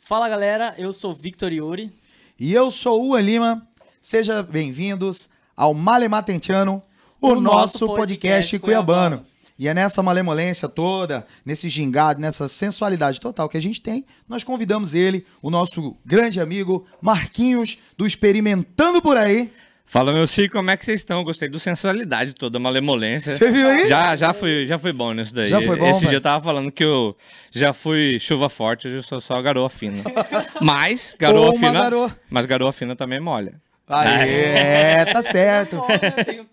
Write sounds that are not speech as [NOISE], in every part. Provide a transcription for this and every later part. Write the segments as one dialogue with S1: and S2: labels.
S1: Fala galera, eu sou Victor Iuri.
S2: E eu sou o Juan Lima. Sejam bem-vindos ao Malematentiano, o, o nosso, nosso podcast, podcast cuiabano. cuiabano. E é nessa malemolência toda, nesse gingado, nessa sensualidade total que a gente tem, nós convidamos ele, o nosso grande amigo Marquinhos, do Experimentando Por Aí.
S3: Fala, meu Chico, como é que vocês estão? Gostei do sensualidade toda, malemolência.
S2: Você viu aí?
S3: Já, já, fui, já fui bom nisso daí.
S2: Já foi bom,
S3: Esse
S2: velho?
S3: dia eu tava falando que eu já fui chuva forte, hoje eu sou só garoa
S2: [LAUGHS]
S3: fina. Mas garoa
S2: Ou uma
S3: fina.
S2: garoa.
S3: Mas garoa fina também molha.
S2: Aí, [LAUGHS] é, tá certo.
S1: Oh, meu Deus.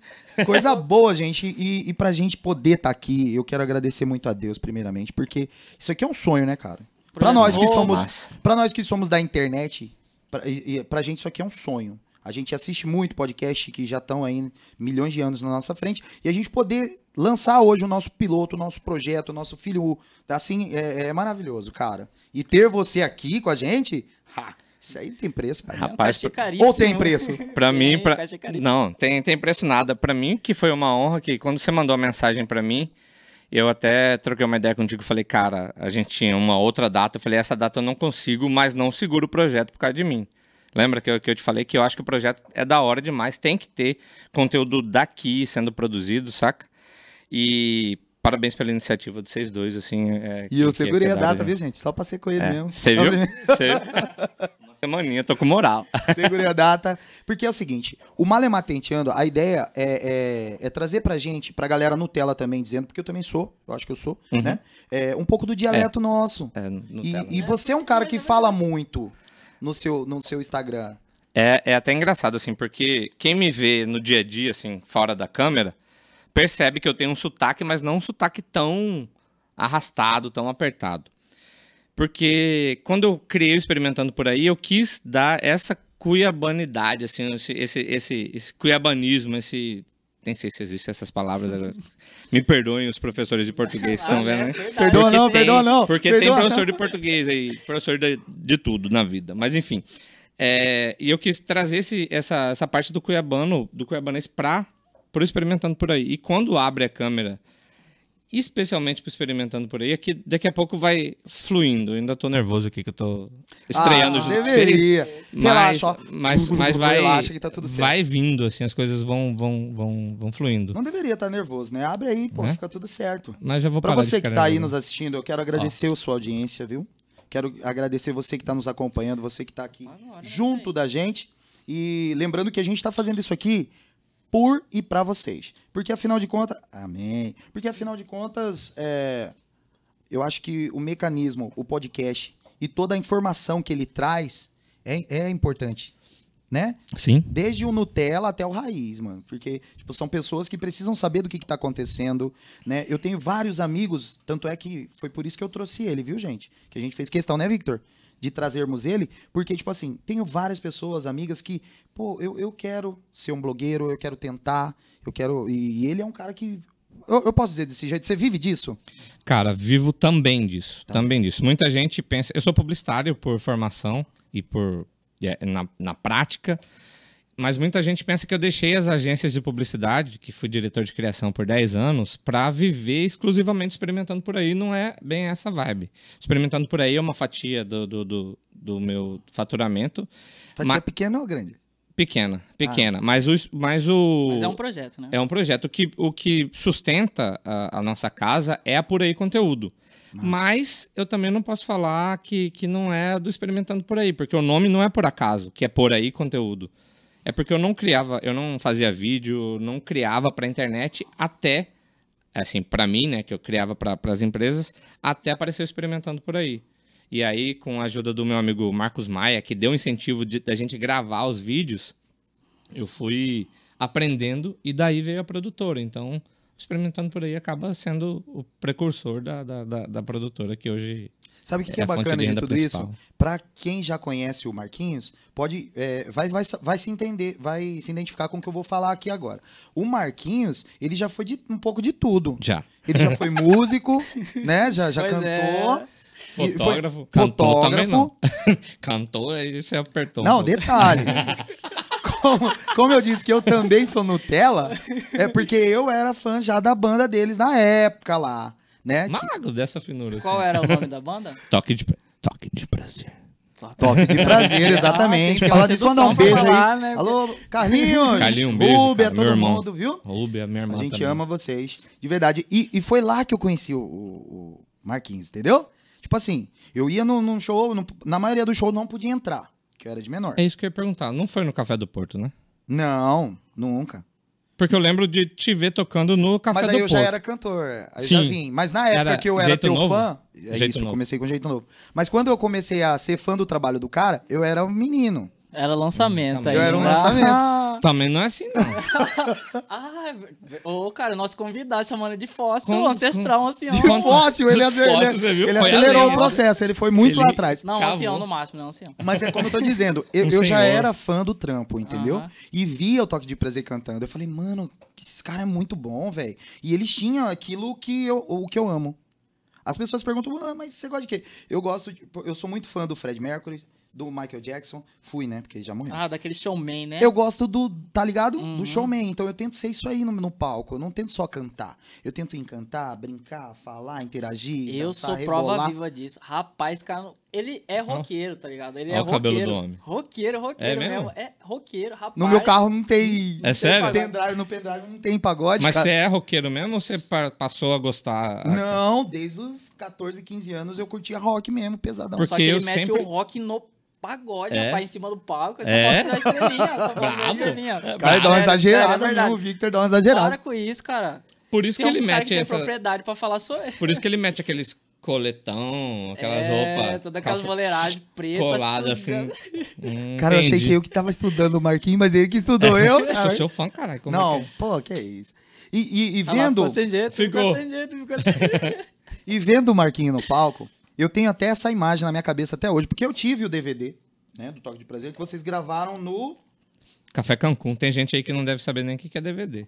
S2: Coisa boa, gente. E, e pra gente poder estar aqui, eu quero agradecer muito a Deus, primeiramente, porque isso aqui é um sonho, né, cara? Pra nós que
S1: Ô,
S2: somos,
S1: É
S3: massa.
S2: pra nós que somos da internet, pra, e, e pra gente isso aqui é um sonho. A gente assiste muito podcast que já estão aí milhões de anos na nossa frente e a gente poder lançar hoje o nosso piloto, o nosso projeto, o nosso filho, assim, é, é maravilhoso, cara. E ter você aqui com a gente, ha, isso aí tem preço, pai.
S3: Rapaz,
S1: Rapaz,
S3: pra-
S2: Ou tem
S1: né?
S3: [LAUGHS]
S2: preço?
S3: Pra mim, pra...
S1: caixa caríssima.
S3: não, tem, tem preço nada. Pra mim, que foi uma honra que quando você mandou a mensagem pra mim, eu até troquei uma ideia contigo e falei, cara, a gente tinha uma outra data. Eu falei, essa data eu não consigo, mas não seguro o projeto por causa de mim. Lembra que eu, que eu te falei que eu acho que o projeto é da hora demais, tem que ter conteúdo daqui sendo produzido, saca? E parabéns pela iniciativa de vocês dois, assim. é,
S2: E eu
S3: que- que é
S2: segurei a
S3: pesado,
S2: data,
S3: né?
S2: viu, gente? Só pra ser com ele
S3: É,
S2: mesmo.
S3: Você
S2: Só
S3: viu?
S2: pra-
S3: Você... [LAUGHS] Uma semaninha, tô com moral.
S2: Segurei a data. Porque é o seguinte, o Malematenteando, a ideia é, é, é trazer pra gente, pra galera Nutella também, dizendo, porque eu também sou, eu acho que eu sou,
S3: Uhum.
S2: né? É, um pouco do dialeto nosso.
S3: É, não
S2: E,
S3: tela,
S2: e você é um cara que fala muito no seu, no seu Instagram.
S3: É, é até engraçado, assim, porque quem me vê no dia a dia, assim, fora da câmera, percebe que eu tenho um sotaque, mas não um sotaque tão arrastado, tão apertado. Porque quando eu criei o Experimentando Por Aí, eu quis dar essa cuiabanidade, assim, esse, esse, esse, esse cuiabanismo, esse... Nem sei se existem essas palavras [LAUGHS] agora. Me perdoem os professores de português,
S1: Ah, é
S3: estão vendo, né?
S2: Perdoa
S3: Porque
S2: não,
S3: tem-
S2: perdoa não,
S3: Porque
S2: perdoa
S3: tem professor de português aí, professor de, de tudo na vida. Mas enfim. É, e eu quis trazer esse- essa, essa parte do cuiabano, do cuiabanês pra, pro Experimentando Por Aí. E quando abre a câmera, especialmente pro Experimentando Por Aí, é que daqui a pouco vai fluindo. Eu ainda tô nervoso aqui que eu tô estreando
S2: ah,
S3: junto com vocês.
S2: deveria.
S3: Mas,
S2: Relaxa, ó. [LAUGHS]
S3: mas, mas vai,
S2: Relaxa que tá tudo certo.
S3: vai vindo, assim, as coisas vão, vão, vão, vão fluindo.
S2: Não deveria estar nervoso, né? Abre aí, pô,
S3: Né?
S2: fica tudo certo.
S3: Mas já vou
S2: Pra
S3: parar
S2: você
S3: de
S2: que
S3: ficar
S2: está aí
S3: nervoso.
S2: nos assistindo, eu quero agradecer a sua audiência, viu? Quero agradecer você que está nos acompanhando, você que está aqui junto da gente. E lembrando que a gente está fazendo isso aqui por e para vocês. Porque afinal de contas. Amém. Porque afinal de contas, é, eu acho que o mecanismo, o podcast e toda a informação que ele traz é, é importante. Né?
S3: Sim.
S2: Desde o Nutella até o raiz, mano. Porque, tipo, são pessoas que precisam saber do que, que tá acontecendo, né? Eu tenho vários amigos, tanto é que foi por isso que eu trouxe ele, viu, gente? Que a gente fez questão, né, Victor? De trazermos ele, porque, tipo assim, tenho várias pessoas, amigas, que, pô, eu, eu quero ser um blogueiro, eu quero tentar, eu quero. E, e ele é um cara que. Eu, eu posso dizer desse jeito, você vive disso?
S3: Cara, vivo também disso,
S2: Tá.
S3: também disso. Muita gente pensa, eu sou publicitário por formação e por é, na, na prática, mas muita gente pensa que eu deixei as agências de publicidade, que fui diretor de criação por 10 anos, para viver exclusivamente experimentando por aí. Não é bem essa vibe. Experimentando por aí é uma fatia do, do, do, do meu faturamento
S2: Fatia
S3: Ma-
S2: pequena ou grande?
S3: pequena, pequena.
S2: Ah,
S3: mas, o, mas o
S1: Mas é um projeto, né?
S3: é um projeto que o que sustenta a, a nossa casa é a por aí conteúdo.
S2: Massa.
S3: Mas eu também não posso falar que, que não é do experimentando por aí, porque o nome não é por acaso, que é por aí conteúdo. É porque eu não criava, eu não fazia vídeo, eu não criava para internet até assim, para mim, né, que eu criava para as empresas, até apareceu experimentando por aí. E aí, com a ajuda do meu amigo Marcos Maia, que deu o incentivo de- da gente gravar os vídeos, eu fui aprendendo e daí veio a produtora. Então, experimentando por aí acaba sendo o precursor da, da, da- da produtora que hoje
S2: Sabe o que, que
S3: é
S2: é
S3: a fonte
S2: bacana
S3: de
S2: de
S3: renda
S2: tudo
S3: principal.
S2: isso? Pra quem já conhece o Marquinhos, pode é, vai, vai, vai se entender, vai se identificar com o que eu vou falar aqui agora. O Marquinhos, ele já foi de um pouco de tudo.
S3: já
S2: Ele já foi
S3: [LAUGHS]
S2: músico, né? Já, já
S1: Pois
S2: cantou.
S1: é.
S2: e foi
S3: fotógrafo, cantor também não.
S2: Fotógrafo.
S3: [LAUGHS] Cantor aí você apertou. um
S2: Não,
S3: pouco. [LAUGHS]
S2: detalhe. Como, como eu disse que eu também sou Nutella, é porque eu era fã já da banda deles na época lá, né?
S3: Magro dessa finura.
S1: Qual
S3: assim.
S1: era o nome da banda?
S3: Toque de toque de prazer.
S1: Claro.
S2: Toque de prazer,
S1: [LAUGHS]
S2: exatamente.
S1: Tem que
S2: Fala
S1: ter
S2: disso, mandar
S1: sedução
S2: um
S1: pra
S2: beijo
S1: falar,
S2: aí.
S1: né?
S2: Alô, Carlinhos.
S3: Carlinhos, um beijo,
S2: Uber,
S3: cara,
S2: todo
S3: meu irmão.
S2: mundo, viu?
S3: A Ubi, a minha irmã
S2: A gente
S3: também.
S2: ama vocês, de verdade. E, e foi lá que eu conheci o, o- o Marquinhos, entendeu? Tipo assim, eu ia num, num show, num- na maioria do show não podia entrar, que eu era de menor.
S3: É isso que eu ia perguntar. Não foi no Café do Porto, né?
S2: Não, nunca.
S3: Porque eu lembro de te ver tocando no Café
S2: Mas
S3: Ah, é do
S2: aí eu
S3: Porto.
S2: já era cantor, aí já
S3: Sim.
S2: vim. Mas na época
S3: Era
S2: que eu era
S3: Jeito
S2: teu
S3: Novo?
S2: fã, é
S3: Jeito
S2: isso, eu
S3: Novo.
S2: comecei com jeito novo. Mas quando eu comecei a ser fã do trabalho do cara, eu era um menino.
S1: Era lançamento
S3: Tá
S1: aí.
S2: eu era um
S1: não
S2: lançamento.
S3: Também não é assim,
S2: [LAUGHS]
S3: não.
S1: Ah, ver- ô, cara, nosso convidado chamando de fóssil,
S3: Como-
S1: ancestral, ancião.
S3: De quanto-
S2: Fóssil, ele,
S3: Do
S2: ele-
S3: fóssil, você viu?
S2: ele
S3: Foi
S2: acelerou
S3: além,
S2: o
S3: né?
S2: processo, ele foi muito lá
S3: Ele-
S2: atrás.
S1: Não,
S3: Cavou.
S1: ancião no máximo, não ancião.
S2: Mas é como
S3: [LAUGHS]
S2: eu tô dizendo, eu,
S3: Um
S2: eu já
S3: senhor.
S2: era fã do trampo, entendeu?
S1: Aham.
S2: E via o Toque de Prazer cantando. Eu falei, mano, esses caras é muito bom, velho. E eles tinham aquilo que eu, o que eu amo. As pessoas perguntam, ah, mas você gosta de quê? Eu gosto, de- eu sou muito fã do Fred Mercury, do Michael Jackson. Fui, né? Porque ele já morreu.
S1: Ah, daquele showman, né?
S2: Eu gosto do, tá ligado?
S1: Uhum.
S2: Do showman. Então eu tento ser isso aí no, no palco. Eu não tento só cantar. Eu tento encantar, brincar, falar, interagir.
S1: Eu
S2: dançar,
S1: sou prova
S2: rebolar.
S1: viva disso. Rapaz, cara, ele é roqueiro, tá ligado? Ele
S3: Olha
S1: é
S3: o cabelo
S1: roqueiro.
S3: do homem.
S1: Roqueiro, roqueiro
S3: É mesmo?
S1: mesmo. É roqueiro, rapaz.
S2: No meu carro não tem.
S3: É sério?
S2: Pendrive, no pendrive não tem pagode.
S3: Mas
S2: cara.
S3: você é roqueiro mesmo ou você pa- passou a gostar?
S2: Não, desde os 14, 15 anos eu curtia rock mesmo, pesadão.
S3: Por-
S1: Só
S3: porque
S1: que
S3: eu
S1: ele mete
S3: sempre-
S1: o rock no pagode,
S3: É?
S1: rapaz, em cima do palco. Só
S3: É?
S1: é? da estrelinha, só bota
S3: Bravo.
S1: da estrelinha.
S3: É,
S2: Cara,
S3: Cara,
S2: ele dá
S1: Sério,
S2: uma
S1: sério,
S2: exagerada,
S1: é verdade.
S2: viu? O Victor dá uma exagerada.
S1: Para com isso, cara.
S3: Por isso
S1: Se
S3: que
S1: é um
S3: ele
S1: cara
S3: mete
S1: que
S3: essa-
S1: tem propriedade pra falar sou eu.
S3: Por isso que ele mete aqueles coletão, aquelas
S1: é,
S3: roupas.
S1: Toda aquelas
S3: calça
S1: boleiragens pretas.
S3: colada assim.
S1: sugando.
S2: [LAUGHS]
S3: Hum,
S2: Cara, eu achei
S3: entendi.
S2: que eu que tava estudando o Marquinhos, mas ele que estudou eu.
S3: Eu sou seu fã, caralho. Como
S2: não,
S3: É que
S2: pô, que isso. E, e- e
S1: Tá lá,
S2: vendo,
S1: Ficou sem jeito, ficou,
S3: Ficou.
S1: sem jeito, ficou sem
S3: [LAUGHS]
S1: jeito.
S2: e vendo o Marquinhos no palco, eu tenho até essa imagem na minha cabeça até hoje, porque eu tive o DVD, né, do Toque de Prazer, que vocês gravaram no...
S3: é? Café Cancún. Tem gente aí que não deve saber nem o que que é DVD.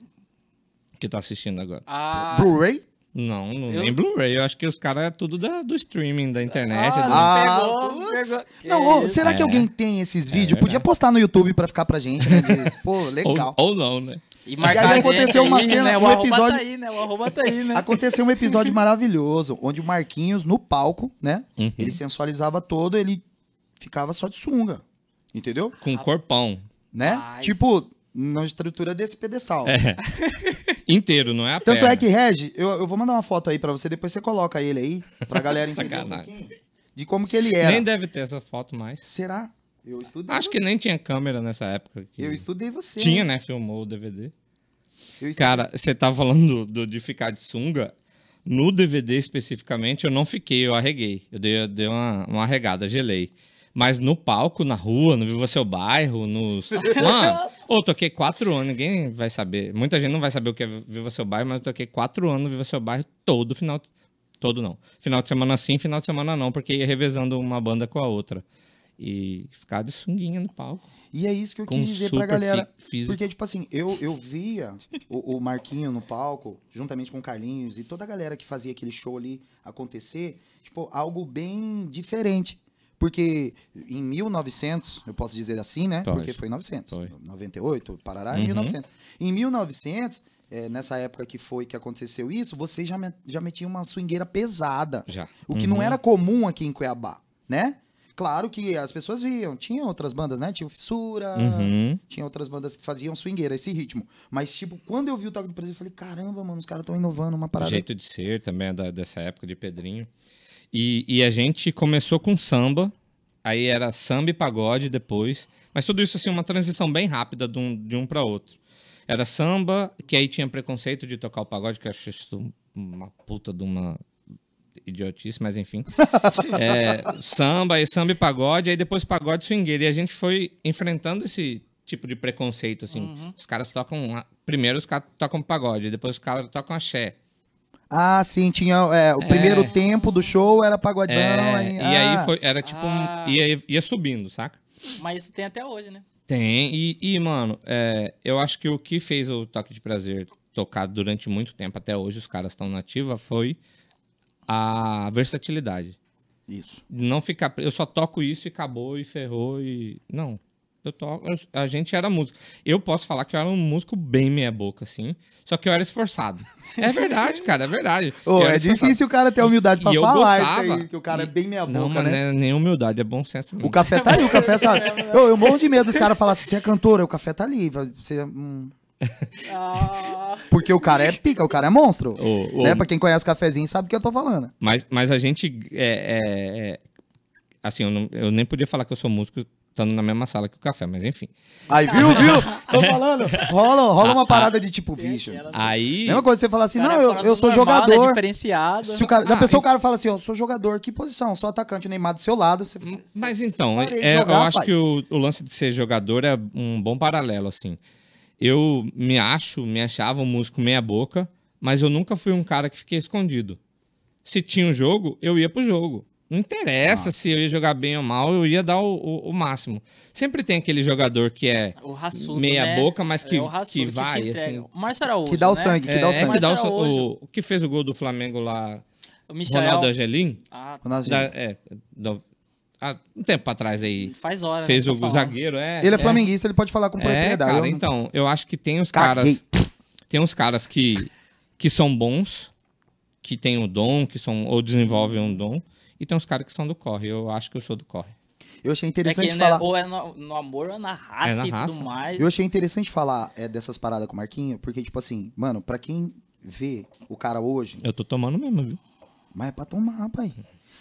S3: Que tá assistindo agora.
S1: Ah,
S2: Blu-ray?
S3: Não, não
S1: Eu-
S3: nem Blu-ray. Eu acho que os caras é tudo da- do streaming, da internet.
S1: Ah, não. pegou,
S3: do-
S2: putz.
S1: não pegou. Que
S2: Não, ô,
S1: isso.
S2: será que
S3: É.
S2: alguém tem esses vídeos?
S3: verdade.
S2: Podia postar no YouTube pra ficar pra gente, né?
S3: [LAUGHS]
S2: de- Pô,
S3: ou,
S2: legal.
S3: ou não, né?
S1: e
S2: E aí
S1: marcar a gente
S2: aconteceu uma
S1: aí,
S2: cena,
S1: né?
S2: um
S1: O arroba
S2: episódio-
S1: tá aí, né? O arroba tá aí, né?
S2: Aconteceu um episódio maravilhoso, onde o Marquinhos, no palco, né?
S3: Uhum.
S2: Ele sensualizava todo, ele ficava só de sunga. Entendeu?
S3: Com corpão.
S2: Né?
S1: Mas-
S2: Tipo, na estrutura desse pedestal.
S3: é.
S2: [LAUGHS]
S3: Inteiro, não é a
S2: Tanto
S3: perna.
S2: é que, Regi, eu, eu vou mandar uma foto aí pra você, depois você coloca ele aí, pra
S3: [LAUGHS]
S2: galera entender um
S3: Sacanagem.
S2: pouquinho de como que ele era.
S3: Nem deve ter essa foto mais.
S2: Será? Eu estudei.
S3: Acho que nem tinha câmera nessa época. que-
S2: Eu estudei você.
S3: Tinha, né? Filmou o DVD.
S2: Eu estudei-
S3: Cara, você tava falando do, do- de ficar de sunga. No DVD especificamente, eu não fiquei, eu arreguei. Eu dei, eu dei uma, uma arregada, gelei. Mas no palco, na rua, no Viva Seu Bairro, nos.
S2: [LAUGHS]
S3: Mano, eu toquei quatro anos, ninguém vai saber. Muita gente não vai saber o que é Viva Seu Bairro, mas eu toquei quatro anos no Viva Seu Bairro todo final. de- Todo não. Final de semana sim, final de semana não, porque ia revezando uma banda com a outra. E ficar de sunguinha no palco.
S2: E é isso que eu
S3: Com
S2: quis dizer pra
S3: super
S2: galera.
S3: fi- físico.
S2: Porque, tipo assim, eu, eu via o, o Marquinho no palco, juntamente com o Carlinhos e toda a galera que fazia aquele show ali acontecer, tipo, algo bem diferente. Porque em 1900, eu posso dizer assim, né?
S3: Pode.
S2: Porque foi 900.
S3: Foi.
S2: 98, Parará,
S3: Uhum.
S2: 1900. Em 1900, eh, nessa época que foi que aconteceu isso, você já, me- já metia uma swingueira pesada.
S3: Já.
S2: O que
S3: Uhum.
S2: não era comum aqui em Cuiabá, né? Claro que as pessoas viam, tinha outras bandas, né? Tinha o Fissura,
S3: Uhum.
S2: tinha outras bandas que faziam swingueira, esse ritmo. Mas, tipo, quando eu vi o Toque do Brasil, eu falei, caramba, mano, os caras estão inovando uma
S3: O
S2: parada.
S3: jeito de ser também é da- dessa época de Pedrinho. E, e a gente começou com samba, aí era samba e pagode depois. Mas tudo isso assim, uma transição bem rápida de um, de um para outro. Era samba, que aí tinha preconceito de tocar o pagode, que eu acho isso uma puta de uma idiotice, mas enfim. É, samba, aí samba e pagode, aí depois pagode e swingueira. E a gente foi enfrentando esse tipo de preconceito, assim.
S1: Hum. Uhum.
S3: Os caras tocam... a- Primeiro os caras tocam pagode, depois os caras tocam axé.
S2: Ah, sim, tinha. é, o primeiro tempo do show era pagodão.
S3: É,
S2: aí,
S3: e
S2: ah,
S3: aí foi, era tipo um-
S1: Ah.
S3: ia, ia subindo, saca?
S1: Mas isso tem até hoje, né?
S3: Tem. E, e, mano, é, eu acho que o que fez o Toque de Prazer tocar durante muito tempo, até hoje os caras estão na ativa, foi a versatilidade.
S2: Isso.
S3: Não ficar. pre- Eu só toco isso e acabou e ferrou e. Não. Eu toco, eu- a gente era músico. Eu posso falar que eu era um músico bem meia-boca, assim. Só que eu era
S2: [LAUGHS]
S3: esforçado. É verdade, cara, é verdade.
S2: Ô,
S3: Eu era
S2: é
S3: esforçado.
S2: difícil o cara ter a humildade pra
S3: E eu
S2: falar isso
S3: gostava.
S2: aí, que o cara é bem meia boca,
S3: Não, mas
S2: né?
S3: não é nem humildade, é bom senso.
S2: O
S3: mesmo.
S2: café tá ali, o café
S3: [LAUGHS]
S2: sabe. eu, eu morro de medo dos caras falar assim, você é cantora, o café tá ali. vai- Você, hum.
S1: Ah,
S2: Porque o cara é pica, o cara é monstro.
S3: Ô, ô,
S2: Né? Pra quem conhece o cafezinho sabe o que eu tô falando.
S3: Mas, mas a gente. É, é- é- assim, eu, não- eu nem podia falar que eu sou músico estando na mesma sala que o café, mas enfim. [LAUGHS]
S2: Aí, viu, viu? Tô falando. Rola, rola
S3: Ah,
S2: uma parada de tipo, bicho.
S3: Aí.
S2: Mesma coisa você falar assim,
S1: o cara
S2: não,
S1: é
S2: eu,
S1: fora
S2: eu
S1: do
S2: sou
S1: normal, né?
S2: jogador.
S1: diferenciado.
S2: Se o cara,
S3: Ah,
S2: da pessoa
S3: e-
S2: o cara fala assim, ó, sou jogador, que posição? Sou atacante, o Neymar do seu lado. Você fala,
S3: Mas então,
S2: Parei de
S3: é,
S2: jogar,
S3: eu acho
S2: pai.
S3: que o, o lance de ser jogador é um bom paralelo, assim. Eu me acho, me achava um músico meia boca, mas eu nunca fui um cara que fiquei escondido. Se tinha um jogo, eu ia pro jogo. Não interessa se eu ia jogar bem ou mal, eu ia dar o, o- o máximo. Sempre tem aquele jogador que é
S1: O raçudo,
S3: meia
S1: né?
S3: boca, mas que,
S1: É o raçudo
S3: que
S1: se
S3: vai,
S1: entrega.
S3: assim.
S1: O Márcio Araújo,
S2: que dá o
S1: né?
S2: sangue, que dá o
S3: é,
S2: sangue.
S3: que dá o,
S1: Mas era hoje.
S3: o- o que fez o gol do Flamengo lá,
S1: O Michael...
S3: Ronaldo Angelim,
S1: Ah,
S2: Ronaldinho.
S3: da- é, da- há um tempo atrás aí,
S1: faz hora.
S3: fez
S1: né,
S3: o
S1: tá falando.
S3: zagueiro, é.
S2: Ele é flamenguista, ele pode falar com
S3: É,
S2: propriedade.
S3: cara,
S2: eu não-
S3: então, eu acho que tem os
S2: Caguei.
S3: caras, tem uns caras que que são bons, que têm o dom, que são ou desenvolvem um dom, e tem uns caras que são do corre. Eu acho que eu sou do corre.
S2: Eu achei
S1: É
S2: interessante
S1: que, né,
S2: falar.
S1: ou é no, no amor ou é na raça
S3: É na
S1: e
S3: raça.
S1: tudo mais.
S2: Eu achei interessante falar é, dessas paradas com o Marquinho, porque, tipo assim, mano, pra quem vê o cara hoje,
S3: Eu tô tomando mesmo, viu?
S2: mas é pra tomar, pai.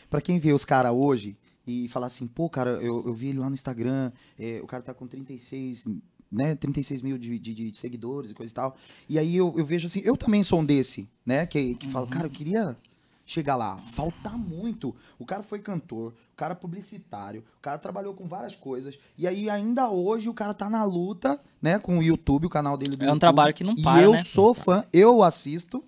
S2: Pra quem vê os cara hoje e falar assim, pô, cara, eu, eu vi ele lá no Instagram, é, o cara tá com 36, né, 36 mil de, de- de seguidores e coisa e tal. E aí eu, eu vejo assim, eu também sou um desse, né, que, que
S1: Uhum.
S2: fala, cara, eu queria chegar lá, faltar muito. O cara foi cantor, o cara é publicitário, o cara trabalhou com várias coisas. E aí ainda hoje o cara tá na luta, né, com o YouTube, o canal dele do
S1: É um
S2: YouTube.
S1: trabalho que não para,
S2: E eu
S1: né?
S2: sou fã, eu assisto.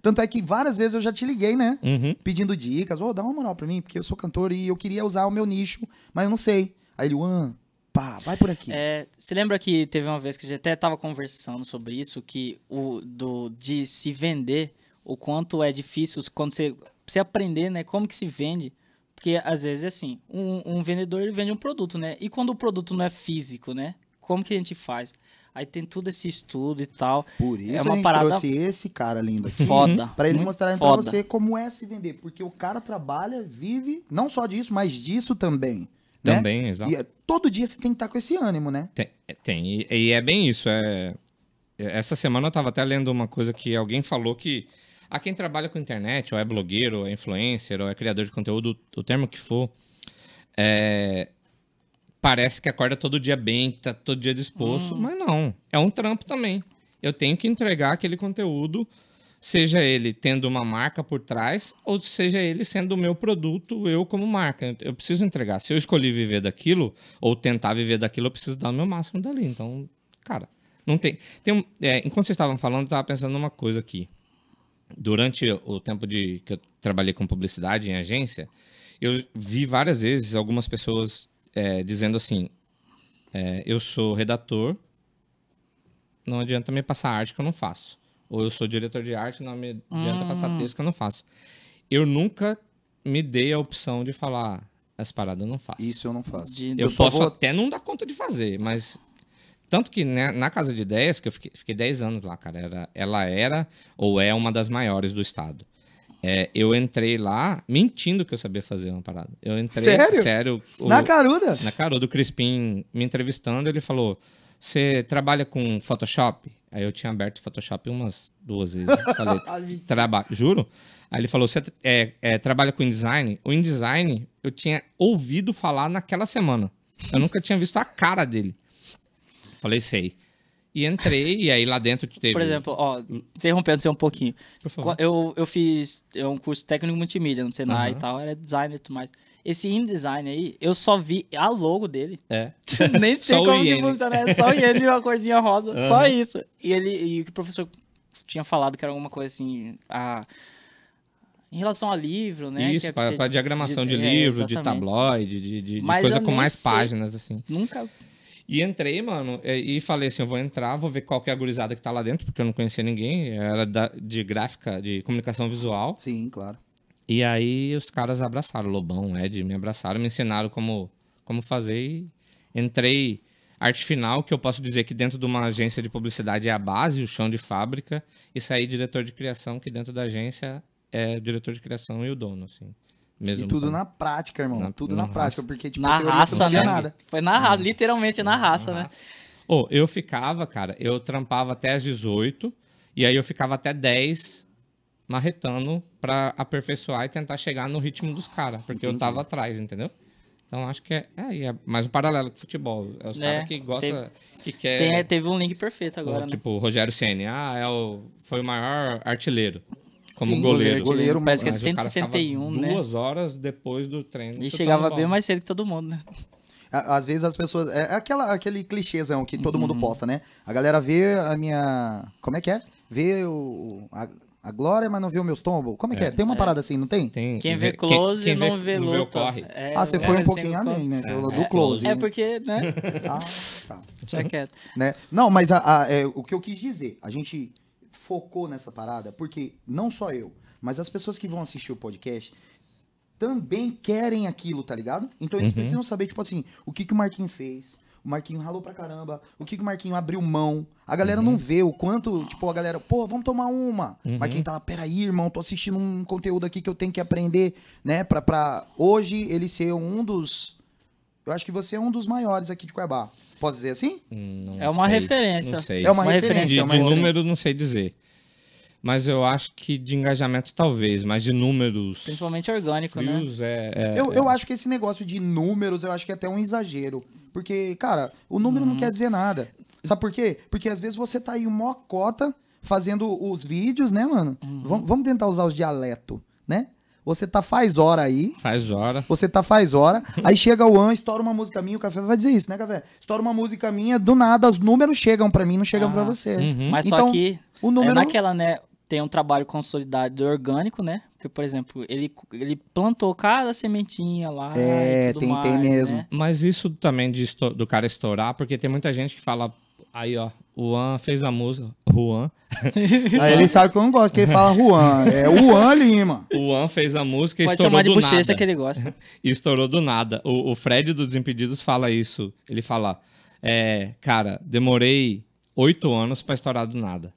S2: Tanto é que várias vezes eu já te liguei, né?
S3: Uhum.
S2: pedindo dicas, ô, dá uma moral pra mim, porque eu sou cantor e eu queria usar o meu nicho, mas eu não sei. Aí ele, Luan, pá, vai por aqui.
S1: É, você lembra que teve uma vez que a gente até tava conversando sobre isso, que o do, de se vender, o quanto é difícil quando você, você aprender, né, como que se vende. Porque às vezes é assim, um, um vendedor ele vende um produto, né? E quando o produto não é físico, né? Como que a gente faz? Aí tem todo esse estudo e tal.
S2: Por isso
S1: é
S2: a
S1: uma
S2: gente
S1: parada
S2: trouxe esse cara lindo aqui.
S1: Foda.
S2: Pra eles
S1: Muito
S2: mostrarem pra
S1: foda.
S2: você como é se vender. Porque o cara trabalha, vive, não só disso, mas disso também. né?
S3: Também, exato.
S2: E é- todo dia você tem que estar com esse ânimo, né?
S3: Tem, tem. E, e é bem isso. É... Essa semana eu tava até lendo uma coisa que alguém falou que a quem trabalha com internet, ou é blogueiro, ou é influencer, ou é criador de conteúdo, o termo que for, é, parece que acorda todo dia bem, tá todo dia disposto, mas não. É um trampo também. Eu tenho que entregar aquele conteúdo, seja ele tendo uma marca por trás, ou seja ele sendo o meu produto, eu como marca. Eu- Eu preciso entregar. Se eu escolhi viver daquilo, ou tentar viver daquilo, eu preciso dar o meu máximo dali. Então, cara, não tem. tem um- é, enquanto vocês estavam falando, eu tava pensando numa coisa aqui. Durante o tempo de, que eu trabalhei com publicidade em agência, eu vi várias vezes algumas pessoas é, dizendo assim: é, eu sou redator, não adianta me passar arte que eu não faço. Ou eu sou diretor de arte, não me adianta passar texto que eu não faço. Eu nunca me dei a opção de falar as paradas eu não faço.
S2: Isso eu não faço.
S1: De-
S3: Eu,
S2: só
S3: posso
S2: vou-
S3: até não dar conta de fazer, mas. Tanto que né, na Casa de Ideias, que eu fiquei, fiquei 10 anos lá, cara, era- ela era ou é uma das maiores do estado. É, eu entrei lá mentindo que eu sabia fazer uma parada. Eu entrei.
S2: Sério?
S3: Sério. o-
S2: Na caruda.
S3: na cara do Crispim me entrevistando, ele falou: Você trabalha com Photoshop? Aí eu tinha aberto o Photoshop umas duas vezes. né?
S1: [LAUGHS]
S3: Falei,
S1: Ah,
S3: trabalho, juro? Aí ele falou: Você é, é, trabalha com InDesign? O InDesign eu tinha ouvido falar naquela semana. Eu nunca tinha visto a cara dele. Falei, sei. E entrei, e aí lá dentro teve.
S1: Por exemplo, ó, interrompendo você um pouquinho.
S3: Por favor.
S1: Qua- Eu, eu fiz é um curso técnico multimídia no Senai
S3: Aham.
S1: e tal, era designer e tudo mais. Esse InDesign aí, eu só vi a logo dele.
S3: É.
S1: [LAUGHS] Nem
S3: [LAUGHS]
S1: sei
S3: Só o
S1: como que
S3: iene.
S1: funciona, é só o iene e uma corzinha rosa, só isso. E ele e o que o professor tinha falado que era alguma coisa assim, a em relação a livro, né? que
S3: Isso,
S1: é
S3: pra,
S1: você-
S3: pra diagramação de,
S1: é,
S3: livro, de
S1: exatamente.
S3: tabloide, de, de- de
S1: Mas
S3: coisa
S1: eu
S3: com
S1: nem
S3: mais
S1: sei.
S3: páginas, assim.
S1: Nunca.
S3: E entrei, mano, e, e falei assim: eu vou entrar, vou ver qual que é a gurizada que tá lá dentro, porque eu não conhecia ninguém. eu Era da- de gráfica, de comunicação visual.
S2: Sim, claro.
S3: E aí os caras abraçaram, Lobão, Ed, me abraçaram, me ensinaram como, como fazer e entrei. Arte final, que eu posso dizer que dentro de uma agência de publicidade é a base, o chão de fábrica, e sair diretor de criação, que dentro da agência é o diretor de criação e o dono, assim. Mesmo
S2: E tudo
S3: plano.
S2: na prática, irmão.
S3: Na-
S2: tudo
S3: na
S2: na,
S3: raça.
S2: prática, porque tipo,
S1: na
S2: teoria tu
S1: raça,
S2: não tinha
S1: né?
S2: nada.
S1: Foi na
S3: Uhum.
S1: raça, literalmente na raça, né?
S3: Ô, eu ficava, cara, eu trampava até as 18 e aí eu ficava até 10 marretando pra aperfeiçoar e tentar chegar no ritmo dos caras, porque eu
S2: Entendi.
S3: tava atrás, entendeu? Então acho que é, é, e é mais um paralelo com o futebol. É os
S1: É,
S3: caras que gostam, que quer.
S1: Tem- teve um link perfeito agora, né?
S3: É. tipo, o Rogério Ceni, ah, é o, foi o maior artilheiro como
S2: Sim,
S3: goleiro.
S2: goleiro,
S1: parece que é
S3: Mas o cara ficava
S1: 161, né?
S3: Duas horas depois do treino.
S1: E
S3: chutando
S1: chegava
S3: bola.
S1: bem mais cedo que todo mundo, né?
S2: À- Às vezes as pessoas. É aquela, aquele clichêzão que todo mundo posta, né? A galera vê a minha. Como é que é? Vê o, a, a glória, mas não vê os meus tombos. Como é, que é? Tem uma parada assim, não tem?
S3: Tem-
S1: Quem vê
S3: quem-
S1: close
S3: quem
S1: não vê luta.
S3: corre.
S1: É,
S2: ah, você
S1: é,
S2: foi um
S1: sem
S2: pouquinho
S1: close.
S2: além, né? Você falou
S3: É,
S2: do
S3: é,
S2: close.
S1: É porque, [LAUGHS] né?
S2: Ah, tá.
S1: Deixa quieto. É
S2: né? Não, mas a- a- é, o que eu quis dizer, a gente focou nessa parada porque não só eu, mas as pessoas que vão assistir o podcast também querem aquilo, tá ligado? Então eles
S3: Uhum.
S2: precisam saber, tipo assim, o que, que o Marquinhos fez. O Marquinho ralou pra caramba. O que, que o Marquinho abriu mão? A galera não vê o quanto, tipo, a galera, pô, vamos tomar uma.
S3: Uhum.
S2: Marquinho tava, peraí, irmão, tô assistindo um conteúdo aqui que eu tenho que aprender, né? Pra, pra hoje ele ser um dos. Eu acho que você é um dos maiores aqui de Cuiabá. Posso dizer assim?
S3: Hum, não
S1: É uma
S3: sei,
S1: referência.
S3: não sei.
S2: É uma
S1: Uma
S2: referência,
S3: de,
S2: é uma
S3: de
S2: referência.
S3: número, não sei dizer. Mas eu acho que de engajamento, talvez, mas de
S2: é
S3: números.
S1: Principalmente orgânico, né?
S3: views, é, é-
S2: Eu, eu acho que esse negócio de números, eu acho que é até um exagero. Porque, cara, o número
S3: Uhum.
S2: não quer dizer nada. Sabe por quê? Porque às vezes você tá aí mó cota fazendo os vídeos, né, mano?
S3: Uhum.
S2: Vam- Vamos tentar usar os dialeto, né? Você tá faz hora aí,
S3: faz hora.
S2: você tá faz
S3: [LAUGHS]
S2: hora, aí chega o An, estoura uma música minha, o Café vai dizer isso, né, Café? Estoura uma música minha, do nada os números chegam pra mim, não chegam
S1: Ah.
S2: pra você.
S3: Uhum.
S1: Mas
S2: Então,
S1: só que
S2: O
S1: é
S2: número...
S1: naquela, né? Tem um trabalho consolidado do orgânico, né? Porque, por exemplo, ele, ele plantou cada sementinha lá.
S2: É,
S1: e tudo
S2: tem- tem
S1: mais,
S2: mesmo.
S1: né?
S3: Mas isso também de esto- do cara estourar, porque tem muita gente que fala. Aí, ó, o Juan fez a música. Juan.
S2: [LAUGHS] Aí ele sabe que eu não gosto, que ele fala Juan, é Juan Lima.
S3: O Juan fez a música e
S1: Pode
S3: estourou
S1: chamar de
S3: do
S1: bochecha
S3: nada.
S1: que ele gosta.
S3: E estourou do nada. O, o Fred do Desimpedidos fala isso. Ele fala: é, Cara, demorei oito anos pra estourar do nada.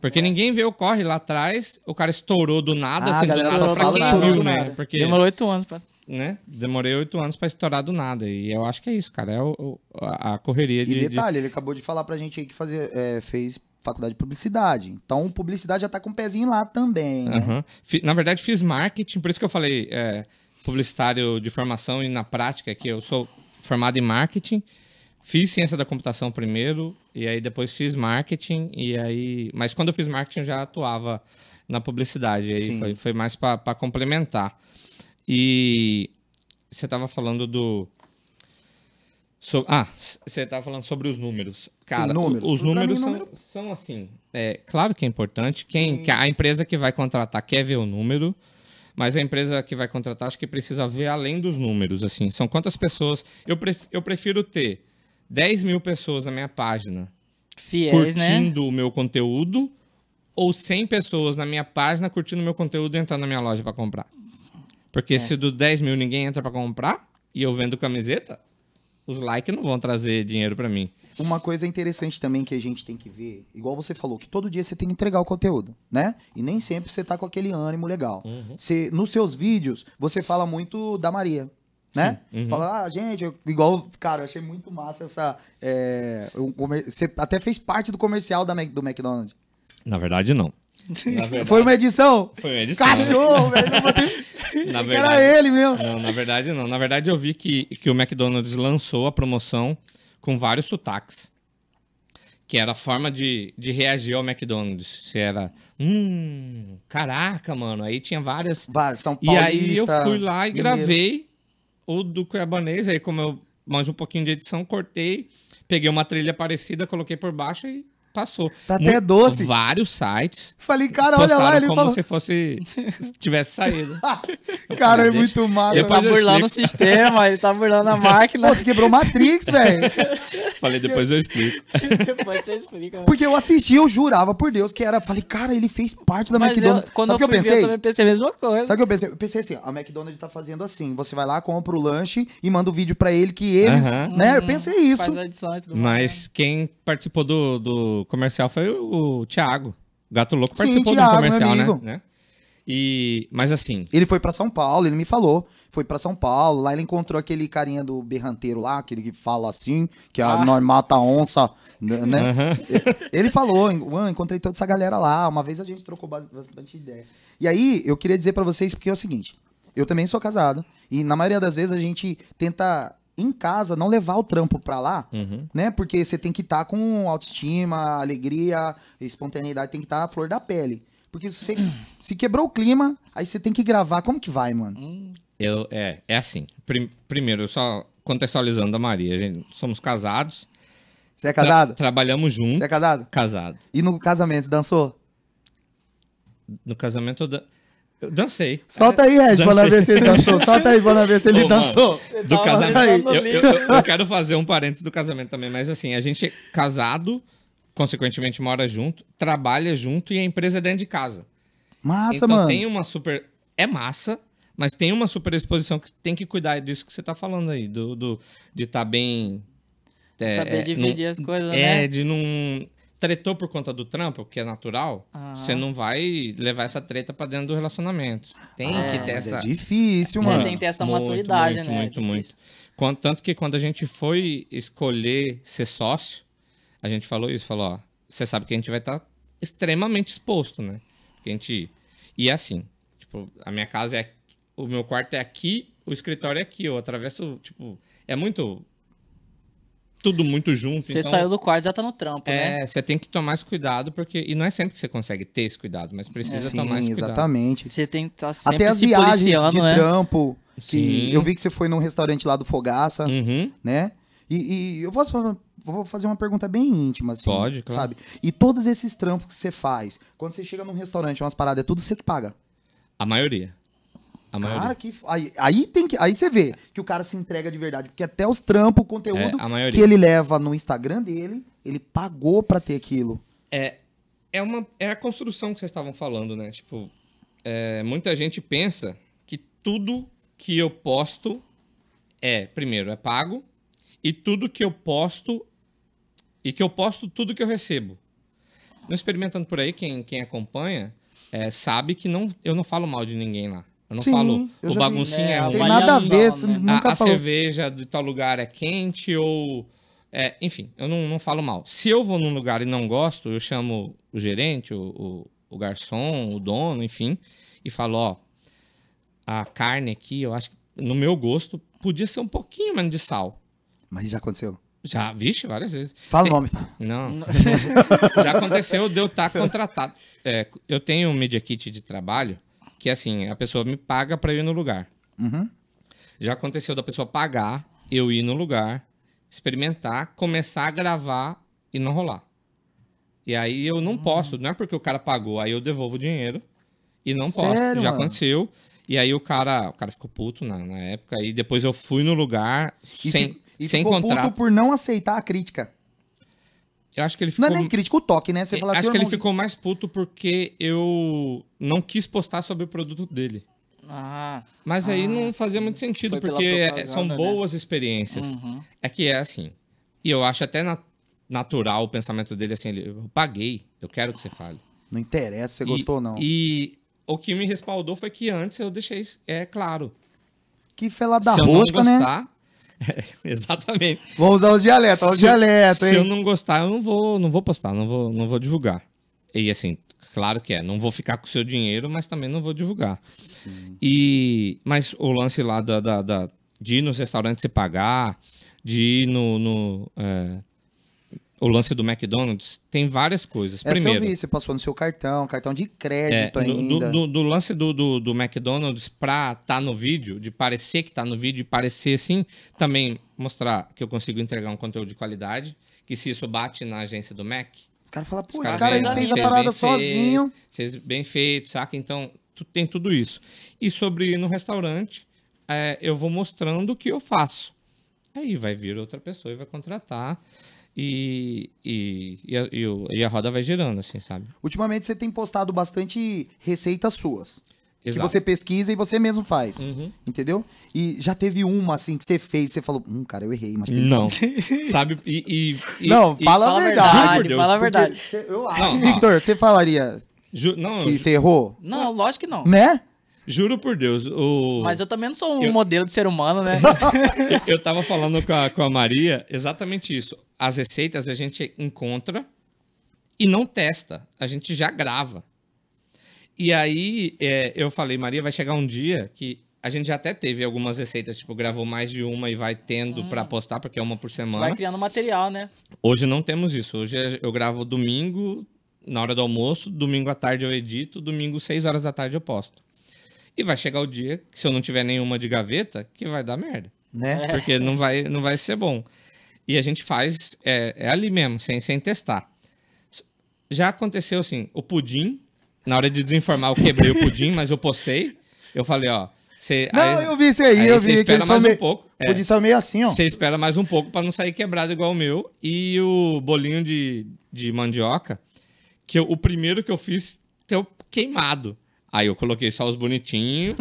S3: Porque ninguém vê o corre lá atrás, o cara estourou do nada,
S2: Ah,
S3: assim,
S2: a galera
S3: do nada
S1: só
S3: pra
S1: fala
S3: quem
S1: estourou
S3: viu,
S2: do
S3: né?
S2: nada.
S3: Porque,
S1: Demorou oito anos pra.
S3: né? Demorei oito anos pra estourar do nada. E eu acho que é isso, cara. É o- o- a a correria de.
S2: E
S3: de-
S2: detalhe, ele acabou de falar pra gente aí que fazia, é, fez faculdade de publicidade. Então, publicidade já tá com o pezinho lá também, né?
S3: Aham. Fi- Na verdade, fiz marketing, por isso que eu falei é, publicitário de formação e na prática, que eu sou formado em marketing. Fiz ciência da computação primeiro, e aí depois fiz marketing, e aí. Mas quando eu fiz marketing, eu já atuava na publicidade. e aí
S2: Sim.
S3: foi, foi mais para complementar. E você tava falando do. so- ah, c- você tava falando sobre os números. Cara, o-
S2: números.
S3: os
S2: Pra
S3: números
S2: mim,
S3: são,
S2: número-
S3: são assim. É, claro que é importante. Quem,
S2: Sim.
S3: que a empresa que vai contratar quer ver o número, mas a empresa que vai contratar acho que precisa ver além dos números. assim. São quantas pessoas. Eu, pref- eu prefiro ter 10 mil pessoas na minha página
S1: Fiéis, né?
S3: curtindo o meu conteúdo ou 100 pessoas na minha página curtindo o meu conteúdo e entrando na minha loja pra comprar.
S2: É.
S3: Porque se do 10 mil ninguém entra pra comprar e eu vendo camiseta, os likes não vão trazer dinheiro pra mim.
S2: Uma coisa interessante também que a gente tem que ver, igual você falou, que todo dia você tem que entregar o conteúdo, né? E nem sempre você tá com aquele ânimo legal.
S3: Uhum.
S2: Você, nos seus vídeos, você fala muito da Maria. Né?
S3: Sim, uhum.
S2: Fala, ah, gente, eu- igual, cara, eu achei muito massa essa. é, o comer- você até fez parte do comercial da Mac- do McDonald's.
S3: Na verdade, não.
S2: Foi uma edição?
S3: Foi uma edição. né?
S2: Cachorro, velho. não botei-
S3: [LAUGHS] Na
S2: que
S3: verdade.
S2: Era ele mesmo.
S3: Não, na verdade não. Na verdade eu vi que, que o McDonald's lançou a promoção com vários sotaques. Que era a forma de, de reagir ao McDonald's. Se era, hum, caraca, mano. Aí tinha várias
S2: Vários, São
S3: E
S2: Paulo.
S3: aí eu fui lá e gravei o do Cuiabanês, aí como eu manjo um pouquinho de edição, cortei, peguei uma trilha parecida, coloquei por baixo e Passou.
S2: Tá
S3: Mu-
S2: até doce.
S3: Vários sites
S2: Falei, cara, olha
S3: postaram
S2: lá, ele
S3: como
S2: falou.
S3: se
S2: [LAUGHS]
S3: fosse... se tivesse saído.
S2: Cara, é
S3: Deixa-
S2: muito massa.
S1: Ele tá
S3: Depois eu
S1: burlando o
S3: explico.
S1: sistema, ele tá burlando [LAUGHS] a máquina.
S2: Pô, você quebrou Matrix, velho.
S3: [LAUGHS] Falei, depois eu explico.
S1: Depois você explica.
S2: Porque eu assisti, eu jurava por Deus que era. Falei, cara, ele fez parte da
S1: Mas eu,
S2: McDonald's.
S1: quando
S2: Sabe o que
S1: eu
S2: eu
S1: fui ver,
S2: pensei?
S1: eu também pensei a mesma coisa.
S2: Sabe o que eu pensei? Eu pensei assim, ó, a McDonald's tá fazendo assim. Você vai lá, compra o lanche e manda o vídeo pra ele que eles,
S3: Aham.
S2: né?
S1: Uhum.
S2: Eu pensei isso.
S1: Faz a edição e tudo mais.
S3: Mas quem participou do, do comercial foi o, o Thiago. O Gato Louco
S2: Sim,
S3: participou
S2: Thiago,
S3: do comercial,
S2: meu
S3: né?
S2: amigo.
S3: né? E, mas assim,
S2: Ele foi pra São Paulo, ele me falou. Foi pra São Paulo, lá ele encontrou aquele carinha do berranteiro lá, aquele que fala assim, que a
S1: Ah.
S2: nós mata a onça, né? né?
S3: aham.
S2: Ele falou, "Uan, encontrei toda essa galera lá. Uma vez a gente trocou ba- bastante ideia. E aí, eu queria dizer pra vocês, porque é o seguinte: eu também sou casado. E na maioria das vezes a gente tenta, em casa, não levar o trampo pra lá,
S3: Uhum.
S2: né? Porque você tem que estar com autoestima, alegria, espontaneidade, tem que estar à flor da pele. Porque se você se quebrou o clima, aí você tem que gravar. Como que vai, mano?
S1: Hum,
S3: Eu, é, é assim. Prim- primeiro, só contextualizando a Maria. a gente- somos casados.
S2: Você é
S3: tra-
S2: casado?
S3: trabalhamos juntos.
S2: Você é casado?
S3: Casado.
S2: E no casamento, você dançou?
S3: No casamento eu, dan- eu dancei.
S2: Solta aí, Ed, pra nós
S3: Dancei.
S2: ver se ele dançou. Solta aí pra nós ver se ele
S3: Ô, mano.
S2: dançou.
S3: do
S1: tava
S3: casamento.
S1: analisando
S3: Eu,
S1: ali.
S3: eu- eu- eu
S2: né?
S3: quero fazer um parênteses do casamento também, mas assim, a gente é casado, consequentemente mora junto, trabalha junto e a empresa é dentro de casa.
S2: Massa,
S3: então
S2: mano.
S3: tem uma super. É massa, mas tem uma super exposição que tem que cuidar disso que você tá falando aí, do, do- de estar bem. é,
S1: Saber
S3: é,
S1: dividir as coisas,
S3: não-
S1: né?
S3: É, de não. Tretou por conta do trampo, o que é natural,
S1: Ah.
S3: você não vai levar essa treta pra dentro do relacionamento. Tem
S2: Ah,
S3: que ter
S2: mas
S3: essa.
S2: É difícil,
S1: Mano,
S2: mano.
S1: tem que ter essa
S3: Né? muito,
S1: maturidade,
S3: muito,
S1: né?
S3: Muito,
S1: É
S3: muito.
S1: difícil.
S3: Quan- tanto que quando a gente foi escolher ser sócio, a gente falou isso, falou, ó, você sabe que a gente vai estar extremamente exposto, né? Porque a gente... E é assim, tipo, a minha casa é... aqui, O meu quarto é aqui, o escritório é aqui, eu atravesso, tipo... É muito... Tudo muito junto,
S1: Você
S3: então...
S1: saiu do quarto, já tá no trampo, né?
S3: É, você tem que tomar esse cuidado, porque... E não é sempre que você consegue ter esse cuidado, mas precisa
S2: É. Sim,
S3: tomar esse cuidado.
S2: exatamente.
S1: Você tem que estar sempre
S2: Até as
S1: se
S2: viagens de
S1: policiando, né?
S2: trampo. Que
S3: Sim.
S2: eu vi que você foi num restaurante lá do Fogaça,
S3: Uhum,
S2: né? E, e eu posso fa- vou fazer uma pergunta bem íntima, assim.
S3: Pode, claro.
S2: Sabe? E todos esses trampos que você faz, quando você chega num restaurante, umas paradas, é tudo você que paga.
S3: a maioria. A maioria.
S2: Cara, que. f- Aí, aí tem que. Aí você vê que o cara se entrega de verdade. Porque até os trampos, o conteúdo
S3: É, a maioria.
S2: que ele leva no Instagram dele, ele pagou pra ter aquilo.
S3: é uma é a construção que vocês estavam falando, né? Tipo, é, muita gente pensa que tudo que eu posto é, primeiro, é pago, e tudo que eu posto e que eu posto tudo que eu recebo. No experimentando por aí, quem, quem acompanha é, sabe que não, eu não falo mal de ninguém lá. Eu não
S2: Sim,
S3: falo
S2: eu já
S3: o
S2: vi.
S3: baguncinha
S1: É,
S3: é,
S1: a
S3: um,
S2: Tem nada a ver,
S1: Avaliação,
S2: você
S1: né?
S2: nunca
S3: a, a
S2: falou.
S3: cerveja de tal lugar é quente ou. é, enfim, eu não, não falo mal. Se eu vou num lugar e não gosto, eu chamo o gerente, o, o- o garçom, o dono, enfim, e falo: ó, a carne aqui, eu acho que no meu gosto, podia ser um pouquinho menos de sal.
S2: Mas já aconteceu.
S3: Já, vixe, várias vezes.
S2: Fala
S3: Tem-
S2: o nome, fala.
S3: Não. Já aconteceu de eu estar contratado. É, eu tenho um media kit de trabalho que, assim, a pessoa me paga para ir no lugar.
S2: Uhum.
S3: Já aconteceu da pessoa pagar, eu ir no lugar, experimentar, começar a gravar e não rolar. E aí eu
S2: Hum.
S3: não posso, não é porque o cara pagou, aí eu devolvo o dinheiro e não posso.
S2: Sério,
S3: Já
S2: mano?
S3: aconteceu. E aí o cara, o cara ficou puto na, na época, e depois eu fui no lugar
S2: E
S3: sem,
S2: fi- e
S3: sem
S2: ficou
S3: contrato.
S2: puto por não aceitar a crítica.
S3: Eu acho que ele
S2: Não
S3: ficou.
S2: é nem crítica, o toque, né? Você fala
S3: acho
S2: assim,
S3: que ele
S2: "Ô, irmão,
S3: ficou mais puto porque eu não quis postar sobre o produto dele.
S1: [LAUGHS] Ah,
S3: Mas aí
S2: Ah,
S3: não fazia
S2: sim. Hum.
S3: muito sentido,
S1: Foi pela
S3: porque é- são
S1: propaganda, né?
S3: boas experiências.
S1: uhum.
S3: É que é assim. E eu acho até na- natural o pensamento dele assim, ele, eu paguei, eu quero que você fale.
S2: não interessa se você
S3: E-
S2: gostou ou não.
S3: E o que me respaldou foi que antes eu deixei, isso- é claro,
S2: que fela da
S3: se
S2: rosca,
S3: eu não
S2: né?
S3: gostar, [LAUGHS] exatamente.
S2: Vou usar os dialetos, olha os
S3: Se eu-
S2: dialetos,
S3: Se eu
S2: hein?
S3: não gostar, eu não vou, não vou postar, não vou, não vou divulgar. E assim, claro que é, não vou ficar com o seu dinheiro, mas também não vou divulgar.
S2: Sim.
S3: E mas o lance lá da, da- da- de ir nos restaurantes e pagar, de ir no, no, é, o lance do McDonald's tem várias coisas.
S2: Essa eu
S3: Primeiro,
S2: vi, você passou no seu cartão, cartão de
S3: é,
S2: crédito
S3: do,
S2: ainda.
S3: do- do- do lance do, do, do McDonald's pra tá no vídeo, de parecer que tá no vídeo, e parecer assim, também mostrar que eu consigo entregar um conteúdo de qualidade, que se isso bate na agência do Mac,
S2: Os caras falam, pô,
S3: Os
S2: esse
S3: caras
S2: cara aí
S1: vêm,
S2: fez a
S1: fez
S2: parada
S3: bem feito.
S2: sozinho.
S3: Fez bem feito, saca? Então, tu tem tudo isso. E sobre ir no restaurante, é, eu vou mostrando o que eu faço. Aí vai vir outra pessoa e vai contratar. E, e, e, a, e o- e a roda vai girando, assim, sabe?
S2: Ultimamente você tem postado bastante receitas suas. Que
S3: Exato.
S2: você pesquisa e você mesmo faz.
S3: Uhum.
S2: Entendeu? E já teve uma, assim, que você fez, você falou, hum, cara, eu errei, mas tem que [LAUGHS]
S3: Não. sabe? E, e- e-
S2: Não,
S3: e-
S1: Fala
S2: fala, a
S1: a
S2: verdade.
S1: verdade,
S3: Juro por
S1: fala a
S3: Deus,
S1: verdade.
S2: Porque você- eu acho.
S3: Não, não.
S2: Victor, você falaria
S3: ju- não, eu
S2: que
S3: ju-
S2: você errou?
S1: Não, lógico que não.
S2: Né?
S3: juro por Deus. O...
S1: Mas eu também não sou um
S3: Eu-
S1: modelo de ser humano, né?
S3: Eu tava falando com a, com a Maria exatamente isso. As receitas a gente encontra e não testa. A gente já grava. E aí é, eu falei, Maria, vai chegar um dia que a gente já até teve algumas receitas, tipo, gravou mais de uma e vai tendo pra postar, porque é uma por
S1: Você vai
S3: semana.
S1: criando material, né?
S3: Hoje não temos isso. Hoje é, eu gravo domingo, na hora do almoço, domingo à tarde eu edito, domingo, 6 horas da tarde eu posto. E vai chegar o dia, que se eu não tiver nenhuma de gaveta, que vai dar merda
S2: Né?
S3: porque não vai, não vai ser bom. E a gente faz é, é ali mesmo, sem, sem testar. Já aconteceu assim, o pudim, na hora de desinformar, eu quebrei o pudim, mas eu postei. Eu falei, ó, você.
S2: Não, eu vi isso aí, eu
S3: você
S2: vi que
S3: espera
S2: eles são
S3: mais um
S2: meio.
S3: pouco. é.
S2: Podia ser meio assim, ó.
S3: Você espera mais um pouco pra não sair quebrado igual o meu. E o bolinho de, de mandioca, que eu- o primeiro que eu fiz, deu queimado. Aí eu coloquei só os bonitinhos.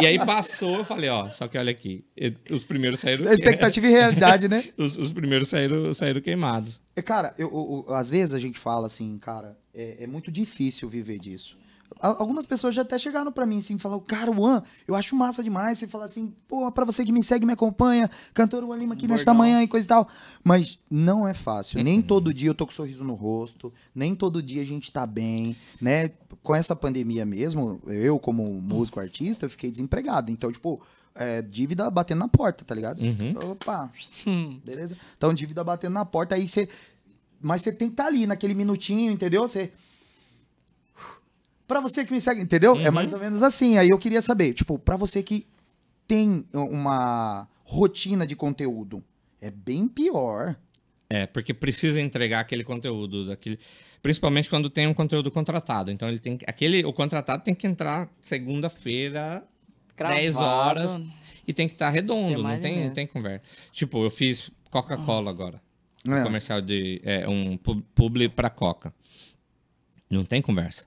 S3: e aí passou, eu falei, ó, só que olha aqui. e- Os primeiros saíram.
S2: É Expectativa e realidade, né?
S3: os, os primeiros saíram, saíram queimados.
S2: É, Cara, eu, eu- eu- às vezes a gente fala assim, cara, é, é muito difícil viver disso. A- Algumas pessoas já até chegaram pra mim assim, falaram, cara, Juan, eu acho massa demais. Você fala assim, pô, pra você que me segue, me acompanha, cantor Juan Lima aqui nesta
S1: Bordão.
S2: manhã e coisa e tal. Mas não é fácil. Nem todo dia eu tô com um sorriso no rosto, nem todo dia a gente tá bem, né? Com essa pandemia mesmo, eu como músico artista, eu fiquei desempregado. Então, tipo, é, dívida batendo na porta, tá ligado?
S3: Uhum.
S2: Opa,
S1: Hum.
S2: Beleza? Então, dívida batendo na porta, aí você. Mas você tem que estar ali naquele minutinho, entendeu? Você. Pra você que me segue, entendeu? É
S3: Uhum.
S2: mais ou menos assim. Aí eu queria saber, tipo, pra você que tem uma rotina de conteúdo, é bem pior.
S3: É, porque precisa entregar aquele conteúdo daquele, principalmente quando tem um conteúdo contratado. Então ele tem que- aquele o contratado tem que entrar segunda-feira 10 horas
S1: Cravado.
S3: e tem que estar redondo,
S1: Semana
S3: não tem,
S1: mesmo.
S3: não tem conversa. Tipo, eu fiz Coca-Cola agora. Um
S2: É.
S3: comercial de. É, um pub- publi pra Coca. Não tem conversa.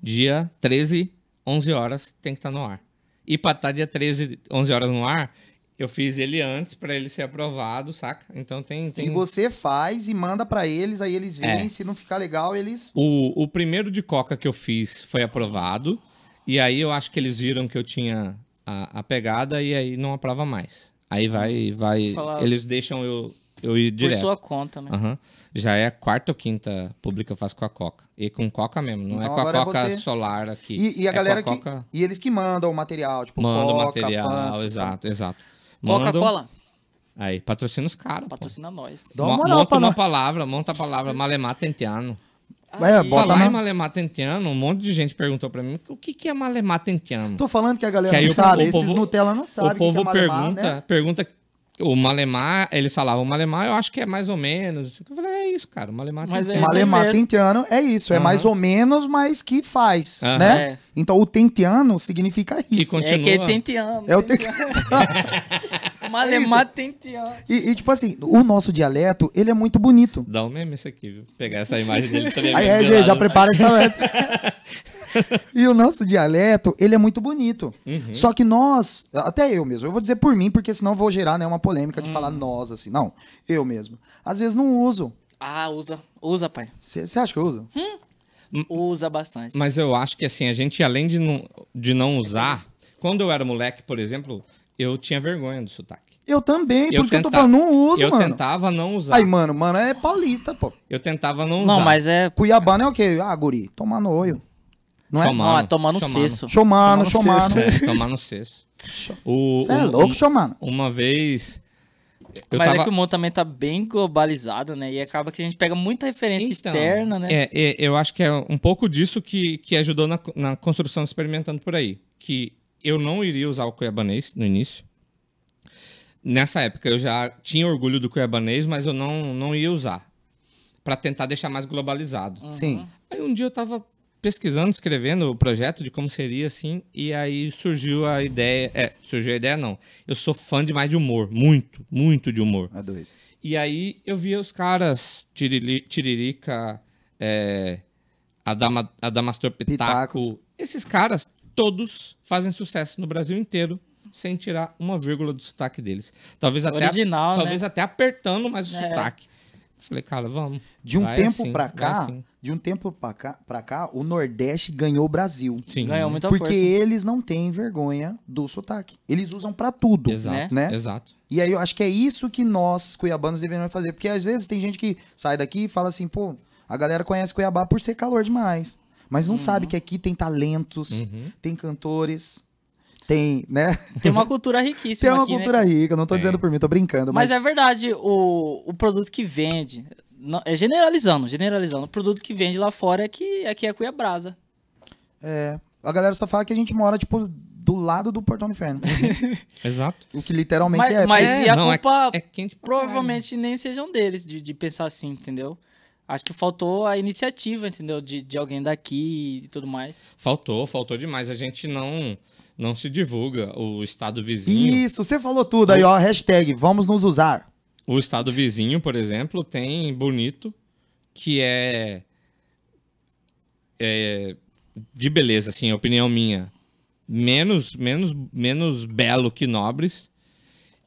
S3: Dia 13, 11 horas, tem que estar no ar. E pra estar dia 13, 11 horas no ar, eu fiz ele antes pra ele ser aprovado, saca? Então tem.
S2: E
S3: tem...
S2: você faz e manda pra eles, aí eles veem,
S3: É.
S2: se não ficar legal, eles.
S3: O, o primeiro de Coca que eu fiz foi aprovado. E aí eu acho que eles viram que eu tinha a, a pegada e aí não aprova mais. Aí vai. vai
S1: Fala-
S3: eles deixam eu, eu ir
S1: Por
S3: direto.
S1: sua conta, né?
S3: Aham. Já é a quarta ou quinta pública eu faço com a Coca. E com Coca mesmo, não
S2: Então
S3: é com
S2: agora é
S3: a Coca
S2: você.
S3: solar aqui.
S2: E, e a
S3: É
S2: galera
S3: com a
S2: que.
S3: Coca
S2: E eles que mandam o material, tipo,
S3: manda o
S2: Coca,
S3: material,
S2: Fanta,
S3: exato, exato. Mandam-
S1: Coca-Cola,
S3: Aí, patrocina os
S2: tá
S3: caras. pô.
S1: patrocina nós.
S2: Dá uma
S3: Mo-
S2: moral
S3: monta
S2: pra
S3: uma
S2: nós.
S3: palavra, monta a palavra malemar tentiano.
S2: É,
S1: Aí.
S2: bota
S3: Falar em
S2: na...
S3: malemar tentiano, um monte de gente perguntou pra mim, o que que é malemar tentiano?
S2: Tô falando que a galera
S3: Que aí
S2: não
S3: o-
S2: sabe,
S3: o
S2: esses
S3: povo-
S2: Nutella não sabe.
S3: o povo
S2: que que é malemar,
S3: pergunta,
S2: né?
S3: pergunta o malemar, eles falavam malemar, eu acho que é mais ou menos. Eu falei, é isso, cara, o malemar
S1: Mas é
S3: tentiano.
S1: isso aí
S2: Malemar
S1: mesmo.
S2: tentiano é isso, é
S3: Aham.
S2: mais ou menos, mas que faz,
S3: Aham.
S2: né?
S1: É.
S2: Então o tentiano significa
S3: E
S2: isso.
S3: continua.
S1: É que ele tenteando.
S2: É o tentiano.
S1: [LAUGHS] Malemar tenteando.
S2: E, e, tipo assim, o nosso dialeto, ele é muito bonito.
S3: Dá um meme isso aqui, viu? Pegar essa imagem dele tá tremendo.
S2: Aí, é,
S3: de
S2: gente, já
S3: lado.
S2: prepara essa...
S3: [LAUGHS]
S2: e o nosso dialeto, ele é muito bonito.
S3: Uhum.
S2: Só que nós, até eu mesmo, eu vou dizer por mim, porque senão eu vou gerar né, uma polêmica de falar nós, assim. Não, eu mesmo. Às vezes não uso.
S1: Ah, usa. Usa, pai.
S2: Você acha que eu uso?
S1: Usa bastante.
S3: Mas eu acho que assim, a gente, além de não, de não usar, quando eu era moleque, por exemplo, eu tinha vergonha do sotaque.
S2: Eu também, por
S3: Eu
S2: isso que eu tô
S3: tenta-
S2: falando, não uso,
S3: Eu
S2: mano.
S3: tentava não usar.
S2: Aí, mano, mano, é paulista, pô.
S3: Eu tentava não usar.
S1: Não, mas é.
S2: Cuiabano é o quê? Ah, guri, tomar no olho. Não é?
S3: Chama-
S1: Não,
S3: Mano,
S1: é tomar no
S3: chamando.
S1: cesso.
S2: Chomano,
S1: Tomar no
S2: chomano.
S3: É, tomar
S1: [LAUGHS]
S3: no cesso. O-
S2: Você é
S3: um-
S2: louco, chomano.
S3: um- Uma vez. Eu
S1: Mas
S3: tava...
S1: é que o mundo também tá bem globalizado, né? E acaba que a gente pega muita referência
S3: Então,
S1: externa, né?
S3: É, é, eu acho que é um pouco disso que, que ajudou na, na construção do experimentando por aí. Que eu não iria usar o cuiabanês no início. Nessa época eu já tinha orgulho do cuiabanês, mas eu não, não ia usar. Pra- para tentar deixar mais globalizado.
S2: Sim.
S3: Aí um dia eu tava pesquisando, escrevendo o projeto de como seria assim, e aí surgiu a ideia, é, surgiu a ideia não. Eu sou fã demais de humor, muito, muito de humor.
S2: A é dois.
S3: E aí eu via os caras, Tirili- Tiririca, é, Adama, Adamastor Pitaco,
S2: Pitacos.
S3: esses caras, todos fazem sucesso no Brasil inteiro, sem tirar uma vírgula do sotaque deles. Talvez até,
S1: Original, né?
S3: talvez até apertando mais o
S1: É.
S3: sotaque. Eu falei, cara, vamos.
S2: De um
S3: Vai
S2: tempo
S3: assim,
S2: pra cá,
S3: vai assim.
S2: de um tempo pra cá, pra cá, o Nordeste ganhou o Brasil.
S3: Sim.
S1: Ganhou muita
S2: porque
S1: força.
S2: eles não têm vergonha do sotaque. Eles usam pra tudo.
S3: Exato,
S2: né?
S3: exato.
S2: E aí eu acho que é isso que nós, cuiabanos, deveríamos fazer. Porque às vezes tem gente que sai daqui e fala assim, pô, a galera conhece Cuiabá por ser calor demais. Mas não sabe que aqui tem talentos,
S3: Uhum.
S2: tem cantores, tem, né?
S1: Tem uma cultura
S2: [LAUGHS]
S1: riquíssima
S2: Tem uma
S1: aqui, né,
S2: cultura rica, não tô
S3: Tem.
S2: dizendo por mim, tô brincando. Mas,
S1: Mas é verdade, o, o produto que vende. não- é generalizando, generalizando. O produto que vende lá fora é que aqui é Cuiabrasa.
S2: a galera só fala que a gente mora, tipo, do lado do Portão do Inferno.
S3: Exato.
S2: o que literalmente
S1: Mas-
S2: é.
S1: mas-
S2: porque-
S1: e a
S3: é-
S1: culpa
S3: é quente pra caralho.
S1: Provavelmente nem sejam deles de, de pensar assim, entendeu? Acho que faltou a iniciativa, entendeu? De, de alguém daqui e tudo mais.
S3: Faltou, faltou demais. A gente não não se divulga. O estado vizinho,
S2: Isso, você falou tudo aí, ó. Hashtag, vamos nos usar.
S3: o estado vizinho, por exemplo, tem bonito que é é de beleza, assim, opinião minha. Menos menos menos belo que Nobres,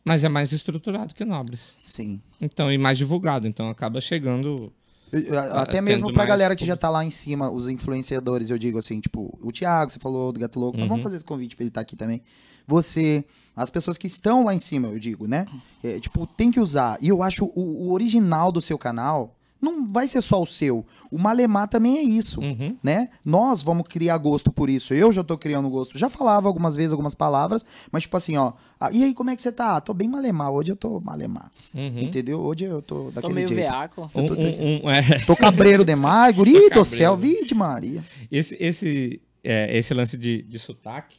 S3: mas é mais estruturado que Nobres.
S2: Sim.
S3: Então, e mais divulgado, então acaba chegando
S2: Eu- eu- Até
S3: tendo
S2: mesmo pra
S3: mais
S2: galera que
S3: público.
S2: já tá lá em cima, os influenciadores, eu digo assim, tipo, o Thiago, você falou do Gato Louco, mas
S3: Uhum.
S2: vamos fazer esse convite pra ele estar aqui também. Você, as pessoas que estão lá em cima, eu digo, né? É, tipo, tem que usar. E eu acho o, o original do seu canal não vai ser só o seu. O Malemar também é isso,
S3: Uhum.
S2: né? Nós vamos criar gosto por isso. Eu já tô criando gosto. Já falava algumas vezes algumas palavras, mas tipo assim, ó. "Ah, E aí, como é que você tá? "Ah, Tô bem Malemar. Hoje eu tô Malemar.
S3: Uhum.
S2: Entendeu? Hoje eu tô
S1: Tô
S2: daquele
S1: meio
S2: jeito.
S1: veaco.
S3: Um, um- um- é,
S2: Tô cabreiro demais, guri do
S3: cabreiro.
S2: céu, vide Maria.
S3: Esse, esse, é, esse lance de, de sotaque,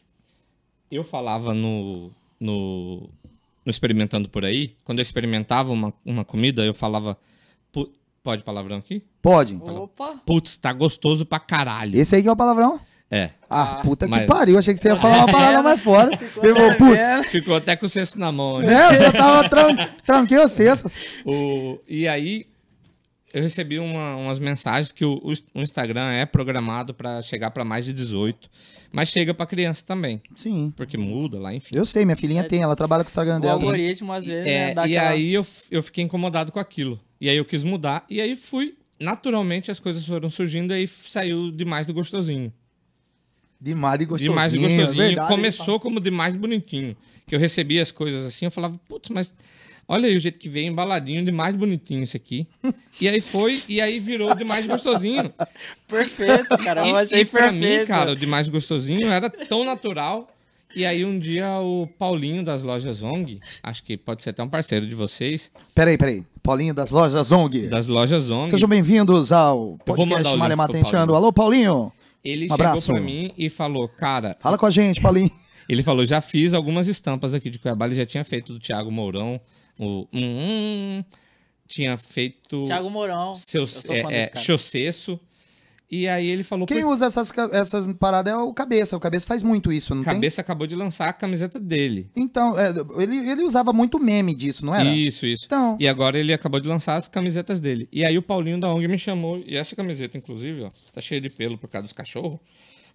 S3: eu falava no, no, no Experimentando Por Aí, quando eu experimentava uma, uma comida, eu falava. "Pu- Pode palavrão aqui?
S2: Pode.
S1: Opa!
S3: Putz, tá gostoso pra caralho.
S2: Esse aí que é o palavrão?
S3: É.
S1: Ah,
S2: Ah, puta que
S3: mas-
S2: pariu, achei que você ia falar uma parada mais fora. Eu
S1: É,
S2: vou, putz.
S3: Ficou até com o cesto na mão. Né?
S2: Né? Eu já tava tran... tranquei o sexto.
S3: O, e aí, eu recebi uma- umas mensagens que o, o- o Instagram é programado pra chegar pra mais de 18, mas chega pra criança também,
S2: Sim.
S3: porque muda lá, enfim.
S2: Eu sei, minha filhinha tem, ela trabalha com o Instagram
S1: O
S2: dela.
S1: algoritmo, às vezes,
S3: É,
S1: né, dá
S3: e
S1: aquela-
S3: aí eu, f- eu fiquei incomodado com aquilo. E aí eu quis mudar. E aí fui. Naturalmente as coisas foram surgindo e aí f- saiu demais do gostosinho.
S2: Demais e gostosinho. é
S3: demais do
S1: é
S3: gostosinho.
S2: verdade,
S3: Começou como demais do bonitinho. Que eu recebia as coisas assim, eu falava, putz, mas olha aí o jeito que veio embaladinho, demais bonitinho isso aqui. e aí foi, e aí virou demais gostosinho.
S1: Perfeito, cara. Eu
S3: E,
S1: achei
S3: e pra
S1: perfeito.
S3: mim, cara, o demais gostosinho era tão natural. E aí um dia o Paulinho das lojas ONG, acho que pode ser até um parceiro de vocês,
S2: Peraí, peraí. Paulinho das lojas ONG.
S3: das lojas ONG.
S2: Sejam bem-vindos ao
S3: mandar o
S2: podcast
S3: link
S2: Malemar
S3: pro
S2: Tenteando.
S3: Paulinho.
S2: Alô, Paulinho.
S3: Ele
S2: Um
S3: chegou
S2: abraço.
S3: pra mim e falou, cara,
S2: Fala com a gente,
S3: [LAUGHS]
S2: Paulinho.
S3: ele falou, já fiz algumas estampas aqui de Cuiabá, ele já tinha feito do Thiago Mourão, o hum, hum, tinha feito
S1: Thiago Mourão.
S3: seu
S1: eu sou fã
S3: é,
S1: desse
S3: é,
S1: cara.
S3: Chocesso, e aí ele falou,
S2: Quem é
S3: "Por-
S2: usa essas, ca- essas paradas é o Cabeça. O Cabeça faz muito isso, não tem?
S3: cabeça acabou de lançar a camiseta dele.
S2: Então, é, ele, ele usava muito meme disso, não era?
S3: Isso, isso.
S2: Então,
S3: E agora ele acabou de lançar as camisetas dele. E aí o Paulinho da ONG me chamou, e essa camiseta, inclusive, ó, tá cheia de pelo por causa dos cachorros,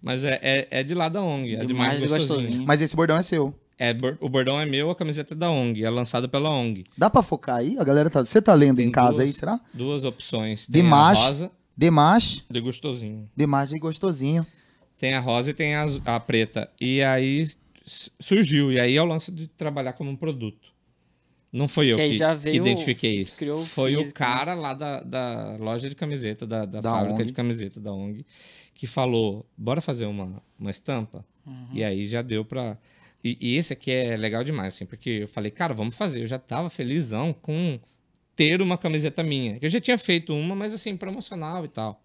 S3: mas é, é, é de lá da ONG, é demais,
S1: Demais de
S3: gostosinho.
S1: gostosinho.
S2: mas esse bordão é seu.
S3: É, bor- o bordão é meu, a camiseta é da ONG, é lançada pela ONG.
S2: Dá pra focar aí? A galera tá. Você tá lendo em
S3: Tem
S2: casa
S3: duas.
S2: aí, será?
S3: Duas opções.
S2: De
S3: Tem a
S2: macho.
S3: rosa
S2: Demache,
S3: de gostosinho.
S2: Demache e gostosinho.
S3: Tem a rosa e tem a, azu- a preta. E aí s- surgiu. E aí é o lance de trabalhar como um produto. Não foi eu
S1: Que aí
S3: que,
S1: já
S3: que
S1: veio-
S3: identifiquei isso.
S1: criou o
S3: foi o
S1: físico, né?
S3: cara lá da, da loja de camiseta, da, da
S2: Da
S3: fábrica
S2: ONG.
S3: de camiseta da ONG, que falou: bora fazer uma, uma estampa?
S1: Uhum.
S3: E aí já deu pra. E, e esse aqui é legal demais, assim, porque eu falei, cara, vamos fazer. Eu já tava felizão com ter uma camiseta minha. Eu já tinha feito uma, mas assim, promocional e tal.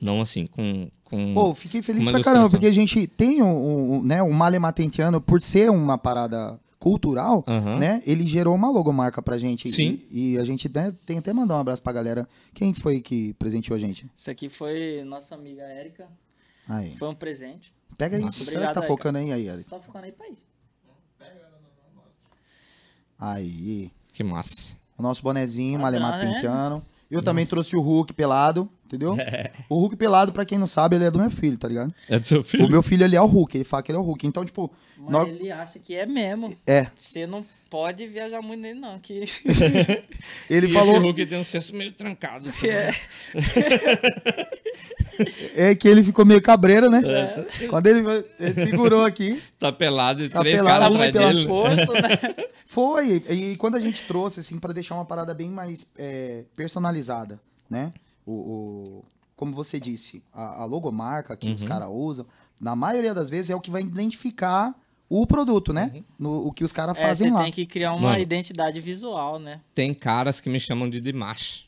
S3: Não assim, com. com...
S2: Pô, fiquei feliz
S3: Uma
S2: pra caramba, Tá
S3: ilustração.
S2: porque a gente tem um, um, um, né, um male matentiano por ser uma parada cultural,
S3: Aham.
S2: né? Ele gerou uma logomarca pra gente. E-
S3: Sim.
S2: E, a gente né, tem até mandar um abraço pra galera. Quem foi que presenteou a gente?
S1: Isso aqui foi nossa amiga Érica.
S2: Aí.
S1: Foi um presente.
S2: Pega aí.
S3: Nossa.
S2: Será que tá
S1: Obrigado,
S2: focando aí, aí, Eric?
S1: Tá ficando aí pra ir.
S2: Aí.
S3: Que massa.
S2: O nosso bonezinho,
S1: Ah,
S2: Malemato
S1: tá, é?
S2: Penteano. Eu também trouxe o Hulk pelado,
S3: [LAUGHS]
S2: entendeu? O Hulk pelado, pra quem não sabe, ele é do meu filho, tá ligado?
S3: É do seu
S2: O
S3: filho?
S2: meu filho, ele é o Hulk, ele fala que ele é o Hulk. Então, tipo,
S1: Mas
S2: nó-
S1: ele acha que é mesmo.
S2: É.
S1: Você não pode viajar muito nele, não. Que...
S2: ele
S3: E Esse
S2: falou
S3: Hulk tem um senso meio trancado.
S1: é.
S2: é que ele ficou meio cabreiro, né?
S3: É.
S2: Quando ele, ele segurou aqui,
S3: Tá pelado e
S2: Tá
S3: três
S2: pelado,
S1: [LAUGHS]
S3: caras
S2: um
S3: atrás
S2: pelado.
S3: dele.
S1: Posto, é né?
S2: foi. E, e quando a gente trouxe, assim, pra deixar uma parada bem mais é, personalizada, né? O, o- como você disse, a, a logomarca que os
S3: Uhum.
S2: caras usam, na maioria das vezes é o que vai identificar o produto, né?
S3: Uhum.
S2: No, o que os caras
S1: É,
S2: fazem
S1: você
S2: lá.
S1: tem que criar uma
S3: Mano.
S1: identidade visual, né?
S3: Tem caras que me chamam de Dimash.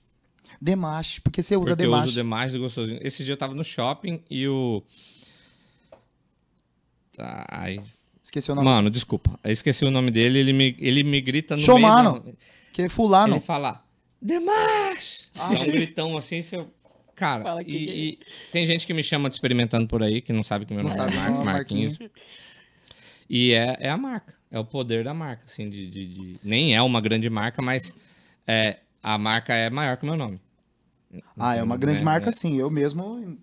S2: Demache, porque você usa
S3: Porque eu uso
S2: Demache.
S3: demais do gostosinho. Esse dia eu tava no shopping e o. Ai.
S2: Esqueceu o nome.
S3: Mano, desculpa. Eu esqueci o nome dele, ele me, ele me grita no meio
S2: Showmano.
S3: da-
S2: Que é
S3: Ele
S2: fulano.
S3: fala, Demarche!
S2: Ah,
S3: Dá um gritão assim, seu... Cara,
S1: Fala que
S3: e,
S1: que é
S3: e tem gente que me chama de experimentando por aí, que não sabe que meu
S2: Não sabe
S3: nome é
S2: o
S3: Marcos,
S2: nome,
S3: Marquinhos. E é, é a marca, é o poder da marca, assim, de... de- de- Nem é uma grande marca, mas é, a marca é maior que o meu nome.
S2: Ah, é uma grande
S3: É,
S2: marca,
S3: é.
S2: sim. Eu mesmo.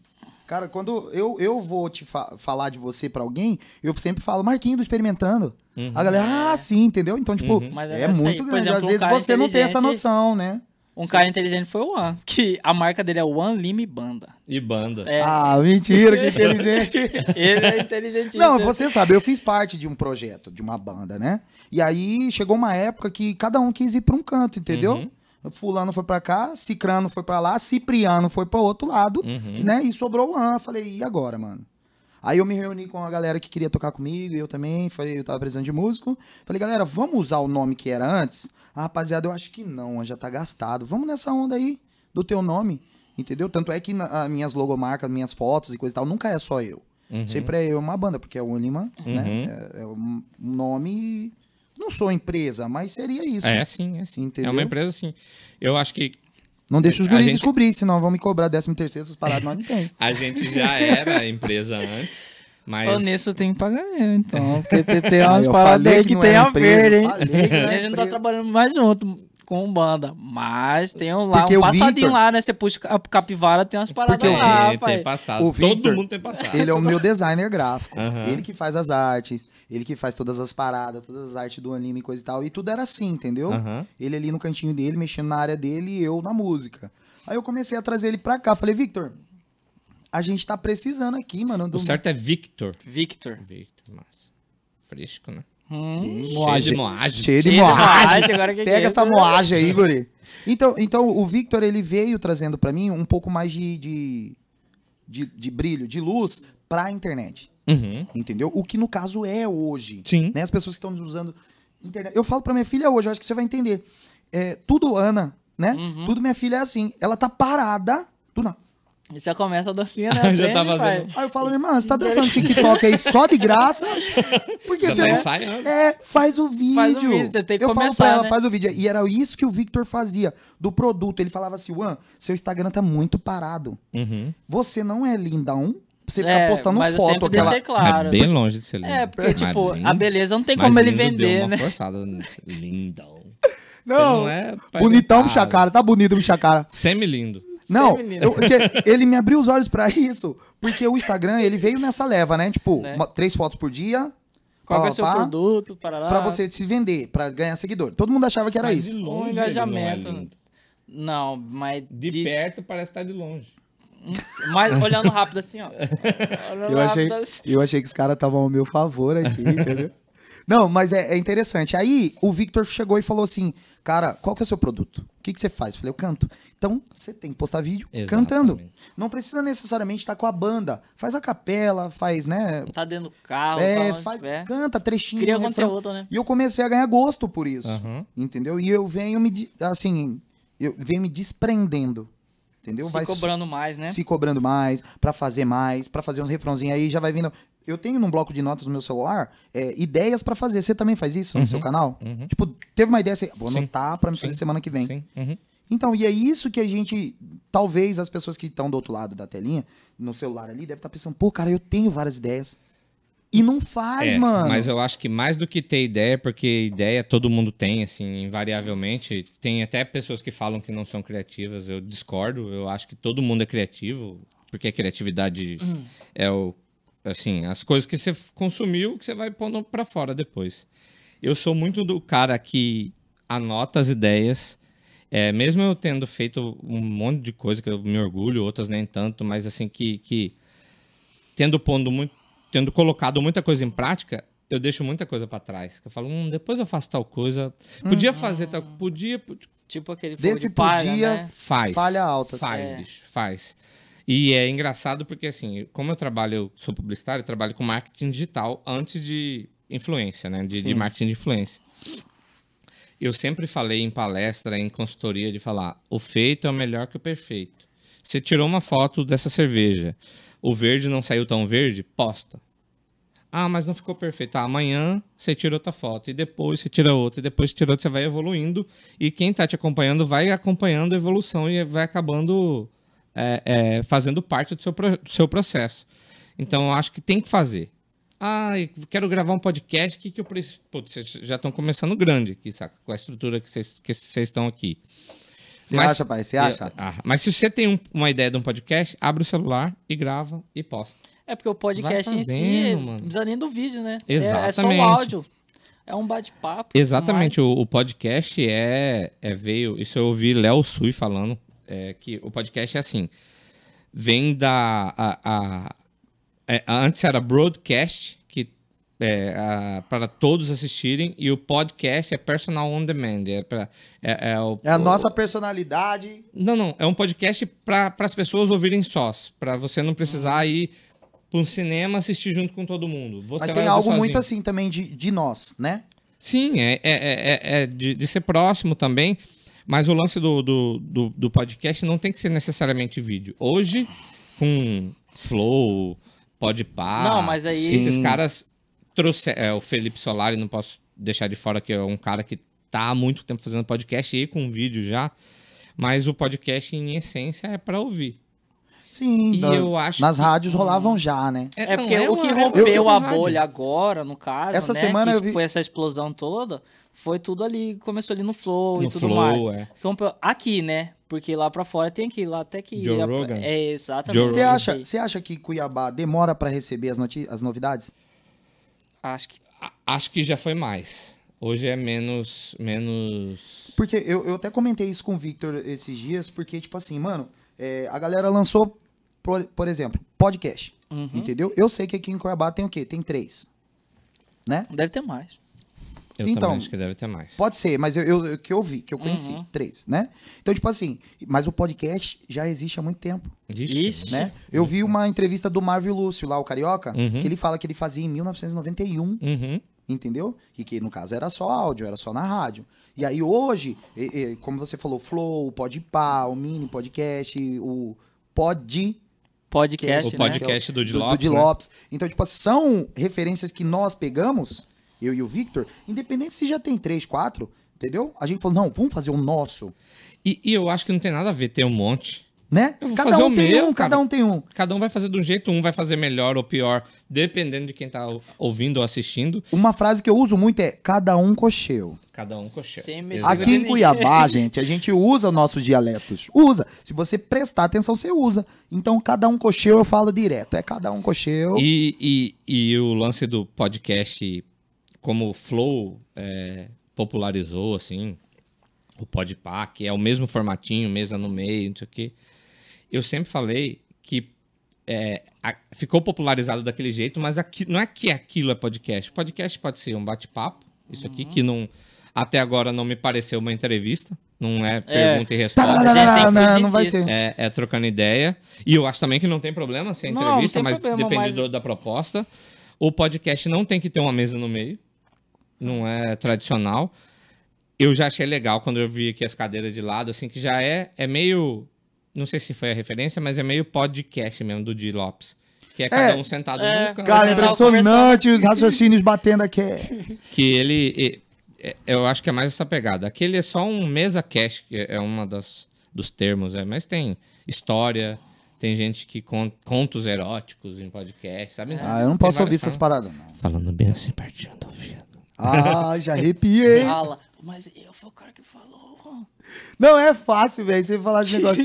S2: Cara, quando eu, eu vou te fa- falar de você pra alguém, eu sempre falo Marquinho do Experimentando. A galera, ah, sim, entendeu? Então, tipo,
S1: É. Mas é
S2: é,
S1: isso aí.
S2: muito
S1: Por
S2: grande.
S1: exemplo,
S2: Às
S1: um
S2: vezes
S1: cara
S2: você não tem essa
S1: inteligente-
S2: noção, né?
S1: Um cara inteligente foi o One, [LAUGHS] que a marca dele é One Lime Banda.
S3: E banda.
S1: É.
S2: Ah,
S1: [LAUGHS]
S2: mentira, que inteligente.
S1: Ele
S2: [LAUGHS]
S1: é inteligentíssimo.
S2: Não, você sabe, eu fiz parte de um projeto, de uma banda, né? E aí chegou uma época que cada um quis ir pra um canto, entendeu? Fulano foi pra cá, Cicrano foi pra lá, Cipriano foi pro outro lado,
S3: Uhum,
S2: né? E sobrou o An. Falei, e agora, mano? Aí eu me reuni com a galera que queria tocar comigo, eu também, falei, eu tava precisando de músico. Falei, galera, vamos usar o nome que era antes? Ah, rapaziada, eu acho que não, já tá gastado. Vamos nessa onda aí do teu nome, entendeu? Tanto é que na, as minhas logomarcas, minhas fotos e coisa e tal, nunca é só eu.
S3: uhum,
S2: Sempre é eu e uma banda, porque é o Lima, né? É, é um nome. Não sou empresa, mas seria isso.
S3: É sim, é sim.
S2: assim. Entendeu?
S3: É uma empresa assim. Eu acho que
S2: Não deixa os
S3: A
S2: guris
S3: gente-
S2: descobrir, senão vão me cobrar 13 terceiro, essas paradas nós não tem.
S3: a gente já era a empresa antes, mas
S1: Ô, nisso tem que pagar eu, [LAUGHS] então. Porque tem, tem
S2: [LAUGHS] Ah,
S1: umas
S2: eu
S1: paradas
S2: falei
S1: aí
S2: que
S1: que,
S2: não
S1: tem
S2: era
S1: a ver,
S2: empresa,
S1: hein?
S2: falei que
S1: a
S2: não era
S1: gente não tá
S2: empresa.
S1: trabalhando mais junto com banda. Mas tem um lá,
S2: Porque
S1: um
S2: o
S1: passadinho
S2: Victor-
S1: lá, né? Você puxa a capivara, tem umas paradas
S2: Porque o-
S1: lá,
S3: tem,
S1: pai.
S3: tem passado.
S2: O Victor,
S3: Todo mundo tem passado.
S2: Ele é o meu designer gráfico.
S3: Aham.
S2: Ele que faz as artes, ele que faz todas as paradas, todas as artes do anime e coisa e tal. E tudo era assim, entendeu?
S3: Aham.
S2: Ele ali no cantinho dele, mexendo na área dele e eu na música. Aí eu comecei a trazer ele pra cá. Falei, Victor, a gente tá precisando aqui, mano. Do...
S3: O certo é Victor.
S1: Victor.
S3: Victor, massa. Fresco, né?
S1: Hum.
S3: Cheio de
S2: Moagem.
S3: moagem.
S2: Cheio de
S1: Cheio de
S2: moagem.
S1: moagem, agora que que é
S2: Pega essa
S1: isso? [LAUGHS]
S2: moagem aí, guri. Então, então, o Victor, ele veio trazendo pra mim um pouco mais de, de, de, de brilho, de luz pra internet.
S3: Uhum.
S2: Entendeu? O que no caso é hoje.
S3: Sim.
S2: Né? As pessoas que estão nos usando internet. Eu falo pra minha filha hoje, eu acho que você vai entender. É, tudo Ana, né?
S1: Uhum.
S2: Tudo minha filha é assim. Ela tá parada. Do nada.
S1: Já começa a
S3: [LAUGHS]
S1: docinha, né?
S3: Já
S1: Treme,
S3: tá
S1: pai.
S3: fazendo-
S2: Aí eu falo, irmã, você tá
S1: [LAUGHS]
S2: dançando TikTok aí só de graça? Porque
S3: Já
S2: você
S3: tá
S2: não-
S3: ensaiando.
S2: é, faz o vídeo.
S1: Faz o vídeo, você tem que
S2: eu falo
S1: começar,
S2: pra ela,
S1: né?
S2: faz o vídeo. E era isso que o Victor fazia, do produto. Ele falava assim, Juan, seu Instagram tá muito parado.
S3: Uhum.
S2: Você não é linda um, você fica
S1: É,
S2: postando
S1: mas eu
S2: foto
S1: sempre
S2: aquela...
S1: deixei claro.
S3: É bem longe de ser lindo.
S1: É, porque,
S3: Mas
S1: tipo,
S3: bem-
S1: a beleza não tem
S3: mas
S1: como ele
S3: lindo deu
S1: vender,
S3: uma
S1: né?
S3: forçada. Lindão. Você
S2: Não,
S3: é pra é
S2: bonitão
S3: inventar.
S2: bicha cara, tá bonito bicha cara.
S3: Semi-lindo.
S2: Não,
S1: menino.
S2: eu- porque ele me abriu os olhos pra [LAUGHS] isso, porque o Instagram, ele veio nessa leva, né? Tipo,
S1: Né?
S2: uma- três fotos por dia.
S1: Qual que é
S2: pá,
S1: o seu
S2: pá,
S1: produto, parará.
S2: Pra você se vender, pra ganhar seguidor. Todo mundo achava que era
S3: Mas
S2: isso.
S3: De
S1: Um
S3: longe, ele não é
S1: engajamento.
S3: lindo.
S1: Não, mas...
S3: De, perto parece estar de longe.
S1: Mas olhando rápido assim, ó. Olhando
S2: Eu achei,
S1: rápido assim.
S2: eu achei que os caras estavam ao meu
S1: [LAUGHS]
S2: favor aqui, entendeu? Não, mas é, é interessante. Aí o Victor chegou e falou assim: Cara, qual que é o seu produto? O que, que você faz? Eu falei, eu canto. Então, você tem que postar vídeo
S3: Exatamente.
S2: cantando. Não precisa necessariamente estar com a banda. Faz a capela, faz, né?
S1: Tá dentro do carro,
S2: É,
S1: tá onde
S2: faz,
S1: tiver.
S2: canta trechinho.
S1: Cria
S2: refrão.
S1: conteúdo, né?
S2: E eu comecei a ganhar gosto por isso.
S3: Aham.
S2: Entendeu? E eu venho me, de- assim, eu venho me desprendendo. Entendeu?
S1: Se
S2: Vai su-
S1: cobrando mais, né?
S2: se cobrando mais, pra fazer mais, pra fazer uns refrãozinhos aí, já vai vindo. eu tenho num bloco de notas no meu celular é, ideias pra fazer. Você também faz isso no seu canal?
S3: Uhum.
S2: Tipo, teve uma ideia assim, vou
S3: Sim.
S2: anotar pra me fazer
S3: Sim.
S2: semana que vem.
S3: Sim. Uhum.
S2: Então, e é isso que a gente, talvez as pessoas que estão do outro lado da telinha, no celular ali, devem estar pensando, pô, cara, eu tenho várias ideias. E não faz,
S3: É,
S2: mano.
S3: Mas eu acho que mais do que ter ideia, porque ideia todo mundo tem, assim, invariavelmente. Tem até pessoas que falam que não são criativas. Eu discordo. Eu acho que todo mundo é criativo, porque a criatividade
S2: Hum.
S3: é o. Assim, as coisas que você consumiu, que você vai pondo pra fora depois. Eu sou muito do cara que anota as ideias. É, mesmo eu tendo feito um monte de coisa que eu me orgulho, outras nem tanto, mas assim, que, que tendo pondo muito, tendo colocado muita coisa em prática, eu deixo muita coisa pra trás. Que Eu falo, hum, depois eu faço tal coisa. Podia fazer tal, podia, podia-
S1: Tipo aquele fogo
S2: Desse
S1: de palha,
S2: podia-
S1: né?
S3: faz.
S2: Falha alta,
S3: Faz,
S1: assim.
S3: bicho, faz. E é engraçado porque assim, como eu trabalho, eu sou publicitário, eu trabalho com marketing digital antes de influência, né, de, de
S2: Sim.
S3: marketing de influência. Eu sempre falei em palestra, em consultoria, de falar: o feito é o melhor que o perfeito. Você tirou uma foto dessa cerveja, o verde não saiu tão verde, posta. Ah, mas não ficou perfeito. Ah, amanhã você tira outra foto, e depois você tira outra, e depois você tira outra, você vai evoluindo. E quem tá te acompanhando vai acompanhando a evolução e vai acabando é, é, fazendo parte do seu, pro- do seu processo. Então, eu acho que tem que fazer. Ah, eu quero gravar um podcast, o que, que eu preciso? Putz, vocês já estão começando grande aqui, saca? Com a estrutura que vocês que vocês estão aqui.
S2: Você
S3: mas-
S2: acha, pai? Você acha?
S3: Eu- ah, mas se você tem um- uma ideia de um podcast, abre o celular e grava e posta.
S1: É porque o podcast
S3: Vai
S1: em si
S3: fazendo,
S1: não
S3: mano.
S1: precisa nem do vídeo, né? É- É, só
S3: Exatamente.
S1: o áudio. É um bate-papo. tudo
S3: Exatamente, o, o podcast é, é veio. Isso eu ouvi Léo Sui falando, é, que o podcast é assim. Vem da. a- a- é, a- antes era broadcast, que é, a- para todos assistirem, e o podcast é personal on demand. É, pra, é, é o,
S2: É a
S3: o-
S2: nossa personalidade.
S3: não, não. É um podcast para as pessoas ouvirem sós. Para você não
S2: Ah.
S3: precisar ir para um cinema assistir junto com todo mundo. Você
S2: Mas
S3: vai
S2: tem
S3: ouvir
S2: algo muito
S3: é sozinho.
S2: assim também de, de nós, né?
S3: Sim, é, é- é- é- é de, de ser próximo também. Mas o lance do, do, do- do podcast não tem que ser necessariamente vídeo. Hoje, com Flow, Podpah...
S1: Não, mas é assim aí-
S3: Esses
S2: Sim.
S3: caras trouxeram... o Felipe Solari, não posso deixar de fora, que é um cara que tá há muito tempo fazendo podcast e com vídeo já. Mas o podcast, em essência, é para ouvir.
S2: Sim,
S3: E
S2: da-
S3: eu acho
S2: nas
S3: que-
S2: rádios rolavam já, né?
S1: É,
S3: não,
S1: porque o
S3: uma-
S1: que
S3: é um
S1: rompeu
S3: tipo
S1: a
S3: rádio.
S1: bolha agora, no caso,
S2: Essa
S1: né,
S2: semana
S1: que
S2: eu vi-
S1: foi essa explosão toda, foi tudo ali, começou ali no Flow e
S3: No
S1: tudo
S3: Flow,
S1: mais.
S3: é.
S1: Que rompeu Aqui, né? Porque lá pra fora tem que ir lá até que...
S3: Joe Rogan.
S1: É, exatamente.
S3: Joe
S2: Você
S1: isso
S3: Rogan.
S2: acha,
S1: aí.
S2: você acha que Cuiabá demora pra receber as, noti- as novidades?
S1: Acho que...
S3: A- Acho que já foi mais. Hoje é menos... menos...
S2: Porque eu, eu até comentei isso com o Victor esses dias, porque, tipo assim, mano, é, a galera lançou, por, por exemplo, podcast.
S1: Uhum.
S2: Entendeu? Eu sei que aqui em Cuiabá tem o quê? Tem três. Né?
S1: Deve ter mais.
S3: Eu
S2: Então,
S3: também acho que deve ter mais.
S2: Pode ser, mas eu, eu, eu- que eu vi, que eu conheci,
S1: Uhum.
S2: três, né? Então, tipo assim, mas o podcast já existe há muito tempo.
S3: Ixi,
S1: Isso.
S2: né? Eu vi uma entrevista do Marvio Lúcio, lá o Carioca,
S3: Uhum.
S2: que ele fala que ele fazia em 1991,
S3: Uhum.
S2: entendeu? E que no caso era só áudio, era só na rádio. E aí hoje, e- e, como você falou, Flow, o Podpah, o Mini Podcast, o Pod...
S1: Podcast,
S3: O
S1: né?
S3: podcast do Di
S2: do
S3: Lopes,
S2: Di
S3: né?
S2: Lopes. Então, tipo, são referências que nós pegamos, eu e o Victor, independente se já tem três, quatro, entendeu? A gente falou, não, vamos fazer o nosso,
S3: E, e eu acho que não tem nada a ver ter um monte.
S2: né?
S3: Eu vou
S2: Cada
S3: fazer
S2: um
S3: o
S2: tem
S3: meu,
S2: um, cada
S3: cara.
S2: um tem um.
S3: Cada um vai fazer de um jeito, um vai fazer melhor ou pior, dependendo de quem tá ou- ouvindo ou assistindo.
S2: Uma frase que eu uso muito é, cada um cocheu.
S3: Cada um coxeiro.
S1: Sem mexer.
S3: Exato.
S2: Aqui
S1: [LAUGHS]
S2: em Cuiabá, gente, a gente usa nossos dialetos. Usa. Se você prestar atenção, você usa. Então, cada um cocheu, eu falo direto. É cada um cocheu.
S3: E, e, e o lance do podcast, como o Flow é, popularizou, assim, o Podpah, que é o mesmo formatinho, mesa no meio, não sei o quê. Eu sempre falei que é, a- ficou popularizado daquele jeito, mas aqui, não é que aquilo é podcast. Podcast pode ser um bate-papo, isso aqui, que não até agora não me pareceu uma entrevista, não é pergunta e
S2: Tá,
S3: resposta.
S2: Tararara,
S1: é, tem que
S2: não,
S1: fugir
S2: não vai
S1: disso. né?
S2: ser.
S3: É, é trocando ideia. E eu acho também que não tem problema ser
S1: Não,
S3: entrevista,
S1: não tem
S3: mas
S1: problema,
S3: depende
S1: mas-
S3: do- da proposta. O podcast não tem que ter uma mesa no meio. Não é tradicional. Eu já achei legal quando eu vi aqui as cadeiras de lado, assim, que já é, é meio. Não sei se foi a referência, mas é meio podcast mesmo do Di Lopes. Que é cada um sentado
S1: É.
S3: num canto.
S2: Cara,
S1: Eu tava
S2: impressionante os raciocínios batendo aqui.
S1: [LAUGHS]
S3: Que ele. e- é- Eu acho que é mais essa pegada. Aquele é só um mesa cash, que é uma das dos termos, é, mas tem história, tem gente que con- contos eróticos em podcast, sabe? Então,
S2: Ah, eu não
S3: tem
S2: posso
S3: várias
S2: ouvir essas
S3: formas.
S2: paradas, não.
S3: Falando bem assim, partindo do ouvido.
S2: Ah, já arrepiei.
S1: Fala. Mas eu fui o cara que falou, mano.
S2: Não, é fácil, velho, você falar de
S1: [LAUGHS]
S2: negócio.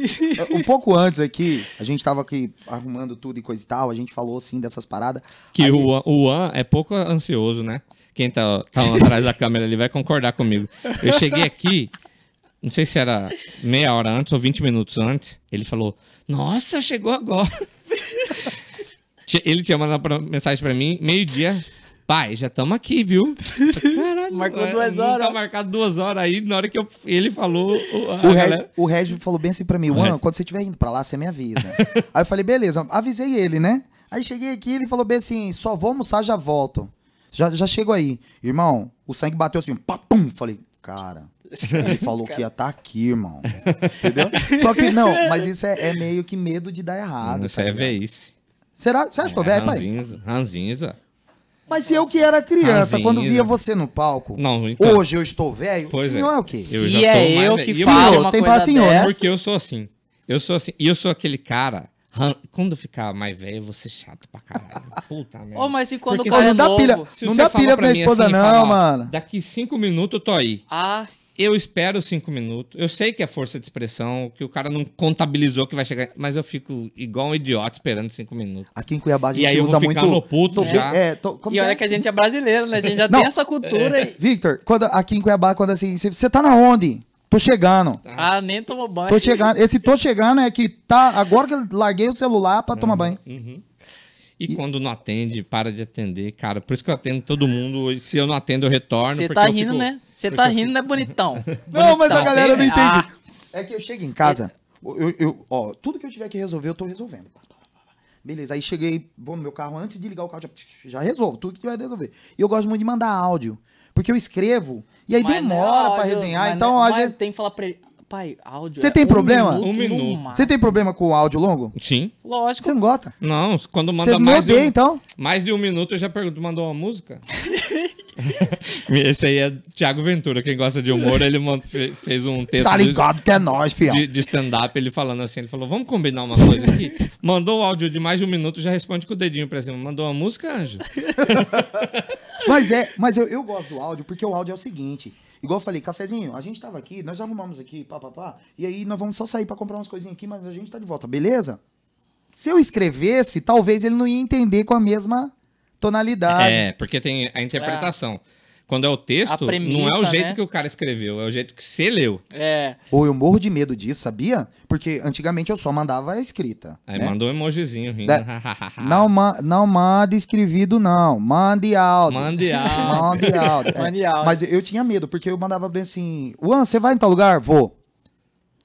S2: um pouco antes aqui, a gente tava aqui arrumando tudo e coisa e tal, a gente falou assim dessas paradas.
S3: Que
S2: Aí-
S3: o Juan- o Juan é pouco ansioso, né? Quem tá, tá atrás da câmera ali vai concordar comigo. Eu cheguei aqui, não sei se era meia hora antes ou 20 minutos antes, ele falou: Nossa, chegou agora. Che- ele tinha mandado pra- mensagem pra mim, meio-dia. Pai, já estamos aqui, viu? Caralho.
S1: Marcou
S3: é,
S1: duas
S3: não Tá
S1: horas.
S3: marcado duas horas aí. Na hora que eu- ele falou, o- a
S2: O, Reg,
S3: galera-
S2: o Regis falou bem assim pra mim, Juan, quando você estiver indo pra lá, você me avisa. [LAUGHS] Aí eu falei, beleza, avisei ele, né? Aí cheguei aqui, ele falou bem assim, só vou almoçar, já volto. Já, já chego aí. Irmão, o sangue bateu assim, papum, falei, cara,
S3: [LAUGHS]
S2: ele falou que ia estar aqui, irmão. Entendeu? Só que, não, mas isso é, é meio que medo de dar errado.
S3: Isso é
S2: Ah, tá ligado?
S3: veice.
S2: Será? Você acha que eu tô velho, pai?
S3: ranzinza, ranzinza.
S2: Mas eu que era criança,
S3: Ranzinza.
S2: quando via você no palco,
S3: Não, então.
S2: hoje eu estou velho, o
S3: Pois é.
S2: senhor é, o quê?
S3: Eu já
S1: Se
S3: tô
S1: é
S3: mais
S1: eu
S3: velho.
S1: que
S3: E o
S1: falo
S2: senhor?
S1: uma
S2: Tem
S1: coisa
S2: pra senhora,
S1: dessa,
S3: Porque eu sou assim. Eu sou assim. E eu sou aquele cara. ran- Quando eu ficar mais velho, eu vou ser chato pra caralho. Puta merda.
S1: Ô, mas e quando
S3: Porque
S1: o
S2: Pô,
S1: cara é
S2: não dá
S1: novo?
S2: pilha,
S3: Se
S2: não
S3: você
S2: dá
S3: fala
S2: pilha
S3: pra
S2: pra
S3: mim
S2: minha esposa
S3: assim,
S2: não,
S3: fala, ó,
S2: mano.
S3: Daqui cinco minutos eu tô aí.
S1: Ah,
S3: Eu espero cinco minutos. Eu sei que é força de expressão, que o cara não contabilizou que vai chegar. Mas eu fico igual um idiota esperando cinco minutos.
S2: Aqui em Cuiabá a gente
S3: E aí eu
S2: usa
S3: vou ficar
S2: muito...
S3: no puto
S2: Tô-
S3: já.
S2: é, tô- como
S1: e
S2: que
S1: olha
S2: é?
S1: que a gente é brasileiro, né? A gente já
S2: Não.
S1: tem essa cultura.
S3: [LAUGHS]
S1: e-
S2: Victor, quando, aqui em Cuiabá, quando assim, você tá na onde? Tô chegando.
S1: Ah, nem tomou banho.
S2: Tô chegando. Esse tô chegando é que tá. Agora que eu larguei o celular pra tomar banho.
S3: Uhum. E, quando não atende, para de atender, cara. Por isso que eu atendo todo mundo. Se eu não atendo, eu retorno.
S1: Você
S3: porque
S1: tá
S3: eu
S1: rindo,
S3: fico-
S1: né? Você
S3: porque
S1: tá
S3: eu
S1: rindo, né,
S3: [LAUGHS]
S1: bonitão?
S2: Não, mas a
S1: Bonitão.
S2: galera não
S1: Ah,
S2: entende. É que eu chego em casa, eu, eu- ó, tudo que eu tiver que resolver, eu tô resolvendo. Beleza, aí cheguei, vou no meu carro, antes de ligar o carro, já, já resolvo, tudo que tiver que resolver. E eu gosto muito de mandar áudio, porque eu escrevo, e aí
S1: mas
S2: demora
S1: não é
S2: pra
S1: áudio,
S2: resenhar,
S1: mas
S2: então
S1: não-
S2: às
S1: mas
S2: vezes...
S1: tem que falar pra ele. Pai, áudio.
S2: Você
S1: é
S2: tem problema?
S1: no
S3: Um minuto.
S1: máximo.
S2: Você tem problema com o áudio longo?
S3: Sim.
S1: Lógico.
S2: Você não gosta?
S3: Não, quando
S2: Você
S3: manda
S2: me
S3: mais.
S2: odeia,
S3: eu-
S2: então?
S3: Mais de um minuto eu já pergunto, mandou uma música? [LAUGHS] Esse aí é Thiago Ventura, quem gosta de humor, ele mont- fe- fez um texto
S2: Tá
S3: de-
S2: ligado que é nós, fião.
S3: de, de stand-up, ele falando assim, ele falou, vamos combinar uma coisa aqui? Mandou o áudio de mais de um minuto, já responde com o dedinho pra cima. Mandou uma música, anjo?
S2: Mas é, mas eu, eu gosto do áudio, porque o áudio é o seguinte. Igual eu falei, cafezinho, a gente tava aqui, nós arrumamos aqui, pá, pá, pá, e aí nós vamos só sair pra comprar umas coisinhas aqui, mas a gente tá de volta, beleza? Se eu escrevesse, talvez ele não ia entender com a mesma tonalidade.
S3: É, porque tem a interpretação. Quando é o texto,
S1: A premissa,
S3: não é o jeito
S1: né?
S3: que o cara escreveu, é o jeito que você leu.
S1: É.
S2: Ou eu morro de medo disso, sabia? Porque antigamente eu só mandava a escrita.
S3: Aí
S2: né?
S3: mandou um emojizinho rindo.
S2: Da- Não, ma não manda escrevido, não. Mande áudio. [LAUGHS]
S3: Mande áudio.
S1: [LAUGHS]
S2: Mande áudio. é.
S1: Mande áudio.
S2: Mas eu tinha medo, porque eu mandava bem assim: Juan, você vai em tal lugar? Vou.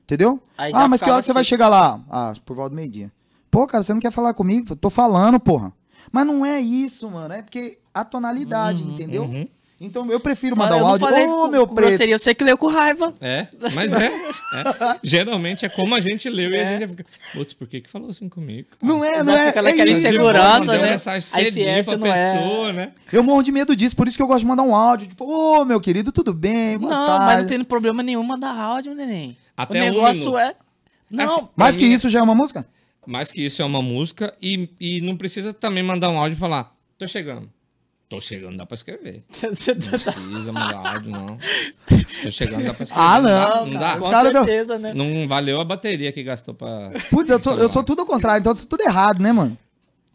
S2: Entendeu?
S1: Aí já
S2: ah, mas que
S1: ficava
S2: hora que você vai
S1: assim.
S2: chegar lá? Ah, por volta do meio-dia. Pô, cara, você não quer falar comigo? Tô falando, porra. Mas não é isso, mano. É porque a tonalidade, entendeu?
S3: uhum.
S2: Então eu prefiro mandar
S1: eu
S2: o
S1: não
S2: áudio.
S1: falei
S2: Ô,
S1: com-
S2: meu
S1: com
S2: preto.
S1: grosseria, eu sei que leu com raiva.
S3: É, mas é. é. Geralmente é como a gente leu e a gente já fica. Putz, por que, que falou assim comigo? cara?"
S2: Não é,
S1: Já
S2: não é.
S1: fica naquela
S2: é isso.
S1: insegurança,
S3: Mandou
S1: né?
S3: mensagem
S1: Aí
S3: cedinho
S1: se é,
S3: pra
S1: se não é.
S3: pessoa, né?
S2: Eu morro de medo disso, por isso que eu gosto de mandar um áudio. Tipo, ô, meu querido, tudo bem? Boa
S1: não,
S2: tarde.
S1: mas não tem problema nenhum mandar áudio, neném.
S3: Até
S1: o
S3: um
S1: negócio
S3: minuto.
S1: é. Não,
S3: Assim,
S2: Mais
S3: pra
S2: que
S3: mim,
S2: isso já é uma música?
S3: Mais que isso é uma música e, e não precisa também mandar um áudio e falar, tô chegando. Tô chegando, dá pra escrever.
S1: [LAUGHS] você tá-
S3: Não precisa mandar áudio, não. Tô chegando, dá pra escrever.
S2: Ah,
S3: Não,
S2: não, Os Tá
S3: dá.
S1: com
S3: Não,
S2: cara deu-
S1: certeza,
S3: dá.
S1: né?
S3: não valeu a bateria que gastou pra.
S2: Putz, eu, tô- eu sou tudo ao contrário, então eu sou tudo errado, né, mano?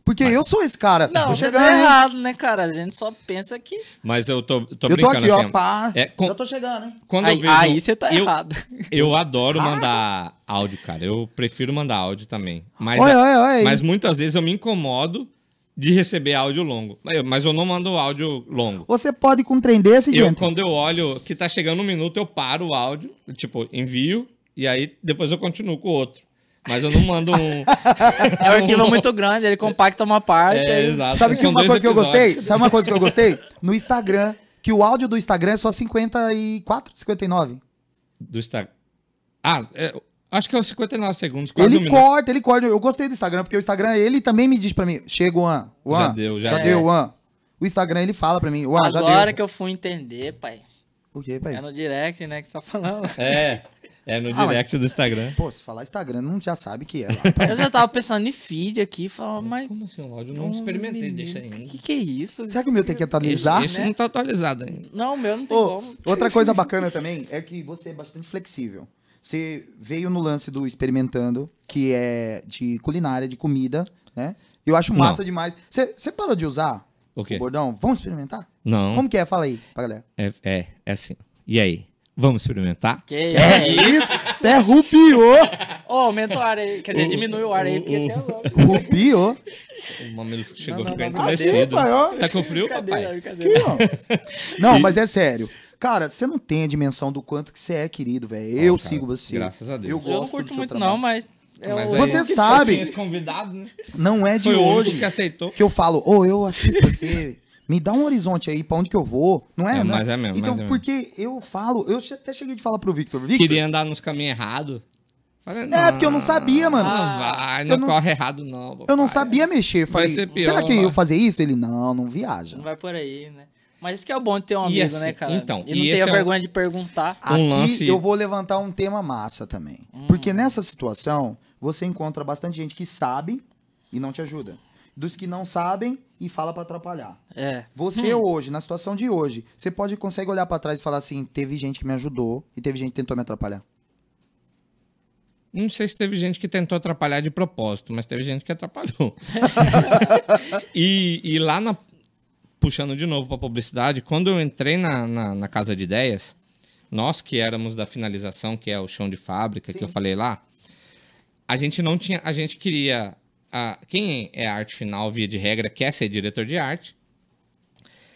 S2: Porque eu sou esse cara.
S1: Não,
S2: tô
S1: você
S2: chegando,
S1: tá
S2: hein?
S1: errado, né, cara? A gente só pensa que.
S3: Mas eu tô, tô
S2: Eu tô
S3: brincando
S2: aqui,
S3: assim.
S2: ó, pá.
S3: É, com-
S2: Já tô chegando, hein?
S3: Quando eu
S1: Aí,
S3: vejo,
S1: aí você tá
S3: eu,
S1: errado.
S3: Eu adoro mandar áudio, cara. Eu prefiro mandar áudio também. Mas, é-
S2: Olha, olha, olha aí.
S3: mas muitas vezes eu me incomodo de receber áudio longo. Mas eu- Mas eu não mando áudio longo.
S2: Você pode ir com um trem desse,
S3: Eu,
S2: gente?
S3: quando eu olho que tá chegando um minuto, eu paro o áudio, tipo, envio, e aí depois eu continuo com o outro. Mas eu não
S2: [LAUGHS]
S3: mando um.
S1: É um
S3: [LAUGHS]
S1: arquivo muito grande, ele compacta uma parte.
S3: É,
S1: aí-
S3: exato.
S2: Sabe que
S3: São
S2: uma
S3: dois
S2: coisa que eu
S3: episódios.
S2: gostei? Sabe uma coisa que eu gostei? No Instagram, que o áudio do Instagram é só 54, 59.
S3: Do Instagram. Ah, é, Acho que é os 59 segundos, quase um
S2: Ele
S3: minuto.
S2: corta, ele corta. Eu gostei do Instagram, porque o Instagram, ele também me diz pra mim, chega, Juan, Juan,
S3: Já deu, já
S2: já
S3: deu.
S2: deu, Juan. O Instagram, ele fala pra mim, Juan, já deu.
S1: Agora que eu fui entender, pai.
S2: Por quê,
S1: É
S2: pai?
S1: no direct, né, que você tá falando.
S3: É, é no
S2: Ah, mas-
S3: direct do Instagram.
S2: Pô, se falar Instagram, não já sabe que é. lá.
S1: Eu já tava pensando em feed aqui, falando, mas. um
S3: Como assim, o áudio?
S1: Ô,
S3: Não experimentei,
S1: menino,
S3: deixa aí.
S1: Que que é isso?
S2: Será que o meu tem que
S3: Esse,
S2: atualizar?
S3: esse não tá atualizado ainda.
S1: Não, o meu não tem
S2: Ô,
S1: como.
S2: outra coisa bacana também é que você é bastante flexível. Você veio no lance do experimentando, que é de culinária, de comida, né? Eu acho massa
S3: Não.
S2: demais. Você você parou de usar
S3: O
S2: o
S3: quê? Hum?
S2: bordão? Vamos experimentar?
S3: Não,
S2: Como que é? Fala aí pra galera.
S3: é, é, é assim. E aí? Vamos experimentar?
S1: Que
S3: [LAUGHS]
S1: é isso?
S2: Até rupiou!
S1: Ô, aumenta o ar aí. Quer dizer,
S3: O-
S1: diminui o ar aí,
S3: o-
S1: porque
S3: o-
S1: você é [LAUGHS] louco.
S2: Rupiou?
S3: O mamilo chegou
S1: Não, não,
S3: a ficar
S1: não,
S3: endurecido.
S2: pai,
S3: [LAUGHS]
S2: ó.
S3: Tá com frio,
S1: Brincadeira,
S3: papai?
S2: Aqui,
S1: brincadeira.
S2: ó. Não, mas é sério. Cara, você não tem a dimensão do quanto que você é querido, velho. Eu
S3: Ó, Ah, cara,
S2: sigo você.
S3: Graças a Deus.
S2: Eu
S1: Eu não
S2: gosto do
S1: curto
S2: seu
S1: muito,
S2: trabalho.
S1: não, mas. É
S3: Mas
S1: o...
S3: aí-
S2: Você
S3: que só
S2: sabe.
S3: tinha esse convidado, né?
S2: Não é de
S3: Foi o
S2: hoje.
S3: único que aceitou.
S2: que eu falo, ô, eu assisto você, me dá um horizonte aí pra onde que eu vou, não é? né?
S3: É, mas é mesmo,
S2: Então,
S3: mas é
S2: porque eu falo, eu che- até cheguei de falar pro Victor, Victor,
S3: Queria andar nos caminhos errados. Falei,
S2: É, porque eu não sabia, mano.
S3: Não vai,
S2: Eu
S3: não,
S2: não-
S3: corre errado, não.
S2: eu não
S3: papai.
S2: sabia mexer,
S3: Vai Um
S2: falei,
S3: ser pior,
S2: será que eu ia
S3: mano.
S2: fazer isso? Ele, não, não viaja.
S1: Não [LAUGHS] vai por aí, né? Mas isso que é o bom de ter um
S3: E
S1: amigo,
S3: assim,
S1: né, cara?
S3: então,
S1: e
S3: e
S1: não ter
S3: esse
S1: a
S3: é um-
S1: vergonha de perguntar.
S2: Aqui
S3: lance- Hum.
S2: eu vou levantar um tema massa também. Porque nessa situação, você encontra bastante gente que sabe e não te ajuda. Dos que não sabem e fala pra atrapalhar.
S1: É.
S3: Hum.
S2: Você hoje, na situação de hoje, você pode consegue olhar pra trás e falar assim, teve gente que me ajudou e teve gente que tentou me atrapalhar.
S3: Não sei se teve gente que tentou atrapalhar de propósito, mas teve gente que atrapalhou. e, e lá na. Puxando de novo pra publicidade, quando eu entrei na, na, na Casa de Ideias, nós que éramos da finalização, que é o chão de fábrica,
S2: Sim.
S3: que eu falei lá, a gente não tinha. A gente queria. a- quem é arte final, via de regra, quer ser diretor de arte,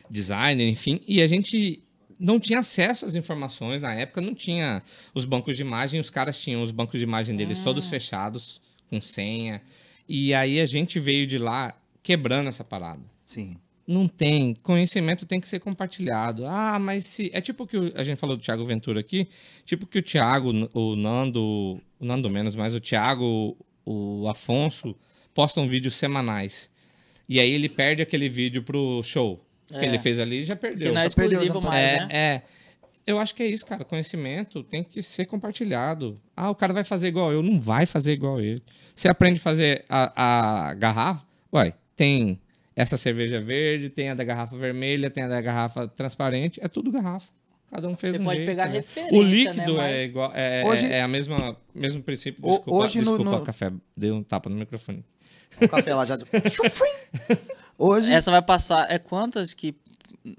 S3: designer, enfim, e a gente não tinha acesso às informações na época, não tinha os bancos de imagem, os caras tinham os bancos de imagem deles
S1: Ah.
S3: todos fechados, com senha. E aí a gente veio de lá quebrando essa parada.
S2: Sim.
S3: Não tem. Conhecimento tem que ser compartilhado. Ah, mas se. É tipo que o- a gente falou do Thiago Ventura aqui. Tipo que o Thiago, o Nando. O Nando menos, mas o Thiago, o Afonso, postam vídeos semanais. E aí ele perde aquele vídeo pro show.
S1: É.
S3: Que ele fez ali e já
S1: Que
S3: perdeu.
S1: não é
S2: só perdeu
S1: exclusivo
S2: essa
S1: mais,
S3: É,
S1: né?
S3: é. Eu acho que é isso, cara. Conhecimento tem que ser compartilhado. Ah, o cara vai fazer igual eu. Não vai fazer igual ele. Você aprende a fazer a, a garrafa. Ué, tem essa cerveja verde, tem a da garrafa vermelha, tem a da garrafa transparente. É tudo garrafa. Cada um fez
S1: Você
S3: um
S1: pode
S3: jeito,
S1: pegar
S3: né?
S1: referência,
S3: O líquido
S1: né? mas-
S3: é igual. É,
S2: Hoje-
S3: é a mesma mesmo princípio.
S2: O-
S3: Desculpa,
S2: hoje no-
S3: desculpa
S2: no-
S3: café. Dei um tapa no microfone.
S2: O café lá já. [LAUGHS] Hoje.
S1: Essa vai passar. É quantas que.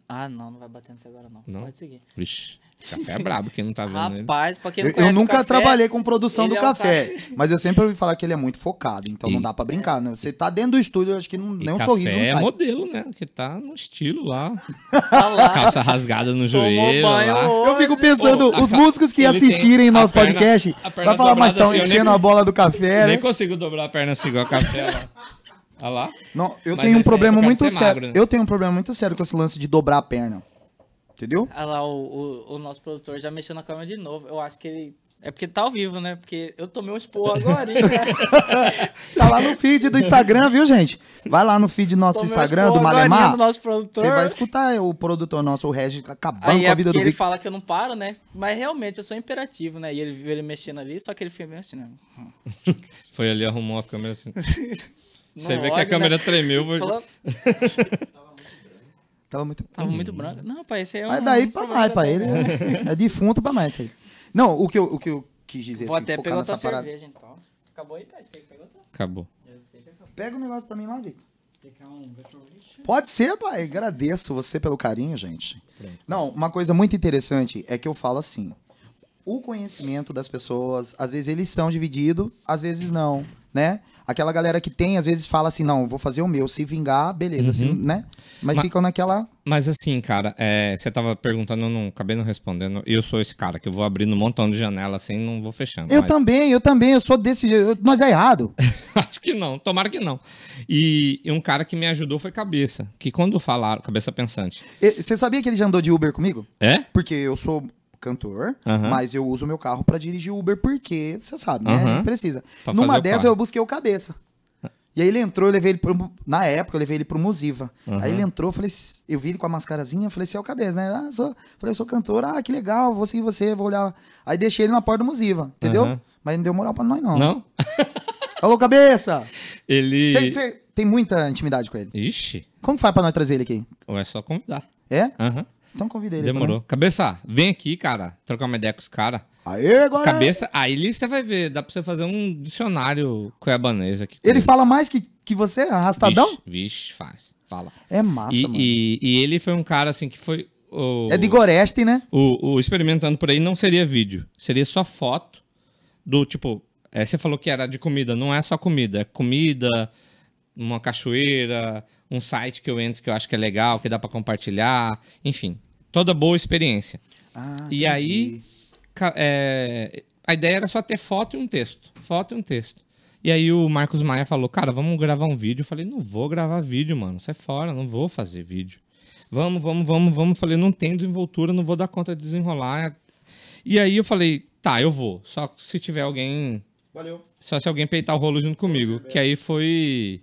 S1: Ah, não, não vai bater nisso agora, não.
S3: Não?
S1: Pode seguir.
S3: Vixe, café é brabo, quem não tá vendo ele.
S1: Rapaz, pra quem
S2: Eu,
S1: não
S2: eu
S1: conhece o
S2: nunca
S1: café,
S2: trabalhei com produção
S1: ele
S2: do
S1: é um
S2: café, mas eu sempre ouvi falar que ele é muito focado, então não
S3: E-
S2: dá pra brincar. né? Você tá dentro do estúdio, eu acho que não,
S3: E
S2: nem um
S3: café
S2: sorriso não
S3: é
S2: sai.
S3: modelo, né? Que tá no estilo lá.
S1: Tá
S3: [LAUGHS]
S1: lá,
S3: Calça rasgada
S1: tomou
S3: no joelho
S1: banho
S3: lá.
S2: Eu fico
S1: hoje.
S2: pensando,
S3: Ô, a
S2: os
S3: ca-
S2: músicos que
S3: ele
S2: assistirem
S3: tem
S2: nosso
S3: a perna-
S2: podcast,
S3: a perna
S2: vai falar, mas
S3: dobrada
S2: estão
S3: assim, eu nem-
S2: enchendo a bola do café,
S3: Nem
S2: né?
S3: consigo dobrar a perna assim igual a café lá. Olha lá.
S2: Não, eu tenho um
S3: Mas esse aí
S2: problema
S3: eu quero
S2: muito
S3: ser
S2: sério.
S3: magro, né?
S2: Eu tenho um problema muito sério com esse lance de dobrar a perna. Entendeu?
S1: Olha lá, o, o, o nosso produtor já mexeu na câmera de novo. Eu acho que ele. É porque tá ao vivo, né? Porque eu tomei um esporro agora, hein, [LAUGHS]
S2: Tá lá no feed do Instagram, viu, gente? Vai lá no feed do nosso
S1: Tomei um
S2: Instagram,
S1: esporro
S2: do
S1: agorinha
S2: Malemar.
S1: do nosso produtor.
S2: Você vai escutar o produtor nosso, o Regis, acabando
S1: Aí
S2: com
S1: é
S2: a vida
S1: porque
S2: do
S1: ele
S2: Vic.
S1: fala que eu não paro, né? Mas realmente eu sou imperativo, né? E ele viu ele mexendo ali, só que ele fez meio assim, né?
S3: Foi ali, arrumou a câmera assim. Você
S1: Não
S3: vê que
S1: olha,
S3: a câmera tá
S1: né?
S3: tremeu. Foi...
S1: Falou,
S2: Tava muito.
S1: tava muito branco. Não, pai, esse aí é um.
S2: Mas daí pra
S1: problema né?
S2: mais, pra
S1: da-
S2: ele é, é defunto pra mais isso aí. Não, o que eu, o que eu quis dizer
S1: Vou
S2: assim,
S1: até
S2: focar
S1: pegar outra
S2: nessa parada.
S1: cerveja, então. Acabou aí, pai? Você que pegou outra?
S3: Acabou.
S1: Eu sei que acabou.
S2: Pega o negócio pra mim lá, Vic.
S1: Você quer um Vetrovich?
S2: Pode ser, pai. Agradeço você pelo carinho, gente. Não, uma coisa muito interessante é que eu falo assim: o conhecimento das pessoas, às vezes eles são divididos, às vezes não, né? Aquela galera que tem, às vezes fala assim: não, vou fazer o meu, se vingar, beleza, assim, né? Mas,
S3: Ma-
S2: ficam naquela.
S3: Mas assim, cara, é, você tava perguntando, eu não acabei não respondendo. E eu sou esse cara que eu vou abrindo um montão de janela assim não vou fechando.
S2: Eu
S3: mas-
S2: também, eu também, eu sou desse jeito. eu- Mas é errado. [LAUGHS]
S3: [LAUGHS] Acho que não, tomara que não. E, e um cara que me ajudou foi Cabeça, que quando falaram, Cabeça Pensante.
S2: E- Você sabia que ele já andou de Uber comigo?
S3: É?
S2: Porque eu sou. cantor,
S3: Aham.
S2: mas eu uso meu carro pra dirigir Uber porque, você sabe, né?
S3: Aham.
S2: Precisa.
S3: Pra fazer
S2: Numa
S3: o
S2: dessas
S3: carro.
S2: eu busquei o cabeça. E aí ele entrou, eu levei ele pro. Na época, eu levei ele pro Musiva. Aí ele entrou, eu falei, "S- eu vi ele com a mascarazinha, eu falei, você é o cabeça, né? Ah, sou, falei, eu sou cantor, ah, que legal, vou seguir você, vou olhar. Aí deixei ele na porta do Musiva, entendeu?
S3: Aham.
S2: Mas não deu moral pra nós, não.
S3: Não?
S2: Alô, cabeça!
S3: Ele.
S2: Você você tem muita intimidade com ele.
S3: Ixi,
S2: Como faz pra nós trazer ele aqui?
S3: ou é só convidar.
S2: É?
S3: Aham.
S2: Então convida ele.
S3: Demorou. Cabeça, vem aqui, cara. Trocar uma ideia com os caras.
S2: pra nós. Aê, agora!
S3: Cabeça, aí você vai ver, dá pra você fazer um dicionário cuiabanês aqui. com
S2: Ele fala mais que, que você, arrastadão?
S3: Vixe, vixe, faz. Fala.
S2: É massa,
S3: e,
S2: mano.
S3: e- e ele foi um cara assim que foi. O,
S2: É de Goreste, né?
S3: o, o experimentando por aí não seria vídeo. Seria só foto do tipo. é, você falou que era de comida, não é só comida, é comida, uma cachoeira, um site que eu entro que eu acho que é legal, que dá pra compartilhar, enfim. Toda boa experiência.
S2: Ah, entendi.
S3: E aí, ca- é, a ideia era só ter foto e um texto. Foto e um texto. E aí o Marcos Maia falou, cara, vamos gravar um vídeo. Eu falei, não vou gravar vídeo, mano. Sai fora, não vou fazer vídeo. Vamos, vamos, vamos, vamos. Eu falei, não tem desenvoltura, não vou dar conta de desenrolar. E aí eu falei, tá, eu vou. Só se tiver alguém
S2: Valeu.
S3: só se alguém peitar o rolo junto comigo. Que aí foi.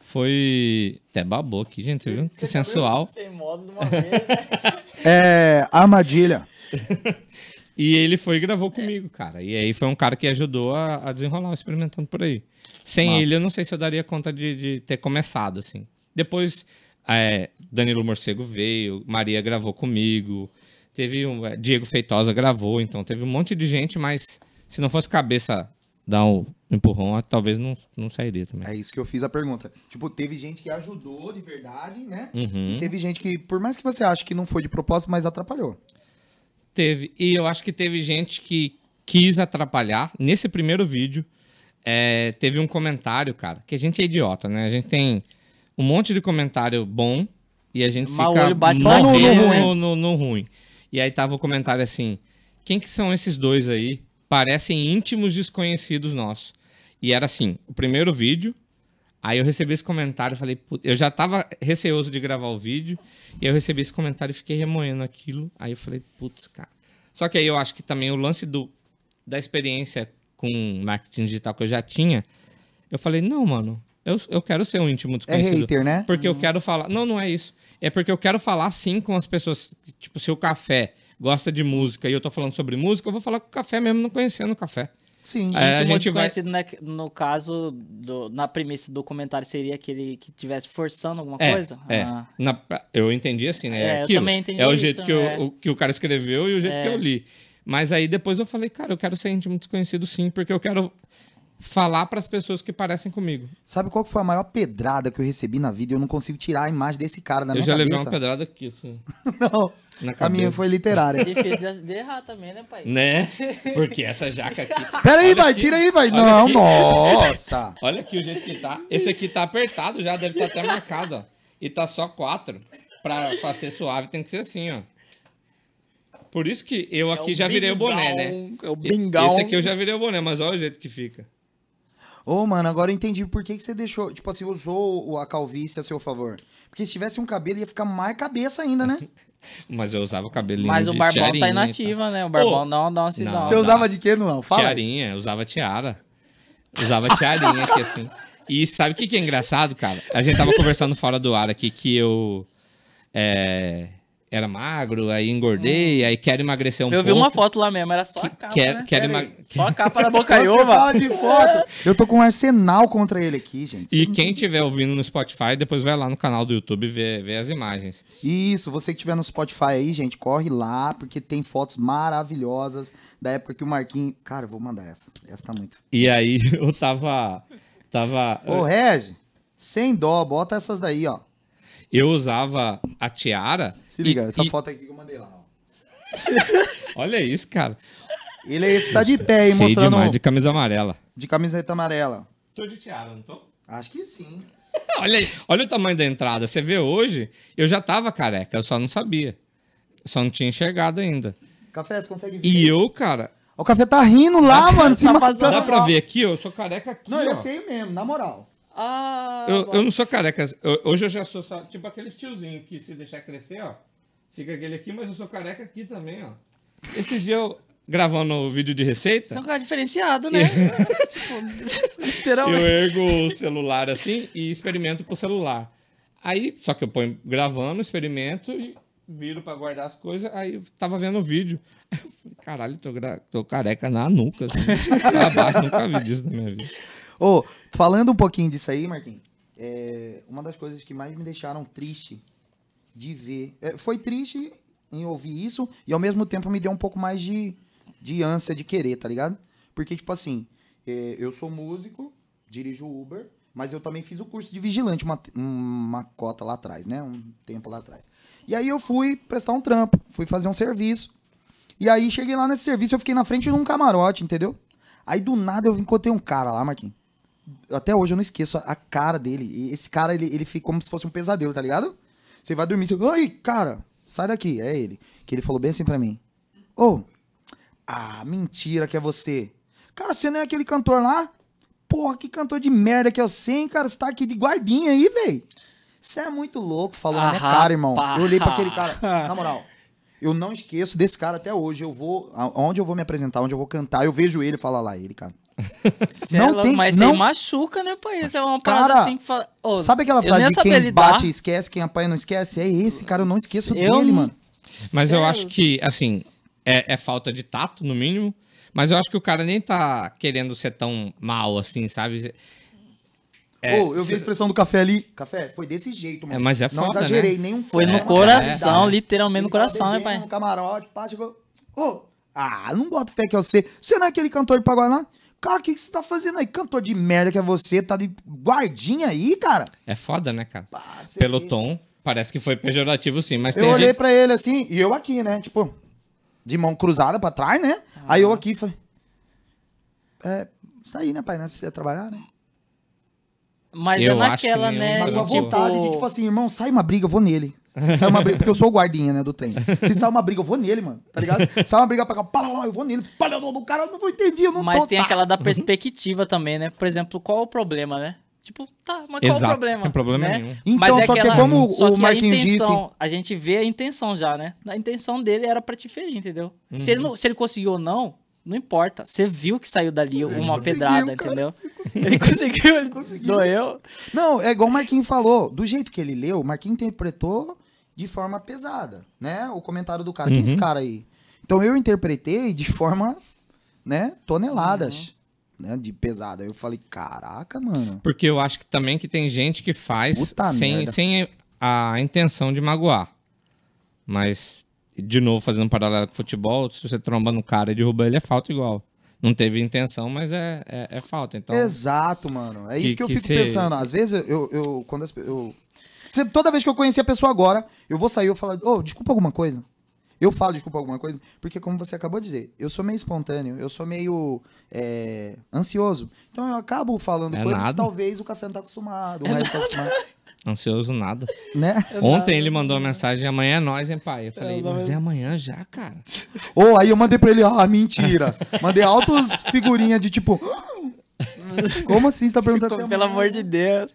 S3: Foi. Até babou aqui, gente. Você viu? Que
S1: tá
S3: sensual.
S1: Sem modo de uma vez.
S2: É, armadilha.
S3: E ele foi e gravou comigo, cara. E aí foi um cara que ajudou a, a desenrolar o experimentando por aí. Sem
S2: Massa.
S3: ele, eu não sei se eu daria conta de, de ter começado, assim. Depois, é, Danilo Morcego veio, Maria gravou comigo, teve um. é, Diego Feitosa gravou, então teve um monte de gente, mas se não fosse cabeça dar um empurrão, talvez não, não sairia também.
S2: É isso que eu fiz a pergunta. Tipo, teve gente que ajudou de verdade, né?
S3: Uhum.
S2: E teve gente que, por mais que você ache que não foi de propósito, mas atrapalhou.
S3: Teve. E eu acho que teve gente que quis atrapalhar. Nesse primeiro vídeo, é, teve um comentário, cara, que a gente é idiota, né? A gente tem um monte de comentário bom e a gente
S1: Mas o
S3: fica
S1: olho bate
S2: só no- no
S3: morrendo
S2: ruim.
S3: no, no- no ruim. E aí tava o comentário assim, quem que são esses dois aí? Parecem íntimos desconhecidos nossos. E era assim, o primeiro vídeo, Aí eu recebi esse comentário, eu falei, "Puta", eu já tava receoso de gravar o vídeo, e eu recebi esse comentário e fiquei remoendo aquilo. Aí eu falei, putz, cara. Só que aí eu acho que também o lance do, da experiência com marketing digital que eu já tinha, eu falei, não, mano, eu, eu quero ser um íntimo
S2: É
S3: desconhecido.
S2: hater, né?
S3: Porque eu quero falar. Não, não é isso. É porque eu quero falar sim com as pessoas. Tipo, se o café gosta de música e eu tô falando sobre música, eu vou falar com o café mesmo não conhecendo o café.
S2: Sim.
S3: [LAUGHS] É, a
S1: Íntimo
S3: gente vai-
S1: desconhecido, né, que no caso, do- na premissa do comentário, seria aquele que estivesse forçando alguma
S3: É,
S1: coisa?
S3: é.
S1: Ah,
S3: Na- eu entendi assim, né?
S1: É,
S3: É,
S1: eu
S3: aquilo.
S1: também entendi
S3: é o
S1: isso,
S3: jeito que, eu-
S1: é.
S3: o, que o cara escreveu e o jeito que eu li. Mas aí depois eu falei, cara, eu quero ser íntimo desconhecido sim, porque eu quero falar pras pessoas que parecem comigo.
S2: Sabe qual que foi a maior pedrada que eu recebi na vida? Eu não consigo tirar a imagem desse cara da
S3: eu
S2: minha
S3: já levei
S2: Tá cabeça.
S3: uma pedrada aqui, assim,
S2: [LAUGHS] Não,
S3: na
S2: a minha
S3: cabeça.
S2: foi literária.
S3: [LAUGHS]
S1: Difícil de- de errar também, né, pai?
S3: Né? Porque essa jaca aqui.
S2: Pera aí,
S3: Olha
S2: vai,
S3: aqui.
S2: tira aí, vai.
S3: Olha
S2: Não,
S3: aqui.
S2: nossa.
S3: Olha aqui o jeito que tá. Esse aqui tá apertado já, deve estar até marcado, ó. E tá só quatro. Pra, pra ser suave tem que ser assim, ó. Por isso que eu aqui já virei o boné, né?
S1: É o
S3: Esse aqui eu já virei o boné, mas olha o jeito que fica.
S2: Ô, mano, agora eu entendi por que, que você deixou. Tipo assim, usou o- a calvície a seu favor. Porque se tivesse um cabelo, ia ficar mais cabeça ainda, né?
S3: Mas eu usava o cabelinho
S1: Mas o
S3: de
S1: Barbão
S3: tiarinha,
S1: tá inativa, né? O Barbão não, não se
S3: não.
S1: dá.
S2: Você usava de quê, não?
S3: Tá?
S2: Fala.
S3: Tiarinha, usava tiara. Usava tiarinha aqui, assim. E sabe o que, que é engraçado, cara? A gente tava conversando fora do ar aqui que eu é, era magro, aí engordei, aí quero emagrecer um
S1: Hum. eu
S3: pouco.
S1: vi uma foto lá mesmo, era só a capa,
S3: Quer-
S1: né?
S3: quero
S1: Pera
S3: emag-
S1: aí. Só a capa da
S3: [LAUGHS]
S2: Quando você fala
S1: Bocaiúva.
S2: de foto. Eu tô com um arsenal contra ele aqui, gente.
S3: E quem estiver ouvindo no Spotify, depois vai lá no canal do YouTube ver, ver as imagens.
S2: Isso, você que tiver no Spotify aí, gente, corre lá, porque tem fotos maravilhosas da época que o Marquinhos. Cara, eu vou mandar essa. Essa tá muito.
S3: E aí [LAUGHS] eu tava. tava
S2: Ô, Regi, sem dó, bota essas daí, ó.
S3: eu usava a tiara.
S2: Se liga,
S3: e-
S2: essa
S3: e-
S2: foto aqui que eu mandei lá, ó.
S3: Olha isso, cara.
S2: Ele é esse que tá de pé aí,
S3: Feio
S2: mostrando
S3: demais de camisa amarela.
S2: de camiseta amarela.
S3: Tô de tiara, não tô?
S2: Acho que sim.
S3: Olha, aí, olha o tamanho da entrada. Você vê hoje, eu já tava careca, eu só não sabia. Eu só não tinha enxergado ainda.
S2: Café, você consegue ver?
S3: E eu, cara,
S2: O café tá rindo lá, mano. [LAUGHS] Se
S1: tá
S2: ma-
S1: passando-
S3: dá pra ver aqui, ó, eu sou careca aqui,
S2: Não, ele é
S3: ó.
S2: feio mesmo, na moral.
S1: Ah,
S3: Eu, eu não sou careca. eu- hoje eu já sou só, tipo aqueles tiozinho que se deixar crescer, ó, fica aquele aqui, mas eu sou careca aqui também, ó. Esses dias eu gravando o vídeo de receita.
S1: Você é um cara diferenciado,
S3: [LAUGHS]
S1: né? tipo,
S3: Eu
S1: literalmente.
S3: ergo o celular assim e experimento pro celular. Aí, só que eu ponho gravando, experimento e viro pra guardar as coisas. Aí eu tava vendo o vídeo. Aí eu falei, caralho, tô, gra- tô careca na nuca. Assim, pra baixo, nunca vi disso na minha vida.
S2: Ô, falando um pouquinho disso aí, Marquinhos, é, uma das coisas que mais me deixaram triste de ver. é, foi triste em ouvir isso e ao mesmo tempo me deu um pouco mais de, de ânsia de querer, tá ligado? Porque, tipo assim, é, eu sou músico, dirijo Uber, mas eu também fiz o curso de vigilante, uma, uma cota lá atrás, né? Um tempo lá atrás. E aí eu fui prestar um trampo, fui fazer um serviço. E aí cheguei lá nesse serviço, eu fiquei na frente de um camarote, entendeu? Aí do nada eu encontrei um cara lá, Marquinhos. Até hoje eu não esqueço a- a cara dele. E esse cara, ele, ele fica como se fosse um pesadelo, tá ligado? Você vai dormir, você. Ai, cara, sai daqui. É ele. Que ele falou bem assim pra mim. Ô, ah, mentira que é você. Cara, você não é aquele cantor lá? Porra, que cantor de merda que é você, hein, cara? Você tá aqui de guardinha aí, véi. Você é muito louco, falou na minha
S1: Ah,
S2: cara, irmão.
S1: rapaz.
S2: Eu olhei pra aquele cara. Na moral, eu não esqueço desse cara até hoje. Eu vou. Onde eu vou me apresentar, onde eu vou cantar, eu vejo ele falar lá,
S1: [LAUGHS]
S2: ele, cara.
S1: Você é
S2: não
S1: louco,
S2: tem-
S1: mas
S2: não-
S1: você machuca, né, pai? Isso é uma parada
S2: Cara,
S1: assim que fala. Ô,
S2: Sabe aquela
S1: eu nem
S2: frase de
S1: sabia
S2: quem
S1: lidar.
S2: bate e esquece, quem apanha não esquece? É esse, cara, eu não esqueço
S1: Eu
S2: dele,
S1: não-
S2: mano.
S3: Mas eu
S1: Sério?
S3: acho que, assim, é, é falta de tato, no mínimo. Mas eu acho que o cara nem tá querendo ser tão mal, assim, sabe? É,
S2: Ô, eu vi a expressão do café ali. Café, foi desse jeito, mano.
S3: É, mas é
S2: Não
S3: foda,
S2: exagerei nem um
S1: Foi
S3: é,
S1: no
S2: pouco.
S1: coração,
S2: É.
S1: literalmente
S2: Ele
S1: no coração,
S2: tava
S1: né,
S2: bebendo
S1: pai?
S2: No camarote, pá, chegou. Ô, ah, não bota fé que é você. Você não é aquele cantor de Paguaná? Cara, o que, que você tá fazendo aí? Cantor de merda que é você, tá de guardinha aí, cara?
S3: É foda, né, cara?
S2: Pá, não sei
S3: Pelo
S2: o quê.
S3: tom, parece que foi pejorativo, sim. Mas
S2: Eu
S3: tem
S2: olhei
S3: gente...
S2: pra ele assim, e eu aqui, né? Tipo, de mão cruzada pra trás, né?
S1: Ah.
S2: Aí eu aqui falei. É, isso aí, né, pai? Não precisa trabalhar, né?
S1: Mas é
S3: Eu acho que
S1: naquela,
S3: nenhum
S1: né?
S3: É,
S2: Mas com a
S3: tipo-
S2: vontade de, tipo assim, irmão, sai uma briga, eu vou nele. Se sai uma briga, porque eu sou o guardinha, né, do trem. Se sai uma briga, eu vou nele, mano, tá ligado? Sai uma briga pra cá, pá, lá, lá, eu vou nele. Pá, lá, lá, lá, o cara, eu não entendi, eu não
S1: Mas
S2: tô,
S1: tem
S2: tá.
S1: aquela
S3: Uhum.
S1: da perspectiva também, né? Por exemplo, qual o problema, né? Tipo, tá, mas qual
S3: Exato,
S1: o problema?
S3: não tem problema
S1: né?
S3: nenhum.
S2: Então,
S1: mas é
S2: só que é
S1: aquela-
S2: como
S1: só
S2: o
S1: que a
S2: Marquinhos
S1: intenção- A gente vê a intenção já, né? A intenção dele era pra te ferir, entendeu? Se,
S3: Uhum.
S1: ele não- se ele conseguiu ou não, não importa. Você viu que saiu dali uma
S2: conseguiu,
S1: pedrada,
S2: cara.
S1: entendeu? Ele conseguiu, ele doeu.
S2: Não, é igual o Marquinhos falou. Do jeito que ele leu, o Marquinhos interpretou de forma pesada, né? O comentário do cara. Quem é esse cara aí? Então eu interpretei de forma, né? Toneladas, né? De pesada. Eu falei, caraca, mano.
S3: Porque eu acho que também que tem gente que faz
S2: Puta
S3: sem,
S2: merda.
S3: sem a intenção de magoar. Mas, de novo, fazendo um paralelo com o futebol, se você tromba no cara e derruba ele, é falta igual. Não teve intenção, mas é, é, é falta. Então,
S2: Exato, mano. É
S3: Que-
S2: isso que eu
S3: que
S2: fico
S3: cê-
S2: pensando. Às vezes eu, eu quando as, pe- eu Cê- toda vez que eu conheci a pessoa agora, eu vou sair e eu falo, ô, desculpa alguma coisa. Eu falo desculpa alguma coisa, porque como você acabou de dizer, eu sou meio espontâneo, eu sou meio é, ansioso. Então eu acabo falando
S3: É
S2: coisas
S3: nada. É
S2: que talvez o café não tá acostumado, o resto tá acostumado,
S3: ansioso nada.
S2: né?
S3: Ontem ele mandou uma mensagem, amanhã é nós, hein, pai? Eu falei,
S1: Eu não-
S3: mas é amanhã já, cara.
S2: Ou aí eu mandei pra ele, ah, mentira. Mandei altos figurinhas de tipo, como assim você tá perguntando
S1: Pô,
S2: assim?
S1: Pelo amor de Deus.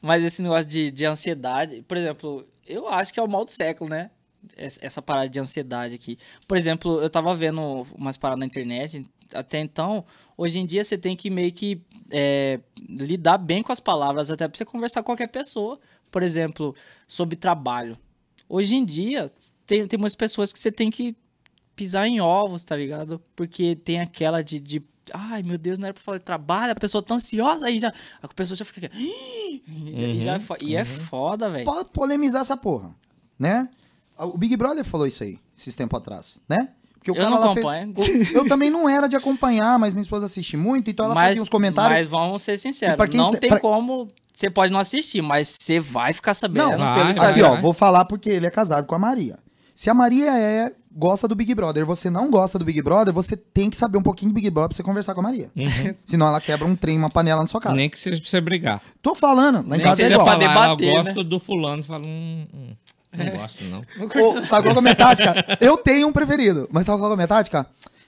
S1: Mas esse negócio de, de ansiedade, por exemplo, eu acho que é o mal do século, né? Essa essa parada de ansiedade aqui. Por exemplo, eu tava vendo umas paradas na internet, até então, hoje em dia você tem que meio que é, lidar bem com as palavras, até pra você conversar com qualquer pessoa. Por exemplo, sobre trabalho. Hoje em dia, tem, tem umas pessoas que você tem que pisar em ovos, tá ligado? Porque tem aquela de, de, ai meu Deus, não era pra falar de trabalho, a pessoa tá ansiosa, aí já, a pessoa já fica aqui, e, já- e já é fo- e é foda, velho.
S2: pode polemizar essa porra, né? O Big Brother falou isso aí, esses tempos atrás, né? Porque
S1: Eu não
S2: lá
S1: acompanho.
S2: o- eu também não era de acompanhar, mas minha esposa assiste muito, então ela fazia uns comentários.
S1: mas vamos ser
S2: E pra
S1: sinceros,
S2: quem
S1: não
S2: se-
S1: tem
S2: pra-
S1: como, você pode não assistir, mas você vai ficar sabendo
S2: Não,
S1: pelo
S3: vai,
S1: Instagram.
S2: Aqui, ó,
S3: né?
S2: vou falar porque ele é casado com a Maria. Se a Maria é gosta do Big Brother, você não gosta do Big Brother, você tem que saber um pouquinho de Big Brother pra você conversar com a Maria. Senão ela quebra um trem, uma panela na sua [LAUGHS] cara.
S3: Uhum. Nem que seja pra você brigar.
S2: Tô falando, lá em
S1: Nem
S2: casa é
S1: seja
S2: igual.
S1: pra
S3: Falar, ela
S1: debater, né?
S3: gosta do fulano, você fala, hum, hum, não gosto não.
S2: Ô, sabe qual que é a minha tática? Eu tenho um preferido, mas sabe qual que é a minha tática?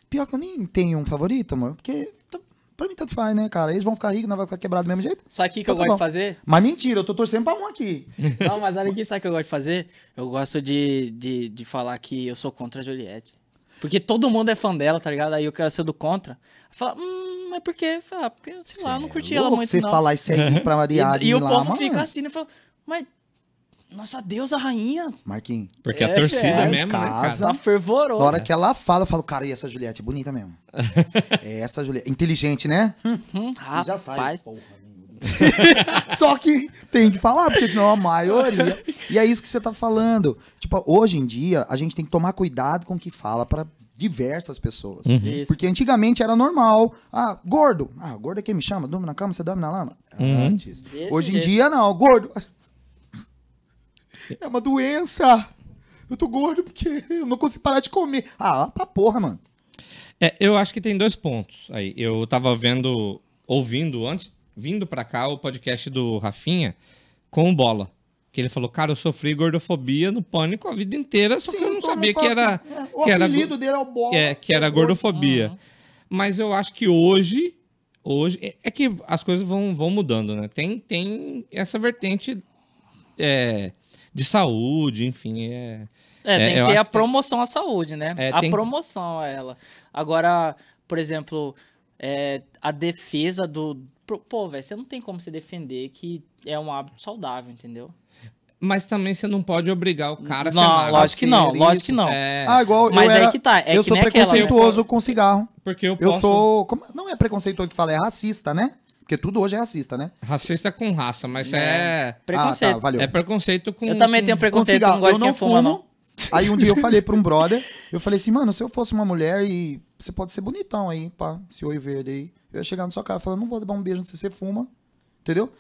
S2: Pior que eu nem tenho um favorito, mano, porque t- pra mim tanto faz, né, cara? Eles vão ficar ricos, não vai ficar quebrado do mesmo jeito.
S1: Sabe o que, que eu
S2: Então
S1: gosto
S2: tá
S1: de
S2: bom.
S1: fazer?
S2: Mas mentira, eu tô torcendo pra um aqui.
S1: Não, mas olha aqui, sabe o que eu gosto de fazer? Eu gosto de, de, de falar que eu sou contra a Juliette. Porque todo mundo é fã dela, tá ligado? Aí eu quero ser do contra. Fala, hum, mas por quê? Fala, porque, sei lá, eu não curti ela muito,
S2: Você
S1: não.
S2: falar isso aí
S1: [LAUGHS]
S2: pra
S1: e,
S2: Mariari
S1: e o
S2: lá,
S1: povo
S2: mano.
S1: fica assim, né? Fala, mas, nossa Deus, a rainha
S2: Marquinhos,
S3: Porque
S1: É,
S3: a torcida
S1: é,
S3: mesmo,
S2: casa.
S3: né,
S1: tá fervorosa.
S2: na hora que ela fala, eu falo, cara, e essa Juliette? É bonita
S1: [LAUGHS]
S2: mesmo. é essa Juliette. Inteligente, né?
S1: Hum,
S2: E já sai.
S1: rapaz.
S2: Porra,
S1: né?
S2: nenhuma. [LAUGHS] Só que tem que falar, porque senão a maioria. E é isso que você tá falando. Tipo, hoje em dia, a gente tem que tomar cuidado com o que fala para diversas pessoas.
S3: Uhum.
S1: Isso.
S2: Porque antigamente era normal. Ah, gordo. Ah, gordo é quem me chama? Dorme na cama, você dorme na lama? Era
S3: Uhum.
S2: Antes.
S1: Desse
S2: hoje
S1: jeito.
S2: em dia, não. Gordo. É uma doença. Eu tô gordo porque eu não consigo parar de comer. Ah, pra porra, mano.
S3: É, eu acho que tem dois pontos aí. Eu tava vendo, ouvindo antes, vindo pra cá, o podcast do Rafinha com o Bola. Que ele falou, cara, eu sofri gordofobia no pânico a vida inteira, só que eu não
S2: todo mundo
S3: sabia então, que
S2: fala
S3: era,
S2: é, o
S3: que era
S2: apelido dele é o bola.
S3: que é- que era gordofobia.
S1: Uhum.
S3: Mas eu acho que hoje, hoje é- é que as coisas vão, vão mudando, né? Tem, tem essa vertente é, de saúde, enfim, é,
S1: É,
S3: É,
S1: tem
S3: eu
S1: que ter
S3: acho
S1: a
S3: que tem-
S1: promoção à saúde, né?
S3: É,
S1: a
S3: tem-
S1: promoção a ela. Agora, por exemplo, é, a defesa do. pro- Pô, velho, você não tem como se defender que é um hábito saudável, entendeu?
S3: Mas também você não pode obrigar o cara a ser
S1: não,
S3: magro.
S1: lógico que não,
S2: Ser
S1: lógico
S2: isso,
S1: que não.
S3: É,
S2: Ah, igual
S1: Mas
S2: eu
S1: aí
S2: era,
S1: que tá. É
S2: eu
S1: que
S2: sou
S1: nem aquela, né?
S2: preconceituoso Ah, com cigarro.
S3: porque eu
S2: Eu
S3: posso...
S2: sou. como- não é preconceituoso que fala, é racista, né? Porque tudo hoje é racista, né?
S3: Racista com raça, mas é...
S2: Ah,
S1: Preconceito.
S2: tá, valeu.
S3: É preconceito com...
S1: Eu também tenho
S3: com...
S1: preconceito,
S2: cigarro,
S1: não gosto
S2: eu
S1: de quem
S2: não
S1: fuma, não.
S2: Aí um dia eu falei pra um brother, eu falei assim, mano, se eu fosse uma mulher e você pode ser bonitão aí, pá, esse olho verde aí, eu ia chegar na sua cara falando, não vou dar um beijo se você fuma, entendeu?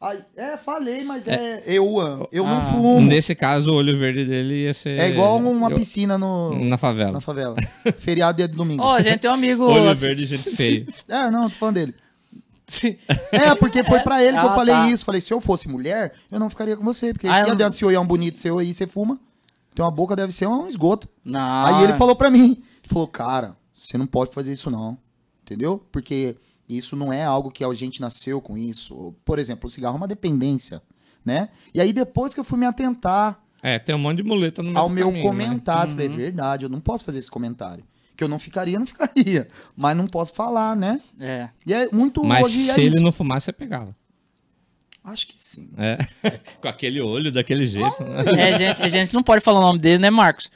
S2: Aí, é, falei, mas é, eu, ah, eu não
S1: Ah.
S2: fumo.
S3: Nesse caso, o olho verde dele ia ser...
S2: É igual uma
S3: eu-
S2: piscina no,
S3: Na favela.
S2: na favela. Feriado dia de domingo.
S1: Ó, gente, tem um amigo.
S3: Olho
S1: assim-
S3: verde, gente feia.
S2: É, não, tô falando dele. [LAUGHS] É, porque foi pra ele que eu
S1: Ah,
S2: falei
S1: tá.
S2: isso. Falei, se eu fosse mulher, eu não ficaria com você. Porque
S1: Ah, eu
S2: ah,
S1: não-
S2: adianta se olhar um bonito seu aí, você fuma. Tem uma boca, deve ser um esgoto.
S1: Não.
S2: Aí ele falou pra mim. Ele falou, cara, você não pode fazer isso não. Entendeu? Porque isso não é algo que a gente nasceu com isso. Por exemplo, o cigarro é uma dependência, né? E aí depois que eu fui me atentar
S3: É, tem um monte de muleta no meio
S2: ao
S3: do
S2: meu
S3: caminho, né?
S2: comentário.
S1: Uhum.
S2: Falei, "É verdade, eu não posso fazer esse comentário. Que eu não ficaria, não ficaria. [LAUGHS] Mas não posso falar, né?
S1: É.
S2: E é muito
S3: Mas
S2: hoje
S3: se
S2: é
S3: ele
S2: isso.
S3: não fumasse, você pegava.
S2: Acho que
S3: [LAUGHS]
S2: sim.
S3: É. com aquele olho, daquele jeito. né?
S1: É, gente, a gente não pode falar o nome dele, né, Marcos?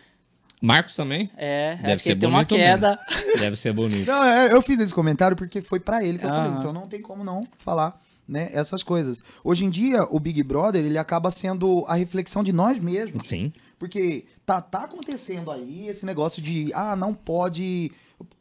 S3: Marcos também?
S1: É,
S3: Deve
S1: acho que ele
S3: ser
S1: tem uma
S3: bonito
S1: queda.
S3: Deve ser bonito.
S2: Não, é, eu fiz esse comentário porque foi pra ele que eu falei,
S1: Aham.
S2: então não tem como não falar, né, essas coisas. Hoje em dia, o Big Brother, ele acaba sendo a reflexão de nós mesmos.
S3: Sim.
S2: Porque tá, tá acontecendo aí esse negócio de, ah, não pode.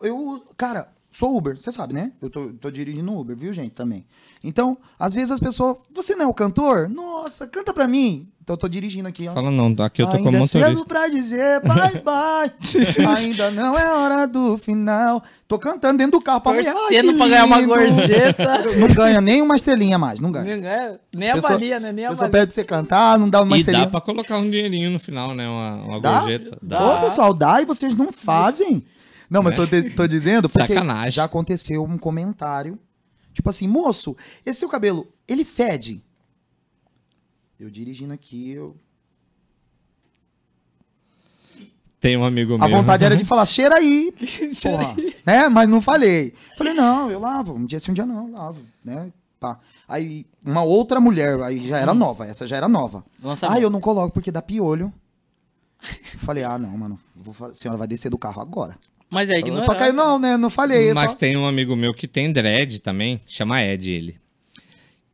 S2: Eu, cara, sou Uber, você sabe, né? Eu tô, tô dirigindo Uber, viu, gente, também. Então, às vezes as pessoas, você não é o cantor? Nossa, canta pra mim. Então eu tô dirigindo aqui, ó.
S3: Fala não, tá, aqui eu tô como
S2: Ainda é cedo
S3: motorista.
S2: pra dizer
S3: [LAUGHS]
S2: bye bye. Ainda não é hora do final. Tô cantando dentro do carro pra mulher. Ai,
S1: Torcendo
S2: que
S1: pra ganhar uma
S2: lindo.
S1: gorjeta.
S2: Não ganha nem uma estrelinha mais, não ganha.
S1: Nem, é, nem a
S2: Pessoa-
S1: valia, né? Nem
S2: A
S1: a
S2: pessoa
S1: valia.
S2: pede pra você cantar, não dá uma
S3: E
S2: estrelinha.
S3: dá pra colocar um dinheirinho no final, né? Uma, uma
S2: Dá?
S3: gorjeta.
S1: Dá.
S2: Ô, pessoal, dá e vocês não fazem. Não, mas tô, te- tô dizendo porque
S3: Né? Sacanagem.
S2: já aconteceu um comentário. Tipo assim, moço, esse seu cabelo, ele fede. Eu dirigindo aqui, eu...
S3: Tem um amigo meu.
S2: a vontade era de falar, cheira aí, porra, né? Mas não falei. Falei, não, eu lavo. Um dia sim, um dia não, eu lavo, né? Pá. Aí, uma outra mulher, aí já era nova, essa já era nova.
S1: Tá
S2: Ah, eu não coloco porque dá piolho. Eu Falei, ah, não, mano, vou, fa- a senhora vai descer do carro agora.
S1: Mas é
S2: Ela
S1: ignorância.
S2: Só caiu, não, né? Não falei. eu
S3: Mas
S2: só...
S3: tem um amigo meu que tem dread também, chama Ed ele.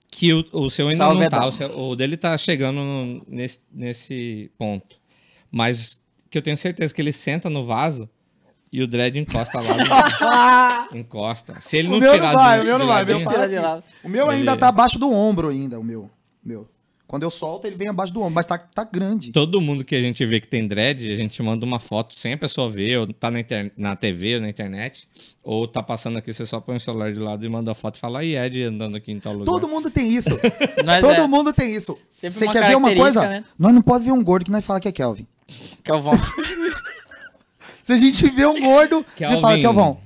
S3: Que o, o seu ainda
S1: Salve,
S3: não tá,
S1: Edão.
S3: o, seu- o dele tá chegando no- nesse, nesse ponto. Mas que eu tenho certeza que ele senta no vaso e o dread
S2: [LAUGHS]
S3: encosta lá. no- encosta. Se ele
S2: O
S3: não
S2: meu
S3: tirar
S2: não vai,
S3: do-
S2: o meu não
S3: de
S2: vai,
S3: ladinho-
S2: meu
S1: Tira de lado.
S2: O meu
S3: Ele-
S2: ainda tá abaixo do ombro, ainda, o meu. meu. Quando eu solto, ele vem abaixo do ombro, mas tá, tá grande.
S3: Todo mundo que a gente vê que tem dread, a gente manda uma foto sem a pessoa ver, ou tá na, inter- na TV ou na internet, ou tá passando aqui, você só põe o celular de lado e manda a foto e fala, e Ed andando aqui em tal lugar.
S2: Todo mundo tem isso.
S1: Nós
S2: Todo
S1: é-
S2: mundo tem isso.
S1: Sempre
S2: Você
S1: uma
S2: quer ver uma
S1: característica,
S2: coisa?
S1: né? é
S2: Nós não podemos ver um gordo que nós fala que é Kelvin. [LAUGHS]
S1: Calvão.
S2: Se a gente vê um gordo, a gente
S3: Kelvin.
S2: fala Kelvon.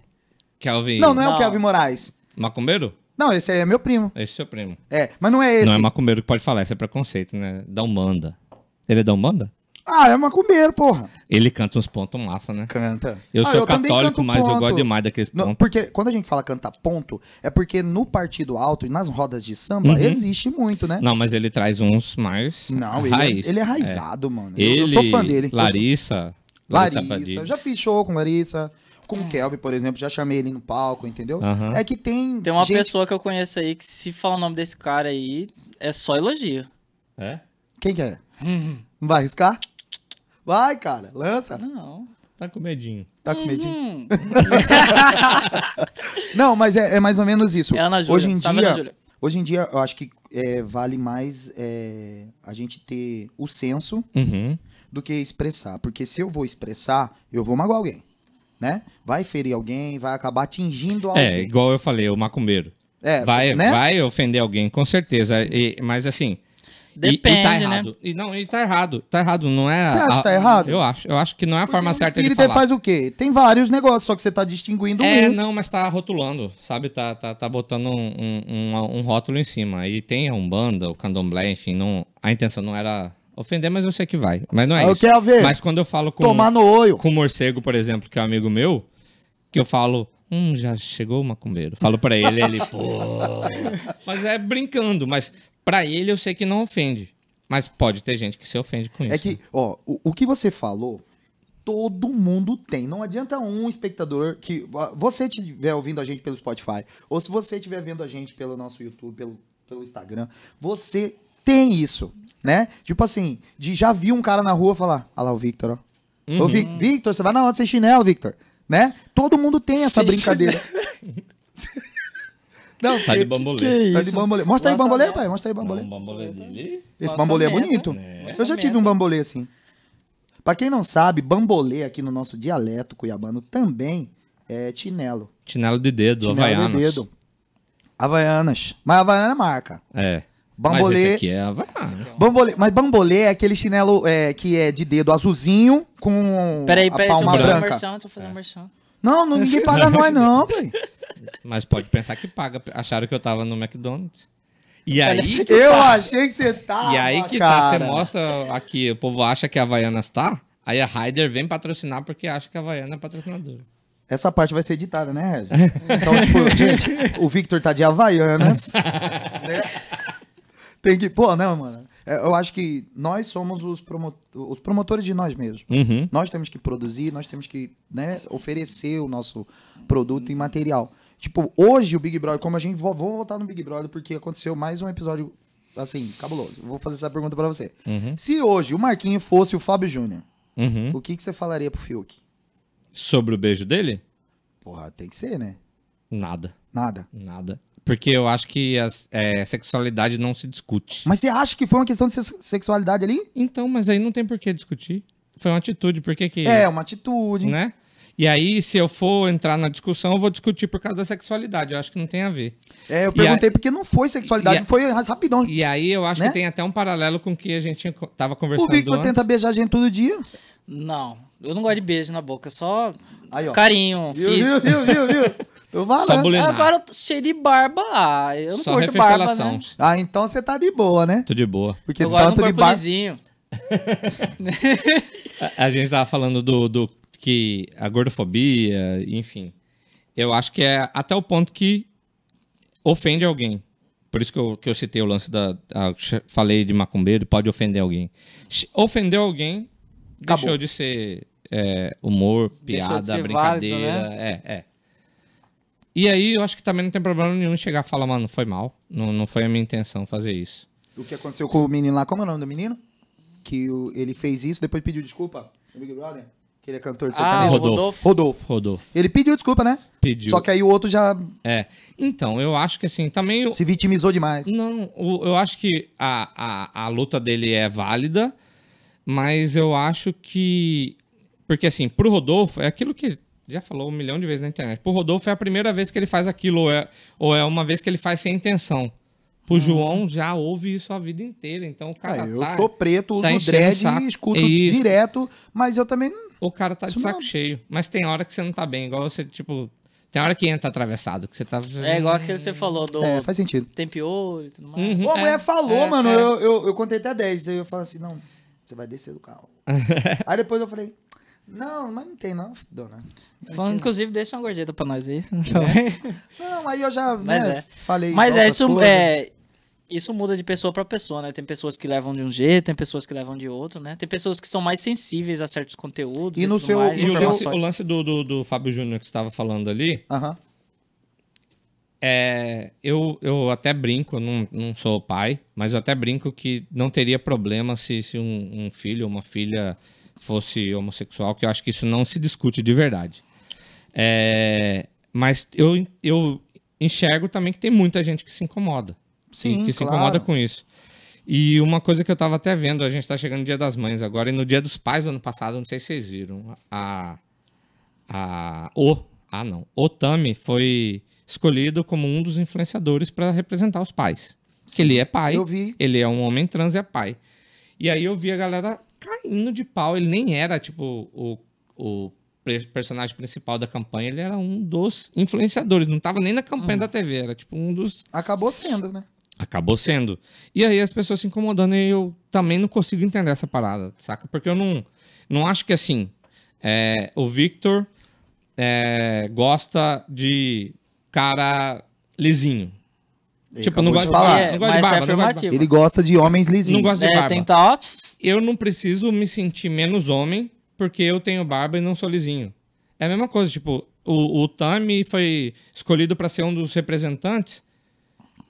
S3: Kelvin.
S2: Não, não é o
S1: Não.
S2: Kelvin Moraes.
S3: Macumbeiro?
S2: Não, esse aí é meu primo.
S3: Esse é seu primo.
S2: É, mas não é esse.
S3: Não é macumbeiro que pode falar, isso é preconceito, né? Da Umbanda. Ele é da Umbanda?
S2: Ah, é macumbeiro, porra.
S3: Ele canta uns pontos massa, né?
S2: Canta.
S3: Eu
S2: Ah,
S3: sou
S2: também
S3: católico,
S2: canto
S3: mas eu
S2: ponto.
S3: gosto demais daqueles
S2: Não,
S3: pontos.
S2: porque quando a gente fala cantar ponto, é porque no partido alto e nas rodas de samba
S3: Uhum.
S2: existe muito, né?
S3: Não, mas ele traz uns mais
S2: Não, ele,
S3: raiz.
S2: é, ele é raizado, mano. Eu-
S3: Ele,
S2: eu sou fã dele. Eu sou-
S3: Larissa.
S2: Larissa.
S3: Padilha.
S2: Eu já fiz show com Larissa, com
S1: É.
S2: o Kelvin, por exemplo, já chamei ele no palco, entendeu?
S3: Aham.
S2: É que tem.
S1: Tem uma
S2: gente-
S1: pessoa que eu conheço aí que se falar o nome desse cara aí, é só elogio.
S3: É?
S2: Quem que é? Não vai arriscar? Vai, cara, lança.
S1: Não.
S3: Tá com medinho.
S2: Tá com medinho.
S1: Hum,
S2: Não, mas é, é mais ou menos isso.
S1: é a Ana Júlia.
S2: Hoje em
S1: Salve,
S2: dia,
S1: Ana Júlia.
S2: hoje em dia, eu acho que é, vale mais é, a gente ter o senso
S3: Uhum.
S2: do que expressar. Porque se eu vou expressar, eu vou magoar alguém. Né? Vai ferir alguém, vai acabar atingindo
S3: É,
S2: alguém.
S3: igual eu falei, o macumbeiro.
S2: É,
S3: vai,
S2: né?
S3: vai ofender alguém, com certeza. E- mas assim. e- e, tá
S1: Depende, né?
S3: errado. E, não, e tá errado. Tá errado, não é.
S2: Você acha
S3: a-
S2: que tá errado?
S3: Eu acho. Eu acho que não é a forma
S2: Porque
S3: certa
S2: O
S3: de
S2: espírita
S3: falar.
S2: faz o quê? Tem vários negócios, só que você tá distinguindo
S3: É,
S2: um.
S3: não, mas tá rotulando, sabe? Tá, tá, tá botando um, um, um- um rótulo em cima. Aí tem a Umbanda, o Candomblé, enfim. Não, a intenção não era ofender, mas eu sei que vai. Mas não é
S2: Ah, eu
S3: isso.
S2: quero ver.
S3: Mas quando eu falo com,
S2: Tomar no olho.
S3: com o morcego, por exemplo, que é um amigo meu, que eu falo, hum, já chegou o macumbeiro. Falo pra ele,
S2: [LAUGHS]
S3: ele, pô. Mas é brincando, mas pra ele eu sei que não ofende. Mas pode ter gente que se ofende com isso.
S2: É que, ó, o, o que você falou, todo mundo tem. Não adianta um espectador que. vo- Você estiver ouvindo a gente pelo Spotify, ou se você estiver vendo a gente pelo nosso YouTube, pelo, pelo Instagram, você tem isso, né? Tipo assim, de já vi um cara na rua falar, ah lá o Victor, ó.
S3: Uhum.
S2: Ô, Vic- Victor, você vai na hora de ser chinelo, Victor. Né? Todo mundo tem essa
S1: Sem
S3: [LAUGHS]
S2: brincadeira. Não,
S3: Tá de
S2: bambolê.
S3: bambolê.
S2: Tá de bambolê. Mostra aí o
S1: Nossa,
S2: bambolê,
S1: né?
S2: pai. Mostra aí o bambolê.
S3: Não, bambolê dele.
S2: Esse
S1: Nossa
S2: bambolê é
S1: merda.
S2: bonito.
S1: Nossa
S2: Eu já tive
S1: merda.
S2: um bambolê assim. Pra quem não sabe, bambolê aqui no nosso dialeto cuiabano também é chinelo.
S3: Chinelo de dedo,
S2: chinelo
S3: Havaianas.
S2: de dedo. Havaianas. Mas Havaiana é marca.
S3: É. Mas esse
S2: Bambolê.
S3: aqui é Havaiana.
S2: Bambolê, mas bambolê é aquele chinelo é, que é de dedo azulzinho com
S1: Peraí, peraí,
S2: a
S1: deixa eu
S2: palma
S1: fazer um
S2: branca. É.
S1: merchan, deixa eu fazer um merchan.
S2: Não, não, ninguém paga nós não,
S1: [LAUGHS]
S2: pai.
S3: Mas pode pensar que paga. Acharam que eu tava no McDonald's. E aí,
S1: Olha
S3: e
S2: Eu achei que você tava,
S3: aí que tá,
S2: Ah, cara.
S3: você mostra aqui, o povo acha que a Havaianas tá, aí a Ryder vem patrocinar porque acha que a Havaiana é patrocinadora.
S2: Essa parte vai ser editada, né, Reza? Então, tipo, gente, o Victor tá de Havaianas. né? Tem que. Pô, não, mano. É, Eu acho que nós somos os, promo- os promotores de nós mesmos.
S3: Uhum.
S2: Nós temos que produzir, nós temos que né, oferecer o nosso produto e material. Tipo, hoje o Big Brother, como a gente. Vou, vou voltar no Big Brother porque aconteceu mais um episódio, assim, cabuloso. Eu Vou fazer essa pergunta pra você.
S3: Uhum.
S2: Se hoje o Marquinho fosse o Fábio Júnior,
S3: Uhum.
S2: o que, que você falaria pro Fiuk?
S3: Sobre o beijo dele?
S2: Porra, tem que ser, né?
S3: Nada.
S2: Nada.
S3: Nada. Porque eu acho que a é, sexualidade não se discute.
S2: Mas você acha que foi uma questão de se- sexualidade ali?
S3: Então, mas aí não tem por que discutir. Foi uma atitude, por que que...
S2: É, uma atitude.
S3: Né? E aí, se eu for entrar na discussão, eu vou discutir por causa da sexualidade. Eu acho que não tem a ver.
S2: É, eu
S3: E
S2: perguntei porque não foi sexualidade,
S3: e a-
S2: foi rapidão.
S3: E aí, eu acho
S2: Né?
S3: que tem até um paralelo com o que a gente tinha co- tava
S2: O
S3: conversando
S2: Victor
S3: antes.
S2: tenta beijar a gente todo dia.
S1: Não, eu não gosto de beijo na boca, só
S2: Aí, ó.
S1: carinho
S2: Viu,
S1: físico.
S2: viu, viu, viu, viu?
S3: [LAUGHS]
S2: Tô
S3: Só
S2: falando.
S3: bule- Plenar.
S1: Agora eu tô cheio de barba, ah, eu não
S3: Só
S1: curto barba,
S3: refestelação.
S1: né?
S2: Ah, então você tá de boa, né?
S3: Tô de boa.
S2: Porque
S1: Eu gosto de um
S2: tanto de
S1: corpo
S2: bar...
S1: lisinho.
S3: A, a gente tava falando do, do que a gordofobia, enfim. Eu acho que é até o ponto que ofende alguém. Por isso que eu, que eu citei o lance da. a- ch- falei de macumbeiro, pode ofender alguém. Ch- Ofendeu alguém,
S2: Acabou.
S3: deixou de ser é, humor,
S1: Deixou
S3: piada,
S1: de ser
S3: brincadeira.
S1: válido, né?
S3: É, é. E aí eu acho que também não tem problema nenhum em chegar e falar, mano, foi mal. Não, não foi a minha intenção fazer isso.
S2: O que aconteceu com o menino lá, como é o nome do menino? Que o- ele fez isso, depois pediu desculpa no Big Brother, que ele é cantor de
S1: Ah, o
S2: sertanejo.
S3: Rodolfo.
S1: Rodolfo.
S2: Rodolfo.
S3: Rodolfo.
S2: Ele pediu desculpa, né?
S3: Pediu.
S2: Só que aí o outro já
S3: É. Então, eu acho que assim, também. o-
S2: se vitimizou demais.
S3: Não, o- eu acho que a, a, a luta dele é válida, mas eu acho que. Porque, assim, pro Rodolfo, é aquilo que já falou um milhão de vezes na internet. Pro Rodolfo é a primeira vez que ele faz aquilo, ou é, ou é uma vez que ele faz sem intenção. Pro João já ouve isso a vida inteira, então o cara.
S2: Uhum. Ah, eu
S3: tá,
S2: sou preto, uso
S3: tá enchendo o
S2: dread
S3: saco.
S2: e escuto
S3: É isso.
S2: direto, mas eu também
S3: O cara tá de
S2: Isso
S3: saco
S2: não-
S3: cheio. Mas tem hora que você não tá bem, igual você, tipo. Tem hora que entra atravessado, que você tá.
S1: É igual aquele que você falou do
S2: É, faz sentido.
S1: tempiolho e tudo mais.
S3: Uhum.
S2: Ô, a mulher falou,
S3: é,
S2: mano,
S3: é.
S2: Eu, eu, eu contei até 10, aí eu falo assim, não, Você vai descer do
S3: [LAUGHS]
S2: carro. aí depois eu falei, não, mas não tem não, dona.
S1: Falando, inclusive, deixa uma gorjeta pra nós aí. [LAUGHS]
S2: Não, aí eu já
S1: Mas
S2: né,
S1: é.
S2: falei.
S1: Mas é
S2: outras
S1: isso,
S2: coisas.
S1: é, isso muda de pessoa pra pessoa, né? Tem pessoas que levam de um jeito, tem pessoas que levam de outro, né? Tem pessoas que são mais sensíveis a certos conteúdos.
S2: E no
S1: tudo
S2: seu-
S1: mais, né?
S3: E
S2: Não,
S3: o lance,
S1: informações.
S3: o lance do, do, do Fábio Júnior que você estava falando ali,
S2: Aham.
S3: é, eu, eu até brinco, eu não, não sou pai, mas eu até brinco que não teria problema se, se um, um filho ou uma filha fosse homossexual, que eu acho que isso não se discute de verdade. É, mas eu, eu enxergo também que tem muita gente que se incomoda.
S2: Sim,
S3: que, que se
S2: claro.
S3: incomoda com isso. E uma coisa que eu tava até vendo, a gente tá chegando no Dia das Mães agora, e no Dia dos Pais do ano passado, não sei se vocês viram, a. A. O. Ah, não. O Tami foi escolhido como um dos influenciadores para representar os pais. Que ele é pai,
S2: Eu vi.
S3: ele é um homem trans e é pai. E aí eu vi a galera caindo de pau. Ele nem era, tipo, o, o pre- personagem principal da campanha, ele era um dos influenciadores. Não tava nem na campanha
S2: Hum.
S3: da TV, era tipo um dos
S2: Acabou sendo, né?
S3: Acabou sendo. E aí as pessoas se incomodando e eu também não consigo entender essa parada, saca? Porque eu não, não acho que assim. é, o Victor é, gosta de cara lisinho.
S2: Ele
S3: tipo, não
S2: acabou
S3: gosta
S2: de falar.
S3: de barba, não gosta
S1: mas
S3: de
S1: é
S3: barba, não gosta de barba.
S1: afirmativo.
S2: Ele gosta de homens
S3: Não
S2: lisinhos.
S3: gosta de
S1: É,
S3: barba.
S1: tem que tá, ó,
S3: Eu não preciso me sentir menos homem porque eu tenho barba e não sou lisinho. É a mesma coisa, tipo, o, o Tami foi escolhido para ser um dos representantes.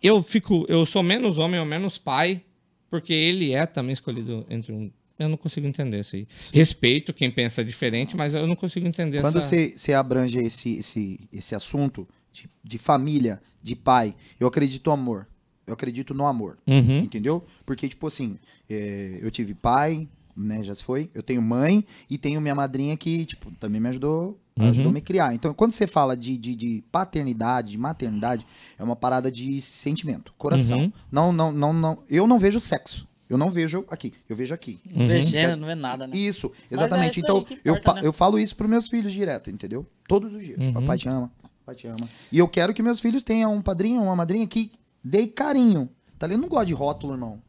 S3: Eu fico, eu sou menos homem ou menos pai porque ele é também escolhido entre um. Eu não consigo entender isso aí. Respeito quem pensa diferente, mas eu não consigo entender
S2: Quando
S3: essa.
S2: você, você abrange esse, esse, esse assunto de, de família, de pai, eu acredito no amor. Eu acredito no amor.
S3: Uhum.
S2: Entendeu? Porque, tipo assim, é, eu tive pai, né? Já se foi. Eu tenho mãe e tenho minha madrinha que, tipo, também me ajudou,
S3: Uhum.
S2: ajudou a me criar. Então, quando você fala de, de, de paternidade, de maternidade, é uma parada de sentimento, coração.
S3: Uhum.
S2: Não, não, não, não. Eu não vejo sexo. Eu não vejo aqui. Eu vejo aqui.
S3: Hum.
S1: não
S3: Uhum.
S1: vê gênero, não é nada, né?
S2: Isso,
S1: Mas
S2: exatamente.
S1: é isso
S2: então,
S1: aí que
S2: eu,
S1: importa,
S2: pa-
S1: né?
S2: eu falo isso pros meus filhos direto, entendeu? Todos os dias.
S3: Uhum.
S2: Papai te ama, papai te ama. E eu quero que meus filhos tenham um padrinho, uma madrinha que dê carinho. Tá ligado? Eu não gosto de rótulo, irmão.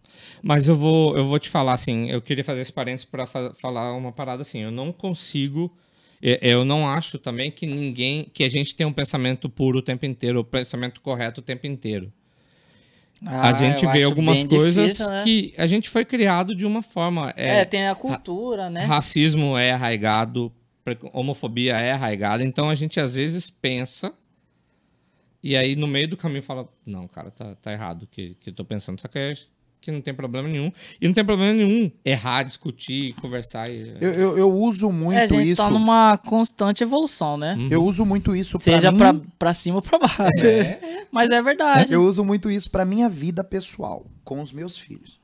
S3: Mas eu vou, eu vou te falar assim, eu queria fazer esse parênteses para falar uma parada assim, eu não consigo, e- eu não acho também que ninguém, que a gente tenha um pensamento puro o tempo inteiro, o pensamento correto o tempo inteiro. a
S1: Ah,
S3: gente
S1: eu
S3: vê
S1: acho
S3: algumas
S1: bem
S3: coisas
S1: difícil, né?
S3: que a gente foi criado de uma forma,
S1: É,
S3: é,
S1: tem a cultura, né?
S3: racismo é arraigado, pre- homofobia é arraigada, então a gente às vezes pensa e aí no meio do caminho fala, não, cara, tá, tá errado o que, que eu tô pensando, só que, é- que não tem problema nenhum. E não tem problema nenhum errar, discutir, conversar. E...
S2: É. Eu, eu, eu uso muito
S1: é, a gente
S2: isso.
S1: tá numa constante evolução, né?
S3: Hum.
S2: Eu uso muito isso
S1: Seja
S2: pra
S1: pra,
S2: mim. né?
S1: pra cima ou pra baixo.
S3: É.
S1: Mas é verdade.
S2: Eu uso muito isso pra minha vida pessoal, com os meus filhos.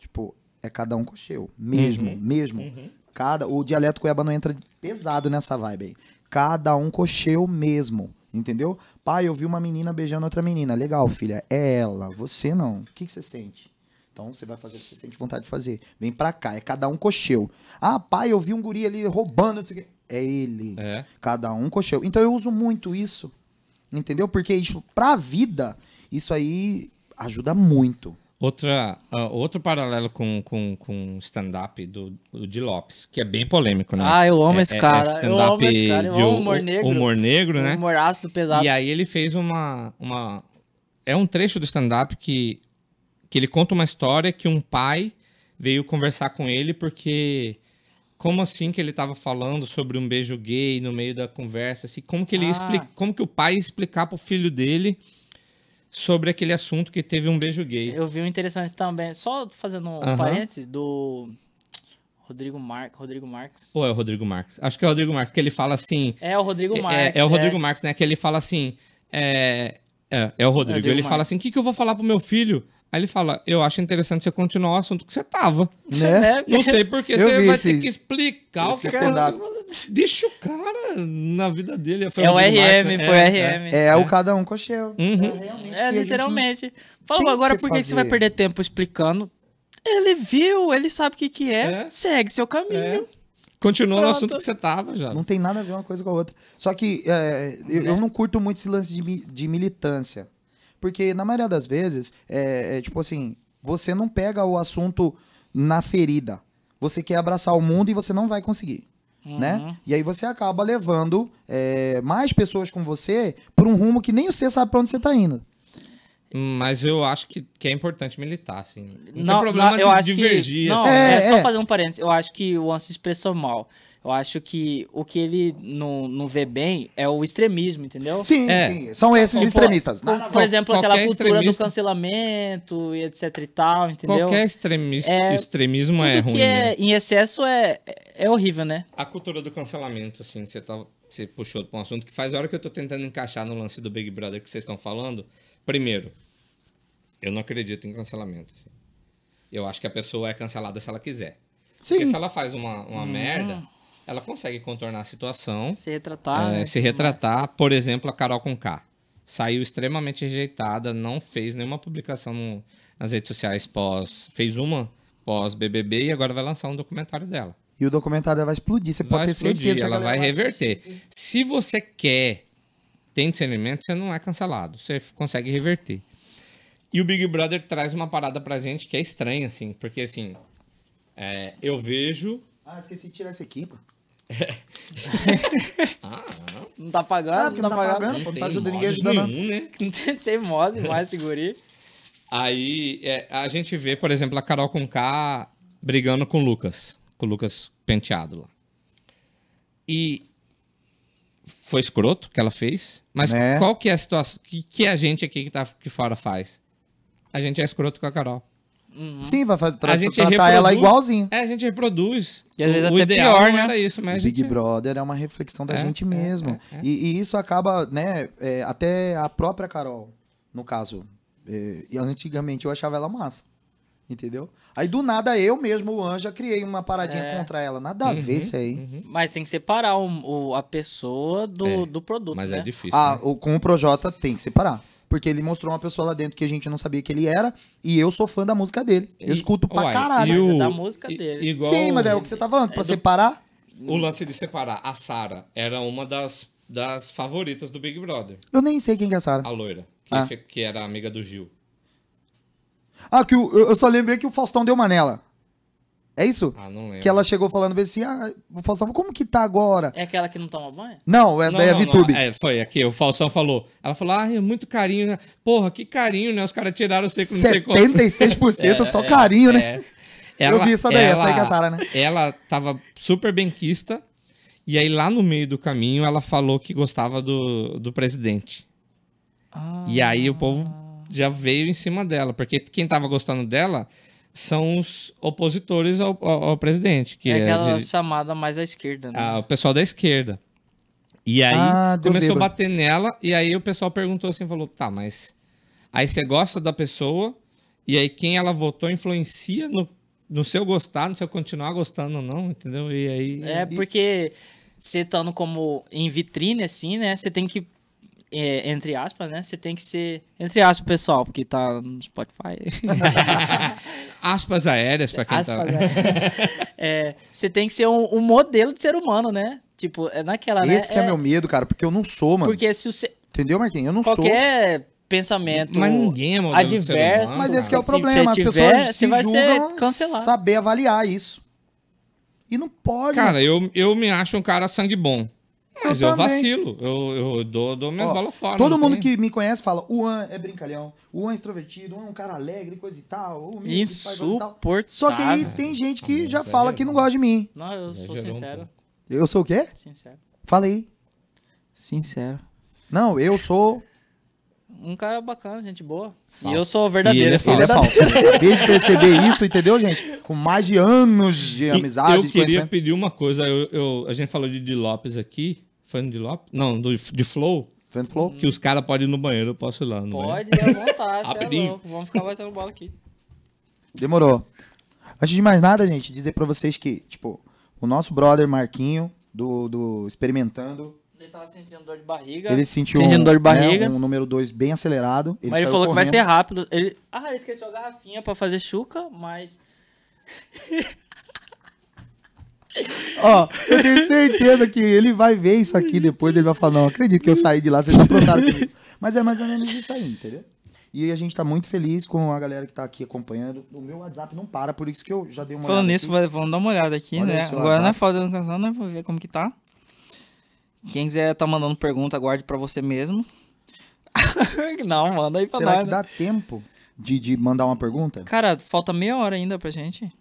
S2: Tipo, é cada um com o seu. Mesmo,
S3: Uhum.
S2: mesmo. Cada, o dialeto cuiabano entra pesado nessa vibe aí. Cada um cocheu mesmo, entendeu? Pai, eu vi uma menina beijando outra menina. Legal, filha, é ela, você não. O que, que você sente? Então você vai fazer o que você sente vontade de fazer. Vem pra cá, é cada um cocheu. Ah, pai, eu vi um guri ali roubando. não sei o quê. É ele.
S3: É.
S2: Cada um cocheu. Então eu uso muito isso, entendeu? Porque isso, pra vida, isso aí ajuda muito.
S3: Outra, ah, outro paralelo com, com, com o stand-up do, do Di Lopes, que é bem polêmico, né?
S1: Ah, eu amo
S3: É-
S1: esse
S3: é- é
S1: cara. eu amo
S3: stand-up
S1: esse cara. Eu
S3: de
S1: amo
S3: hu-
S1: humor negro. um
S3: Humor negro, né?
S1: Humor ácido pesado.
S3: E aí ele fez uma, uma. É um trecho do stand-up que, que ele conta uma história que um pai veio conversar com ele porque. Como assim que ele estava falando sobre um beijo gay no meio da conversa? Assim, como que ele ia
S1: Ah.
S3: expli- como que o pai ia explicar pro filho dele sobre aquele assunto que teve um beijo gay?
S1: Eu vi um interessante também, só fazendo um
S3: Aham.
S1: parênteses, do Rodrigo Marques. Rodrigo Marques.
S3: Ou é o Rodrigo Marques? Acho que é o Rodrigo Marques, que ele fala assim.
S1: É o Rodrigo
S3: É-
S1: Marques.
S3: É,
S1: [LAUGHS]
S3: o Rodrigo Marques, né? Que ele fala assim. É, é, é o Rodrigo.
S1: Rodrigo
S3: ele fala
S1: Marques.
S3: assim: o que, que eu vou falar pro meu filho? Aí ele fala: eu acho interessante você continuar o assunto que você tava.
S2: Né?
S1: É,
S3: Não sei porque
S2: Eu
S3: você
S2: vi
S3: vai ter
S2: esses-
S3: que explicar o
S2: esse
S3: que
S2: stand-up.
S3: aconteceu. Deixa o cara na vida dele. Foi
S1: é o
S3: Rodrigo
S1: RM,
S3: Marques, né?
S1: foi
S3: É,
S1: o
S3: é.
S1: RM.
S2: É, o cada um cocheu.
S3: Uhum.
S2: É, realmente que
S1: É,
S2: a gente
S1: literalmente.
S2: tem
S1: Falou,
S2: que
S1: agora
S2: se
S1: por que que você
S2: fazer.
S1: vai perder tempo explicando? Ele viu, ele sabe o que, que é,
S3: É.
S1: segue seu caminho.
S3: É. Continua no
S1: Pronto.
S3: assunto que você tava já.
S2: não, não tem nada a ver uma coisa com a outra. Só que é, eu, eu não curto muito esse lance de, mi- de militância. Porque, na maioria das vezes, é, é tipo assim, você não pega o assunto na ferida. você quer abraçar o mundo e você não vai conseguir.
S3: Uhum.
S2: Né? E aí você acaba levando é, mais pessoas com você por um rumo que nem você sabe pra onde você tá indo.
S3: Mas eu acho que, que é importante militar, assim. Não,
S1: Não,
S3: tem problema
S1: não,
S3: de
S1: eu acho que-
S3: divergir.
S1: Não,
S3: assim.
S1: é,
S2: É,
S1: só
S2: é.
S1: fazer um parênteses. Eu acho que o Anson expressou mal. Eu acho que o que ele não, não vê bem é o extremismo, entendeu?
S2: Sim,
S3: É.
S2: sim. São esses
S3: Ou, pô,
S2: extremistas.
S1: Por,
S2: né?
S1: por exemplo,
S3: Qualquer
S1: aquela cultura do
S3: extremista-
S1: cancelamento e etc e tal, entendeu?
S3: Qualquer extremis-
S1: É,
S3: extremismo
S1: Tudo
S3: é
S1: que
S3: ruim.
S1: é
S3: né?
S1: em excesso é, é horrível, né?
S3: A cultura do cancelamento, assim, você, tá, você puxou pra um assunto que faz hora que eu tô tentando encaixar no lance do Big Brother que vocês estão falando. Primeiro, eu não acredito em cancelamento. assim. Eu acho que a pessoa é cancelada se ela quiser. Porque se
S2: Sim.
S3: ela faz uma, uma merda, ela consegue contornar a situação,
S1: Se retratar.
S3: eh,
S1: né?
S3: se retratar. Por exemplo, a Carol Conká. Saiu extremamente rejeitada, não fez nenhuma publicação no- nas redes sociais pós... Fez uma pós-BBB e agora vai lançar um documentário dela
S2: E o documentário vai explodir. Você
S3: vai
S2: pode ter certeza
S3: explodir,
S2: que a
S3: ela
S2: galera
S3: vai reverter. Se você quer, tem discernimento, você não é cancelado, você f- consegue reverter. E o Big Brother traz uma parada pra gente que é estranha, assim, porque assim, é, eu vejo.
S2: Ah, esqueci de tirar esse aqui, pô.
S3: Ah,
S1: Não tá
S2: Ah,
S1: pagando,
S2: porque
S1: não
S2: não
S1: tá
S2: tá
S1: pagando.
S2: pagando.
S3: não
S2: pô, não
S3: tem
S2: tá ajudando
S3: modo
S2: ninguém ajudando, não.
S3: nenhum, né?
S1: [LAUGHS] Não tem sem modo, mais seguri.
S3: Aí é, a gente vê, por exemplo, a Carol Conká brigando com o Lucas, com o Lucas penteado lá. E foi escroto que ela fez, mas
S2: Né?
S3: qual que é a situação? Que, que a gente aqui que tá aqui fora faz? A gente é escroto com a Carol.
S2: Sim, vai fazer, tra-
S3: A gente
S2: tratar
S3: reproduz-
S2: ela igualzinho.
S3: É, a gente reproduz.
S1: E às vezes
S3: o
S1: até
S3: ideal
S1: pior,
S3: não
S1: né?
S3: era isso, mas a
S2: Big
S3: gente...
S2: Brother é uma reflexão da
S3: É,
S2: gente
S3: é,
S2: mesmo.
S3: é, é.
S2: E, e isso acaba, né, é, até a própria Carol, no caso. é, e antigamente eu achava ela massa. Entendeu? Aí do nada eu mesmo, o Anja, criei uma paradinha
S1: É.
S2: contra ela. Nada a
S3: Uhum,
S2: ver isso aí.
S1: Mas tem que separar o, o- a pessoa do,
S3: Hum? É,
S1: do produto,
S3: Mas
S1: né?
S3: é difícil.
S2: Ah,
S3: né?
S2: o- com o Projota tem que separar. Porque ele mostrou uma pessoa lá dentro que a gente não sabia que ele era. E eu sou fã da música dele. Eu
S3: E-
S2: escuto pra
S3: uai,
S2: caralho.
S3: e
S1: Mas é
S3: o-
S1: da música
S3: i-
S1: dele.
S3: igual-
S2: Sim, mas é o que você tá falando. Pra separar,
S3: né? O lance de separar. A Sara era uma das, das favoritas do Big Brother.
S2: eu nem sei quem que é a Sarah.
S3: A loira. Que,
S2: Ah.
S3: fe- que era amiga do Gil.
S2: Ah, que o- eu eu só lembrei que o Faustão deu uma nela. É isso?
S3: Ah, não lembro.
S2: Que ela chegou falando bem assim, ah, o Faustão, como que tá agora?
S1: É aquela que não toma banho?
S2: Não, essa
S3: Não,
S2: daí é a
S3: não, não.
S2: Vitube.
S3: É, foi aqui, o Falsão falou. Ela falou, ah, é muito carinho. né? Porra, que carinho, né? Os caras tiraram você com não sei quanto.
S2: 76%
S3: [LAUGHS]
S2: só carinho, né?
S3: É.
S2: eu vi essa daí, essa aí que é a Sara, né?
S3: Ela tava super benquista. E aí, lá no meio do caminho, ela falou que gostava do, do presidente. E aí, o povo já veio em cima dela. Porque quem tava gostando dela são os opositores ao, ao- ao presidente. Que
S1: é
S3: é
S1: aquela
S3: de-
S1: chamada mais à esquerda, né?
S3: ah, o pessoal da esquerda. E aí
S2: Ah, deu
S3: começou a
S2: zebra.
S3: bater nela, e aí o pessoal perguntou assim, falou, tá, mas aí você gosta da pessoa, e aí quem ela votou influencia no, no seu gostar, no seu continuar gostando ou não, entendeu? E aí...
S1: É, porque você estando como em vitrine, assim, né? Você tem que. é, entre aspas, né? Você tem que ser. Entre aspas, pessoal, porque tá no Spotify.
S3: Aspas aéreas pra quem [LAUGHS]
S1: aspas,
S3: tá...
S1: né? É, Você tem que ser um, um modelo de ser humano, né? Tipo, é naquela. né?
S2: Esse que é, meu medo, cara, porque eu não sou, mano.
S1: Porque se você.
S2: Entendeu, Marquinhos? Eu não sou.
S1: Qualquer pensamento.
S3: Mas ninguém é modelo de ser
S1: adverso,
S3: humano,
S2: Mas esse que é o
S1: Se
S2: problema, as
S1: você
S2: pessoas
S1: tiver,
S2: se
S1: você vai ser
S2: julgam
S1: cancelado.
S2: saber avaliar isso. E não pode.
S3: Cara, eu, eu me acho um cara sangue bom. Mas eu,
S2: Eu também.
S3: vacilo, eu, eu dou, dou minhas
S2: Ó,
S3: bolas fora.
S2: Todo
S3: não
S2: mundo
S3: tem-
S2: que me conhece fala, o An é brincalhão, o An é extrovertido, o An é um cara alegre, coisa e tal, o menino que faz coisa e tal.
S1: Insuportável.
S2: Só que aí tem gente que já
S3: é
S2: fala que não gosta de mim.
S1: Não, eu sou
S3: Exagerou um
S1: sincero.
S2: Eu sou o quê?
S1: Sincero.
S2: Fala aí.
S1: Sincero.
S2: Não, eu sou.
S1: Um cara bacana, gente boa.
S3: Falso.
S1: E eu sou
S3: E ele
S1: verdadeiro.
S3: é
S1: eu sou
S2: Ele é
S1: verdadeiro. [LAUGHS]
S2: falso. Acabei de perceber isso, entendeu, gente? Com mais de anos de
S3: E
S2: amizade,
S3: Eu
S2: de
S3: queria
S2: conhecimento.
S3: pedir uma coisa. eu- eu- a gente falou de Di Lopes aqui. Foi no Di Lopes? Não, do, de Flow.
S2: Vendo Flow?
S3: Que os caras podem ir no banheiro. Eu posso ir lá no banheiro.
S1: Pode, é à vontade, você é
S3: Rapidinho.
S1: louco. Vamos ficar batendo bola aqui.
S2: Demorou. Antes de mais nada, gente, dizer pra vocês que, tipo, o nosso brother Marquinho, do, do Experimentando,
S1: Ele tava sentindo dor de barriga.
S2: ele sentiu
S1: Sentindo
S2: um,
S1: dor de
S2: né,
S1: barriga.
S2: um número 2 bem acelerado.
S1: mas ele
S2: saiu
S1: falou que vai
S2: correndo.
S1: ser rápido. Ele... Ah, ele esqueceu a garrafinha pra fazer chuca, mas.
S2: Ó, eu tenho certeza que ele vai ver isso aqui depois, ele vai falar, não, acredito que eu saí de lá, vocês aprontaram comigo. Mas é mais ou menos isso aí, entendeu? E a gente tá muito feliz com a galera que tá aqui acompanhando. O meu WhatsApp não para, por isso que eu já dei uma
S1: Falando
S2: olhada
S1: nisso,
S2: aqui.
S1: vai- vamos dar uma olhada aqui,
S2: Olha
S1: né?
S2: aí seu
S1: Agora na
S2: WhatsApp.
S1: foto do canção, né? Vamos ver como que tá. Quem quiser tá mandando pergunta, guarde pra você mesmo. [LAUGHS] Não, manda aí pra
S2: Será
S1: nós.
S2: que
S1: né?
S2: dá tempo de, de mandar uma pergunta?
S1: Cara, falta meia hora ainda pra gente.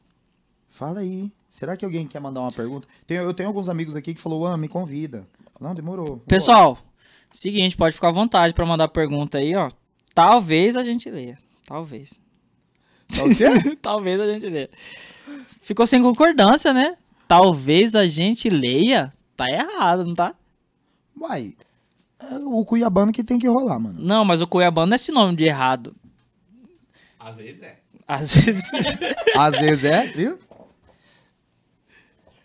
S2: Fala aí. Será que alguém quer mandar uma pergunta? Tem- eu tenho alguns amigos aqui que falou, ah, me convida. Não, demorou.
S1: Pessoal, seguinte, pode ficar à vontade pra mandar pergunta aí, ó. Talvez a gente leia. Talvez.
S2: Tá o quê?
S1: [LAUGHS] Talvez a gente leia. Ficou sem concordância, né? Talvez a gente leia. Tá errado, não tá?
S2: Uai, é o cuiabano que tem que rolar, mano.
S1: Não, mas o Cuiabano não é sinônimo de errado.
S3: Às vezes é.
S1: Às [LAUGHS] vezes.
S2: Às vezes é, viu?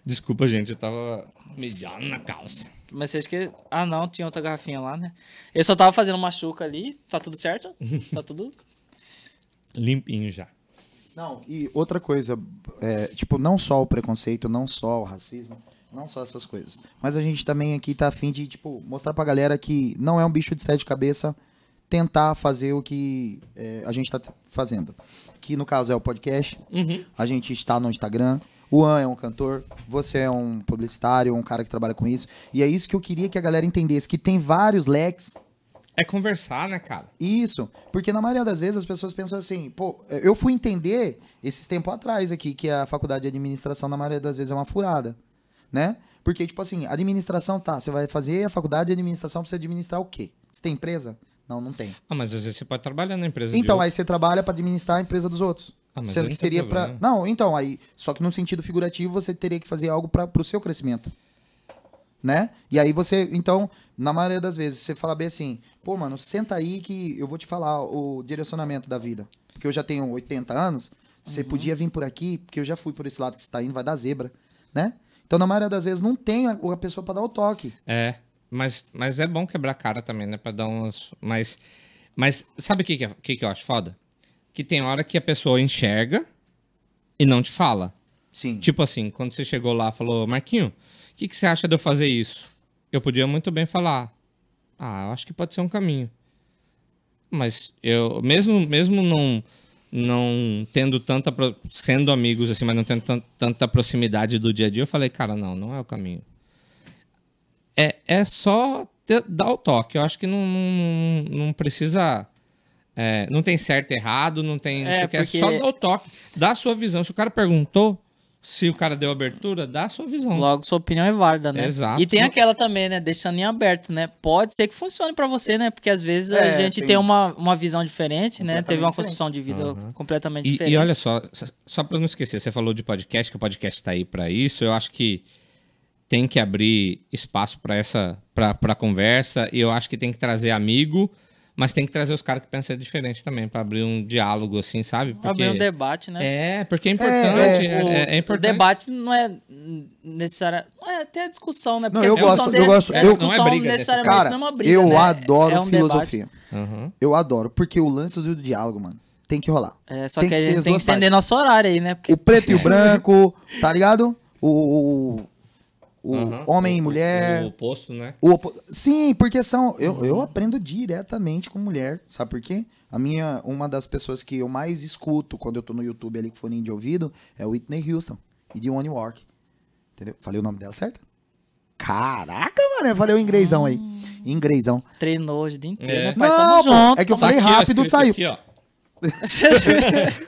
S3: Desculpa, gente, eu tava mijando na calça.
S1: mas vocês que. Ah, não, tinha outra garrafinha lá, né? Eu só tava fazendo uma chuca ali. Tá tudo certo? Tá
S3: [LAUGHS]
S1: tudo.
S3: Limpinho já.
S2: Não, e outra coisa, é, tipo, não só o preconceito, não só o racismo, não só essas coisas. Mas a gente também aqui tá afim de, tipo, mostrar pra galera que não é um bicho de sete cabeças tentar fazer o que é, a gente tá t- fazendo. Que no caso é o podcast, a gente está no Instagram. O An é um cantor, você é um publicitário, um cara que trabalha com isso. E é isso que eu queria que a galera entendesse, que tem vários leques
S3: É conversar, né, cara?
S2: Isso, porque na maioria das vezes as pessoas pensam assim, pô, eu fui entender esses tempos atrás aqui que a faculdade de administração na maioria das vezes é uma furada, né? Porque, tipo assim, administração, tá, você vai fazer a faculdade de administração pra você administrar o quê? Você tem empresa? Não, não tem.
S3: Ah, mas às vezes você pode trabalhar na empresa
S2: Então,
S3: de
S2: aí você trabalha pra administrar a empresa dos outros.
S3: Ah, mas
S2: sendo que
S3: aí não tem
S2: seria pra.
S3: problema.
S2: Não, então, aí. Só que no sentido figurativo, você teria que fazer algo para pro seu crescimento. Né? E aí você, então, na maioria das vezes, você fala bem assim, pô, mano, senta aí que eu vou te falar o direcionamento da vida. Porque eu já tenho 80 anos, você
S3: Uhum.
S2: podia vir por aqui, porque eu já fui por esse lado que você tá indo, vai dar zebra, né? Então, na maioria das vezes, não tem a a pessoa para dar o toque.
S3: É, mas, mas é bom quebrar a cara também, né? Pra dar uns. Mas, mas sabe o que, que, é- que, que eu acho foda? Que tem hora que a pessoa enxerga e não te fala.
S2: Sim.
S3: Tipo assim, quando você chegou lá e falou, Marquinho, o que, que você acha de eu fazer isso? Eu podia muito bem falar. Ah, eu acho que pode ser um caminho. Mas eu, mesmo, mesmo não, não tendo tanta. pro- sendo amigos, assim, mas não tendo tan- tanta proximidade do dia a dia, eu falei, cara, não, não é o caminho. É, é só ter- dar o toque. Eu acho que não, não, não precisa. é, não tem certo e errado, não tem. não
S1: É,
S3: sei o que,
S1: porque-
S3: só dar o toque. Dá a sua visão. Se o cara perguntou, se o cara deu abertura, dá a sua visão.
S1: Logo, sua opinião é válida, né?
S3: Exato.
S1: E tem aquela também, né? Deixando em aberto, né? Pode ser que funcione pra você, né? Porque às vezes a
S2: É,
S1: gente
S2: tem-
S1: tem uma, uma visão diferente, né?
S2: Completamente
S1: Teve uma
S2: diferente.
S1: construção de vida completamente
S3: E,
S1: é diferente.
S3: e olha só, só- só para não esquecer, você falou de podcast, que o podcast está aí para isso. Eu acho que tem que abrir espaço para essa pra, pra conversa e eu acho que tem que trazer amigo, mas tem que trazer os caras que pensam diferente também para abrir um diálogo assim, sabe? Porque
S1: Abrir um debate, né?
S3: é, porque é importante, é,
S1: O,
S3: é- é
S1: o
S3: importante.
S1: debate não é necessária, não é até a discussão, né?
S2: Não,
S1: Porque a
S2: eu
S1: discussão
S2: gosto,
S1: dele-
S2: eu gosto,
S1: a
S3: eu-
S1: discussão
S3: Não é briga,
S1: necessariamente
S2: Cara,
S1: não é uma briga,
S2: eu
S1: né?
S2: adoro
S1: É um
S2: filosofia.
S3: Aham.
S2: Eu adoro, porque o lance do diálogo, mano, tem que rolar.
S1: debate. É, só
S2: Tem
S1: que,
S2: que
S1: a
S2: ser
S1: gente
S2: as
S1: tem que
S2: duas partes.
S1: estender nosso horário aí, né? Porque
S2: O preto e
S3: [LAUGHS]
S2: o branco, tá ligado? O, o- o
S3: Aham.
S2: homem e
S3: O-
S2: mulher.
S3: O oposto, né?
S2: o opo- Sim, porque são. Eu, eu aprendo diretamente com mulher, sabe por quê? A minha, uma das pessoas que eu mais escuto quando eu tô no YouTube ali com fone de ouvido é Whitney Houston e de One Walk. Entendeu? Falei o nome dela certo? Caraca, mano, eu falei o inglêsão aí.
S3: Ah.
S2: Inglesão.
S1: treinou hoje o dia inteiro,
S3: É.
S1: né, pai?
S2: Não,
S1: Tamo
S2: pô,
S1: junto.
S2: é que eu
S1: tamo
S2: falei
S3: ó,
S2: rápido,
S3: escrito
S2: saiu.
S3: Tá aqui, ó.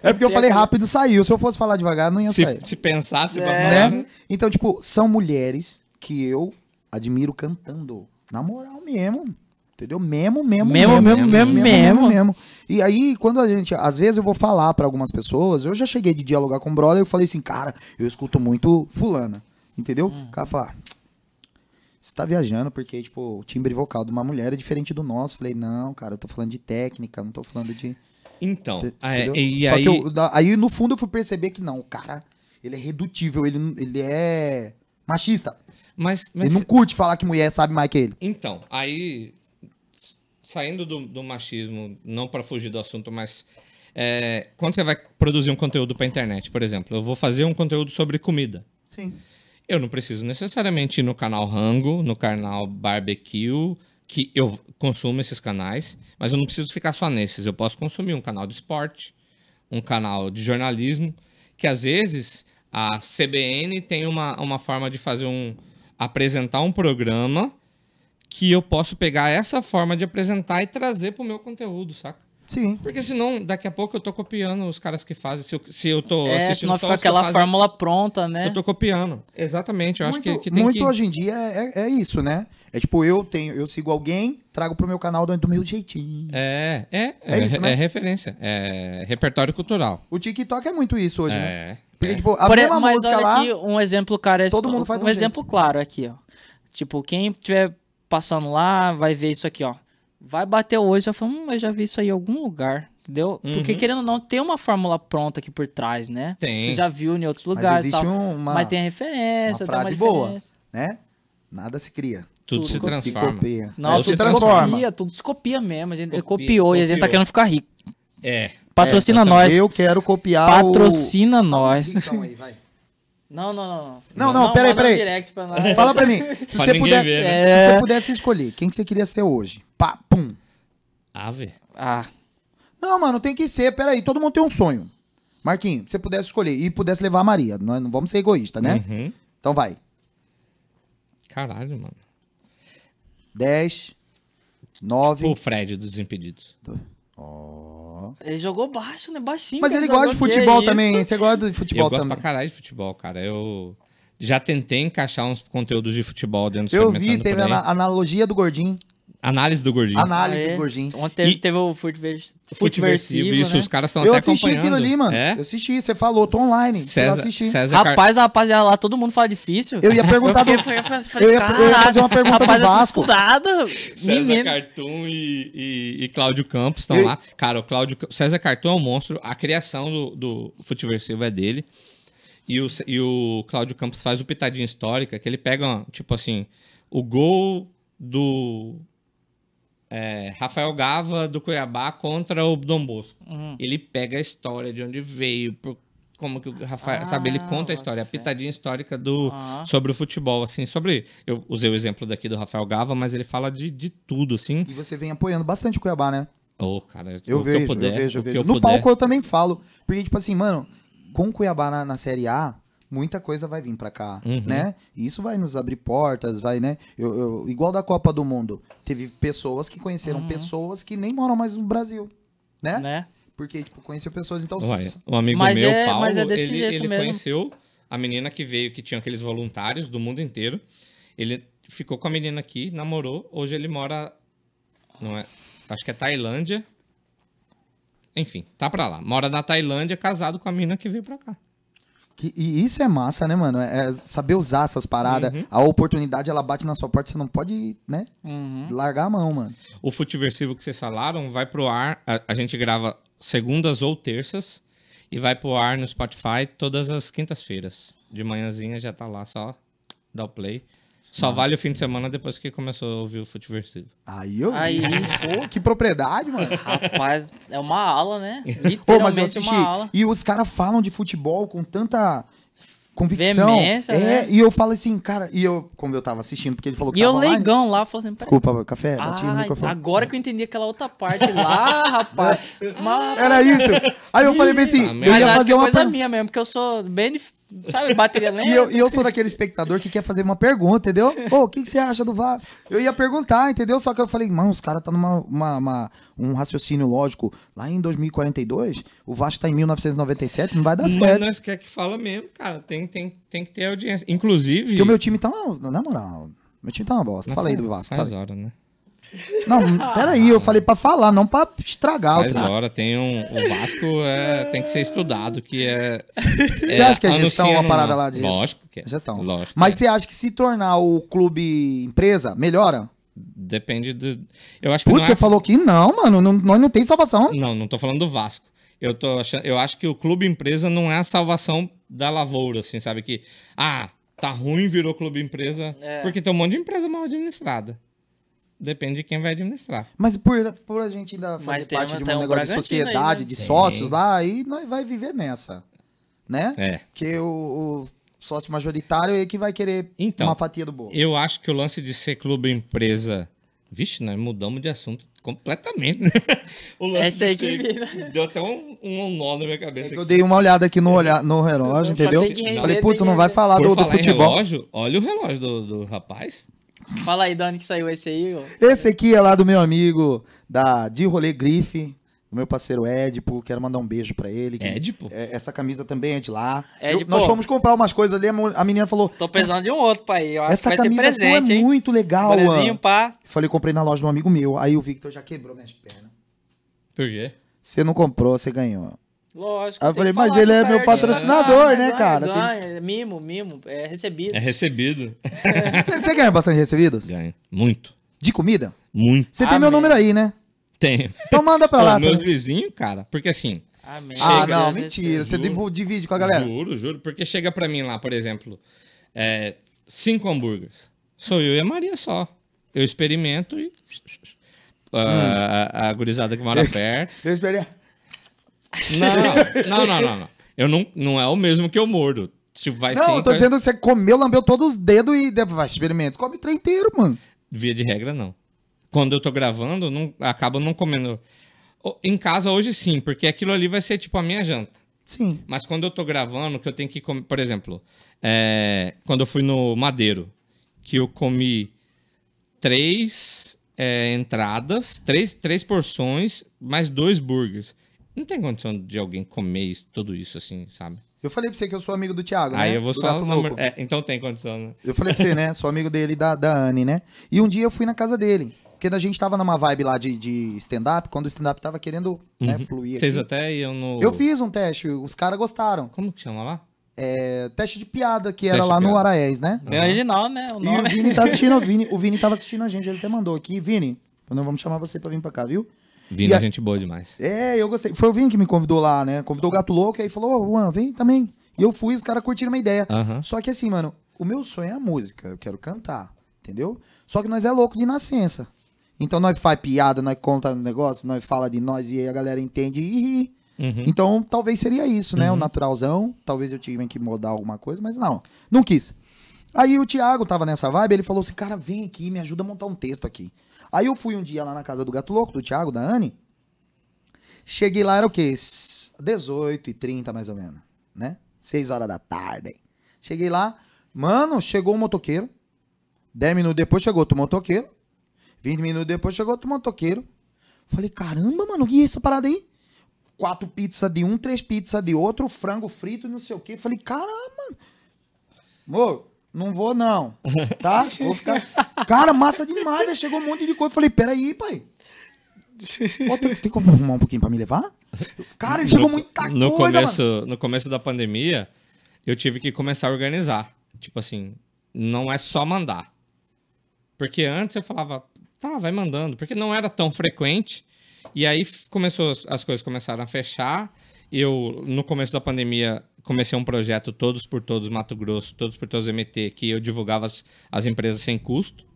S2: É porque eu falei rápido, saiu. Se eu fosse falar devagar, não ia sair.
S3: Se, se pensasse,
S1: É.
S3: né?
S2: né? Então, tipo, são mulheres que eu admiro cantando. Na moral mesmo. Entendeu? Mesmo, mesmo,
S1: Mesmo, mesmo, mesmo, mesmo.
S2: E aí, quando a gente. Às vezes eu vou falar pra algumas pessoas, eu já cheguei de dialogar com o brother, eu falei assim, cara, eu escuto muito fulana. Entendeu?
S1: Hum.
S2: O cara fala. "Ah, Você tá viajando porque, tipo, o timbre vocal de uma mulher é diferente do nosso. Eu Falei, não, cara, eu tô falando de técnica, não tô falando de.
S3: Então,
S2: Te-
S3: ah, é,
S2: entendeu?
S3: e
S2: Só
S3: aí...
S2: que eu- da- aí no fundo eu fui perceber que não, o cara, ele é redutível, ele, não- ele é machista.
S3: Mas, mas
S2: ele não curte falar que mulher sabe mais que ele.
S3: Então, aí, saindo do, do machismo, não para fugir do assunto, mas é, quando você vai produzir um conteúdo para internet, por exemplo, eu vou fazer um conteúdo sobre comida.
S2: Sim.
S3: Eu não preciso necessariamente ir no canal Rango, no canal Barbecue, que eu consumo esses canais, mas eu não preciso ficar só nesses. Eu posso consumir um canal de esporte, um canal de jornalismo, que às vezes a CBN tem uma, uma forma de fazer um. apresentar um programa que eu posso pegar essa forma de apresentar e trazer pro meu conteúdo, saca?
S2: Sim.
S3: Porque senão, daqui a pouco eu tô copiando os caras que fazem. Se eu, se eu tô
S1: É,
S3: assistindo
S1: senão
S3: só
S1: fica
S3: os que
S1: aquela
S3: fazem,
S1: fórmula pronta, né?
S3: Eu tô copiando. Exatamente. Eu acho
S2: muito,
S3: que, que tem
S2: muito
S3: que...
S2: hoje em dia é, é- é isso, né? É tipo, eu tenho, eu sigo alguém, trago pro meu canal do, do meu jeitinho.
S3: É, é,
S2: É
S3: é,
S2: isso, né?
S3: é referência. É repertório cultural.
S2: O TikTok é muito isso hoje, né?
S3: É.
S2: Porque, tipo, a
S1: Por e-
S2: mesma
S1: mas
S2: música
S1: olha
S2: lá.
S1: aqui, um exemplo claro. é-
S2: todo mundo faz de
S1: um,
S2: um jeito.
S1: exemplo claro aqui, ó. Tipo, quem estiver passando lá vai ver isso aqui, ó. Vai bater o olho e já fala, hum, eu já vi isso aí em algum lugar, entendeu? Porque
S3: Uhum.
S1: querendo ou não, tem uma fórmula pronta aqui por trás, né?
S3: Tem.
S1: Você já viu em outros
S2: Mas
S1: lugares e
S2: existe
S1: tal.
S2: uma,
S1: Mas tem a referência,
S2: uma
S1: dá
S2: frase
S1: uma
S2: boa.
S1: diferença.
S2: né? Nada se cria.
S3: Tudo,
S1: Tudo
S3: se
S2: Tudo se
S3: transforma.
S2: copia.
S1: Não,
S3: É,
S2: se
S1: tudo
S3: você
S2: transforma.
S1: copia, tudo se copia mesmo. A gente
S3: Copia,
S1: copiou e a gente tá
S3: copiou.
S1: querendo ficar rico.
S3: É.
S1: Patrocina
S3: É,
S1: nós.
S2: Eu quero copiar o...
S1: Patrocina nós.
S2: Então, aí, vai.
S1: Não, não, não.
S2: Não, não, peraí,
S1: manda
S2: peraí.
S1: direct pra nós.
S2: Fala pra
S3: [LAUGHS]
S2: mim, se
S3: Pra
S2: você,
S3: ninguém
S2: puder,
S3: ver, né?
S2: se você pudesse escolher, quem que você queria ser hoje? Pá, pum.
S3: Ave.
S1: Ah,
S2: Não, mano, tem que ser, peraí, todo mundo tem um sonho. Marquinhos, se você pudesse escolher e pudesse levar a Maria, nós não vamos ser egoístas, né?
S3: Uhum.
S2: Então vai,
S3: Caralho, mano.
S2: 10, 9...
S3: O Fred dos Impedidos.
S2: Ó.
S1: ele jogou baixo, né? Baixinho.
S2: Mas
S1: cara,
S2: ele gosta de
S1: jogou, que
S2: futebol
S1: isso?
S2: também, você gosta de futebol
S3: é eu gosto
S2: também.
S3: pra caralho de futebol, cara. Eu já tentei encaixar uns conteúdos de futebol dentro do
S2: Eu vi,
S3: Experimentando
S2: teve a
S3: por aí.
S2: ana- analogia do gordinho,
S3: Análise do gordinho.
S2: análise
S1: Aê.
S2: do gordinho.
S1: Ontem teve,
S3: E-
S1: teve o Futiver-
S3: Futeversivo,
S1: Futiversivo,
S3: Isso,
S1: né?
S3: os caras estão até
S2: Eu assisti
S3: acompanhando.
S2: aquilo ali, mano.
S3: É?
S2: Eu assisti, você falou, tô online. fui lá
S3: César,
S2: assistir.
S3: César Car-
S1: Rapaz, a rapaziada lá, todo mundo fala difícil.
S2: Eu ia perguntar do.
S1: Eu fiquei- eu falei,
S2: eu ia- eu ia fazer uma pergunta do
S1: rapaz, eu tô
S2: Vasco.
S1: estudado.
S3: [LAUGHS] César
S1: Menino.
S3: Cartoon e, e, e Cláudio Campos estão
S2: Eu-
S3: lá. Cara, o Cláudio Ca- César Cartoon é um monstro. A criação do, do Futeversivo é dele. E o, C- e o Cláudio Campos faz o Pitadinha Histórica, que ele pega, ó, tipo assim, o gol do é, Rafael Gava do Cuiabá contra o Dom Bosco.
S1: Uhum.
S3: Ele pega a história de onde veio, por- como que o Rafael.
S1: Ah,
S3: sabe, ele conta a história, a
S1: bota fé.
S3: pitadinha histórica do,
S1: Ah.
S3: sobre o futebol, assim, sobre. Eu usei o exemplo daqui do Rafael Gava, mas ele fala de, de tudo, assim.
S2: E você vem apoiando bastante o Cuiabá, né?
S3: Ô, cara,
S2: Eu
S3: o que
S2: vejo,
S3: eu puder.
S2: eu vejo, eu
S3: o que
S2: vejo.
S3: eu
S2: no
S3: puder.
S2: palco eu também falo. Porque, tipo assim, mano, com o Cuiabá na, na Série A, muita coisa vai vir pra cá,
S3: Uhum.
S2: né? E isso vai nos abrir portas, vai, né? Eu, eu- igual da Copa do Mundo. Teve pessoas que conheceram
S1: Uhum.
S2: pessoas que nem moram mais no Brasil, né?
S1: Né?
S2: Porque, tipo, conheceu pessoas, então...
S3: Ué, um amigo
S1: Mas
S3: meu,
S1: é-
S3: Paulo,
S1: mas é desse
S3: ele,
S1: jeito
S3: ele
S1: mesmo.
S3: conheceu a menina que veio, que tinha aqueles voluntários do mundo inteiro. Ele ficou com a menina aqui, namorou. Hoje ele mora. Não é, acho que é Tailândia. Enfim, tá pra lá. Mora na Tailândia, casado com a menina que veio pra cá.
S2: Que- e isso é massa, né, mano? É saber usar essas paradas.
S3: Uhum.
S2: A oportunidade, ela bate na sua porta, você não pode, né,
S1: Uhum.
S2: largar a mão, mano.
S3: O Futiversivo que vocês falaram vai pro ar. A, a gente grava segundas ou terças e vai pro ar no Spotify todas as quintas-feiras. De manhãzinha já tá lá, só dá o play. Só vale o fim de semana depois que começou a ouvir o Futiversivo.
S2: Aí eu vi.
S1: Aí.
S2: [LAUGHS] Pô, que propriedade, mano.
S1: Rapaz, é uma aula, né? Literalmente
S2: [LAUGHS] Pô, mas eu assisti.
S1: uma aula.
S2: E os caras falam de futebol com tanta convicção.
S1: Veemência,
S2: é,
S1: né?
S2: e eu falo assim, cara, e eu, como eu tava assistindo, porque ele falou que
S1: E eu
S2: tava online-
S1: leigão lá, falando assim, peraí.
S2: Desculpa, café, bati no
S1: Ah,
S2: microfone.
S1: agora que eu entendi aquela outra parte lá,
S2: [LAUGHS]
S1: rapaz. Mas,
S2: É, Era isso. Aí eu falei bem assim,
S3: Ih,
S2: eu
S1: mas
S2: ia
S1: acho que
S2: fazer
S1: é
S2: uma
S1: coisa
S2: pergunta.
S1: minha né? mesmo, porque eu sou bem. dif- Sabe, bateria lenta.
S2: E eu, e eu sou daquele espectador que quer fazer uma pergunta, entendeu? Ô, o que, que você acha do Vasco? Eu ia perguntar, entendeu? Só que eu falei, mano, os caras tá numa uma- uma- um raciocínio lógico. Lá em 2042, o Vasco tá em 1997, não vai dar
S3: Mas
S2: Tá certo.
S3: nós quer que fala mesmo, cara. Tem, tem, tem que ter audiência. Inclusive.
S2: Porque o meu time tá uma, na moral, meu time tá uma bosta. Fala aí do Vasco, fala aí.
S3: Faz hora, né?
S2: Não, peraí, eu falei pra falar, não pra estragar o
S3: Faz
S2: trabalho.
S3: hora. Tem um, o Vasco é, tem que ser estudado, que é.
S2: Você acha que a gestão é uma parada lá de-
S3: Lógico que é.
S2: Gestão.
S3: Lógico. que
S2: Mas você acha que se tornar o clube empresa, melhora?
S3: Depende do. Eu acho que
S2: Putz,
S3: não
S2: você
S3: é...
S2: falou que não, mano, não- nós não tem salvação.
S3: Não, não tô falando do Vasco. Eu, tô achando, eu acho que o clube empresa não é a salvação da lavoura, assim, sabe? Que, ah, tá ruim, virou clube empresa.
S1: É.
S3: Porque tem um monte de empresa mal administrada. Depende de quem vai administrar.
S2: Mas por, por a gente ainda fazer
S1: Mas tem-
S2: parte de um
S1: tem um
S2: negócio de
S1: Bragantino
S2: sociedade,
S1: aí, né?
S2: de
S3: Tem.
S2: sócios lá, aí nós vai viver nessa, né?
S3: É.
S2: Que o, o sócio majoritário é que vai querer
S3: Então,
S2: uma fatia do bolo.
S3: Eu acho que o lance de ser clube empresa Vixe, nós mudamos de assunto completamente. né? [LAUGHS] o
S1: Essa aí
S3: de
S1: que
S3: ser-
S1: vira.
S3: Deu até um, um nó na minha
S2: É
S3: cabeça.
S2: que eu
S3: aqui.
S2: dei uma olhada aqui no, olhar, no relógio,
S1: Eu
S2: entendeu?
S1: falei que render,
S2: Falei,
S1: tem
S2: putz,
S1: que
S2: não vai
S1: render.
S2: falar do,
S3: Por
S2: do
S3: falar em
S2: futebol.
S3: relógio, olha o relógio do, do rapaz.
S1: Fala aí, Dani, que saiu esse aí, ó.
S2: Esse aqui é lá do meu amigo da de rolê grife, do meu parceiro Edipo, quero mandar um beijo pra ele. que-
S3: Édipo?
S2: É, essa camisa também é de lá.
S1: Édipo.
S2: Eu- nós fomos comprar umas coisas ali, a mo- a menina falou:
S1: Tô precisando de um outro pra ir. Eu acho
S2: Essa
S1: que vai ser
S2: camisa
S1: presente,
S2: sua é
S1: hein?
S2: muito legal,
S1: Bonezinho,
S2: mano.
S1: pá.
S2: Falei, comprei na loja de um amigo meu. Aí o Victor já quebrou minhas pernas.
S3: Por quê?
S2: Você não comprou, você ganhou.
S1: Lógico.
S2: Aí eu
S1: tem
S2: falei,
S1: que
S2: mas
S1: falar É
S2: ele
S1: com
S2: é
S1: o
S2: meu
S1: Cardi,
S2: patrocinador,
S1: ganha,
S2: né,
S1: ganha,
S2: cara?
S1: ganha, Mimo, mimo, é recebido.
S3: É recebido.
S1: É.
S2: [LAUGHS] Você, você ganha bastante recebidos?
S3: Ganha. Muito.
S2: De comida?
S3: Muito.
S2: Você tem
S1: Ah,
S2: meu
S1: mesmo.
S2: número aí, né?
S3: Tem.
S2: Então manda pra
S3: Pô,
S2: lá. tá?
S3: meus vizinhos, cara. Porque assim,
S1: Amém.
S2: Ah,
S3: Chega, né?
S2: não,
S1: Deus
S2: mentira. Você
S3: Juro.
S2: divu- divide com a galera.
S3: Juro, juro. Porque chega pra mim lá, por exemplo, é, cinco hambúrgueres. Sou eu e a Maria só. Eu experimento e. Ah, a, a gurizada que
S2: [LAUGHS]
S3: mora perto.
S2: Hum. Eu esperei.
S3: Não, não, não, não, não. Eu não, não é o mesmo que eu mordo. Se vai é ser
S2: Não, eu tô dizendo que você comeu, lambeu todos os dedos e deve- vai, experimenta. Come o trem inteiro, mano.
S3: Via de regra, não. Quando eu tô gravando, não, acabo não comendo. O- Em casa hoje sim, porque aquilo ali vai ser tipo a minha janta.
S2: Sim.
S3: Mas quando eu tô gravando, que eu tenho que comer. Por exemplo, é, quando eu fui no Madeiro, que eu comi três é, entradas, três, três porções, mais dois burgers. Não tem condição de alguém comer isso- tudo isso assim, sabe?
S2: Eu falei pra você que eu sou amigo do Thiago, né?
S3: Aí eu vou
S2: do
S3: só.
S2: Gato
S3: Número...
S2: Louco.
S3: É, então tem condição, né?
S2: Eu falei pra você, né? Sou amigo dele e da, da Anne, né? E um dia eu fui na casa dele. Porque a gente tava numa vibe lá de, de stand-up, quando o stand-up tava querendo né, fluir.
S3: Uhum. Vocês
S2: aqui.
S3: até iam no.
S2: Eu fiz um teste, os caras gostaram.
S3: Como que chama lá?
S2: É, teste de piada, que era
S3: Teste de
S2: lá no
S3: piada.
S2: Araés, né?
S1: Bem original, né? O
S2: E o
S1: nome.
S2: Vini tá
S3: [LAUGHS]
S2: assistindo, o Vini, o Vini tava assistindo a gente, ele até mandou aqui. Vini, nós vamos chamar você pra vir pra cá, viu?
S3: Vindo
S2: E a-
S3: gente boa demais.
S2: É, eu gostei. Foi o Vini que me convidou lá, né? Convidou o Gato Louco e aí falou, ô Juan, vem também. E eu fui, os caras curtiram uma ideia.
S3: Aham.
S2: Só que assim, mano, o meu sonho é a música, eu quero cantar, entendeu? Só que nós é louco de nascença. Então nós faz piada, nós conta um negócio, nós fala de nós e aí a galera entende e ri.
S3: Uhum.
S2: Então talvez seria isso, né? O naturalzão. Talvez eu tivesse que mudar alguma coisa, mas não, não quis. Aí o Thiago tava nessa vibe, ele falou assim: cara, vem aqui, me ajuda a montar um texto aqui. Aí eu fui um dia lá na casa do Gato Louco, do Thiago, da Anne. Cheguei lá, era o quê? S- 18 e 30 mais ou menos, né? 6 horas da tarde. Cheguei lá, mano, chegou um motoqueiro. 10 minutos depois chegou outro motoqueiro. 20 minutos depois chegou outro motoqueiro. Falei, caramba, mano, que é essa parada aí? Quatro pizzas de um, três pizzas de outro, frango frito, e não sei o quê. Falei, caramba, mano. Amor, não vou não, tá? Vou
S3: [LAUGHS]
S2: ficar... Cara, massa demais, velho. Chegou um monte de coisa. Falei, peraí, pai. Ó, tem, tem como arrumar um pouquinho pra me levar? Cara, ele chegou
S3: No-
S2: muita
S3: no
S2: coisa,
S3: começo,
S2: mano.
S3: No começo da pandemia, eu tive que começar a organizar. Tipo assim, não é só mandar. Porque antes eu falava, tá, vai mandando. Porque não era tão frequente. E aí f- começou, as- as coisas começaram a fechar. Eu, no começo da pandemia, comecei um projeto Todos por Todos Mato Grosso, Todos por Todos MT, que eu divulgava as, as empresas sem custo.